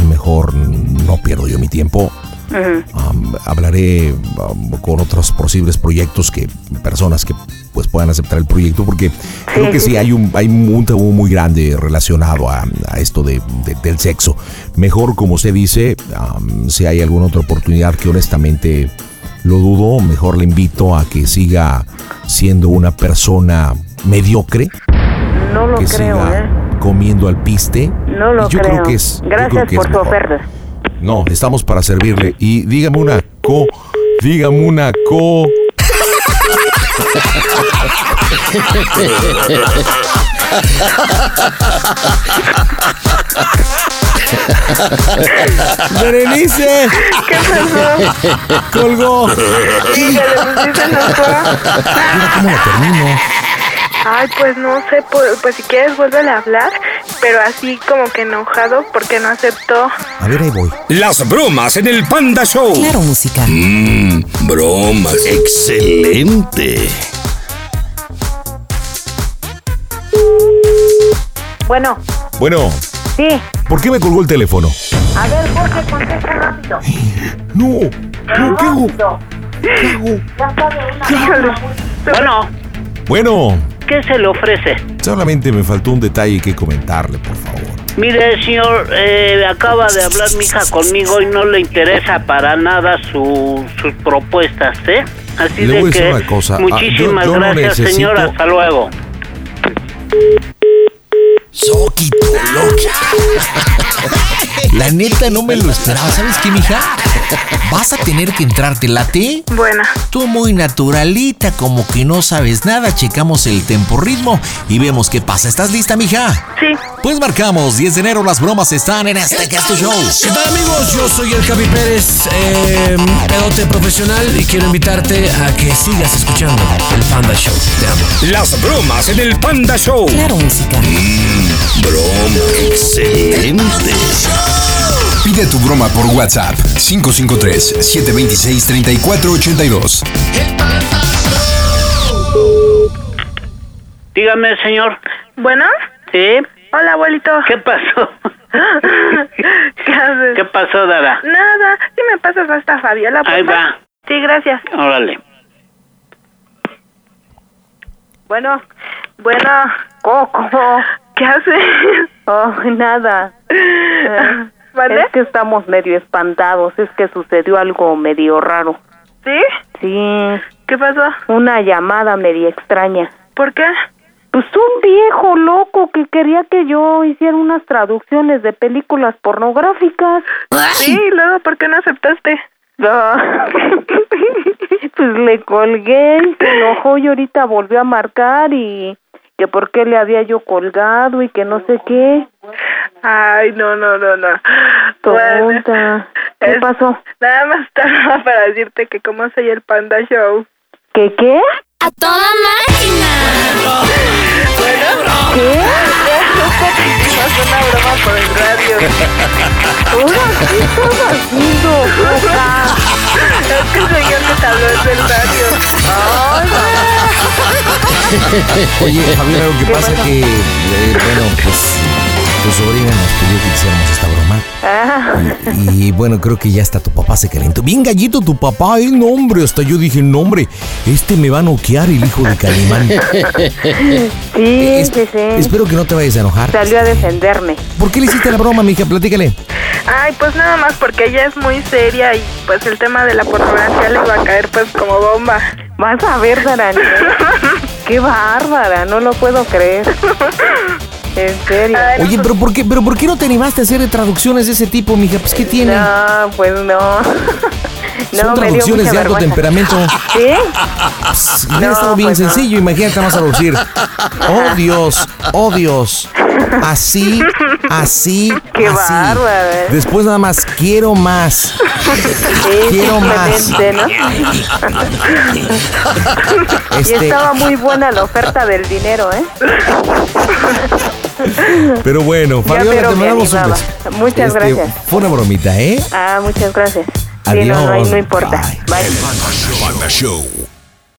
Mejor no pierdo yo mi tiempo. Am, hablaré am, con otros posibles proyectos que personas que pues puedan aceptar el proyecto porque creo que sí hay un hay un tabú muy grande relacionado a, a esto de, de- del sexo mejor como se dice am, si hay alguna otra oportunidad que honestamente lo dudo mejor le invito a que siga siendo una persona mediocre
No lo
que
creo,
siga
¿eh?
comiendo al piste
No lo
Y yo creo
creo.
que es- yo
Gracias
creo que
por
es
su
mejor.
oferta.
no, estamos para servirle. Y dígame una co. Dígame una co.
¡Berenice! ¿Qué pasó?
Colgó.
Dígale, pues, sí se enojó.
¿Cómo la termino?
Ay, pues no sé, por- pues si quieres vuélvele a hablar, pero así como que enojado porque no aceptó.
A ver, ahí voy.
Las bromas en el Panda Show.
Claro,
música. Mmm, bromas. Excelente.
Bueno,
Bueno,
sí.
¿por qué me colgó el teléfono?
A ver, Jorge, contesta rápido.
No, no, ¿qué hago?
Bueno,
Bueno,
¿qué se le ofrece?
solamente me faltó un detalle que comentarle, por favor.
Mire, señor, eh, acaba de hablar mi hija conmigo y no le interesa para nada su- sus propuestas, ¿eh? Así
Le
de
voy a
que
decir una cosa. Ah, yo-
muchísimas
yo no
gracias,
necesito-
señor. Hasta luego.
La neta no me lo esperaba. ¿Sabes qué, mija? Vas a tener que entrarte la T.
Buena.
Tú muy naturalita, como que no sabes nada. Checamos el temporritmo y vemos qué pasa. ¿Estás lista, mija?
Sí.
Pues marcamos. 10 de enero las bromas están en este que es tu show.
¿Qué tal amigos? Yo soy el Javi Pérez, eh, pedote profesional y quiero invitarte a que sigas escuchando el Panda Show. Te amo.
Las bromas en el Panda Show. Claro, música. Mmm, broma. Excelente.
Pide tu broma por WhatsApp 553-726-3482.
Dígame, señor.
¿Bueno?
Sí.
Hola, abuelito.
¿Qué pasó?
¿Qué haces?
¿Qué pasó, Dada?
Nada. Si me pasas hasta Fabiola, por
Ahí
favor?
va.
Sí, gracias.
Órale.
Bueno. Bueno. Coco. ¿Qué haces?
Oh, nada. Eh,
¿Vale?
Es que estamos medio espantados, es que sucedió algo medio raro.
¿Sí?
Sí,
¿Qué pasó?
una llamada medio extraña.
¿Por qué?
Pues un viejo loco que quería que yo hiciera unas traducciones de películas pornográficas.
Sí, y luego, ¿por qué no aceptaste?
Ah, pues le colgué y se enojó y ahorita volvió a marcar y que por qué le había yo colgado y que no sé qué.
Ay, no, no, no, no. Bueno,
Tonta. ¿Qué
es-
pasó?
nada más estaba para decirte que cómo soy el Panda Show.
¿Qué qué?
A toda máquina.
Hicimos una broma por el radio.
¿Qué estás haciendo, Coca?
es que soy el tablón del radio. Ay,
Oye, Javier, lo que pasa que, eh, bueno, pues tu sobrina nos pidió que hiciéramos esta broma. Y bueno, creo que ya hasta tu papá se calentó. Bien gallito tu papá, eh, no hombre. Hasta yo dije, no hombre, este me va a noquear el hijo de Calimán. Eh,
Sí, sí, sí.
Espero que no te vayas a enojar.
Salió a defenderme.
¿Por qué le hiciste la broma, mija? Platícale.
Ay, pues nada más porque ella es muy seria y pues el tema de la pornografía le va a caer pues como bomba.
Vas a ver, Darani. Qué bárbara, no lo puedo creer. En serio.
Oye, pero ¿por qué, pero ¿por qué no te animaste a hacer traducciones de ese tipo, mija? Pues ¿qué tiene?
No, pues no.
Pues, Son
me dio
traducciones
mucha
de alto
vergüenza.
temperamento.
¿Sí?
Pss, Hubiera estado
pues
bien sencillo, imagínate más a traducir. Oh Dios, oh Dios. Así, así,
Qué
así.
bárbaro, ¿eh?
Después nada más, quiero más. Quiero más.
Y
Este-
estaba muy buena la oferta del dinero, ¿eh?
Pero bueno,
Ya,
Fabiola,
pero
te
me
mandamos un
animaba.
beso.
Muchas
Este,
gracias.
Fue una bromita, ¿eh?
Ah, muchas gracias. Sí, no, no, ahí
Adiós.
no importa. Bye.
Panda Show.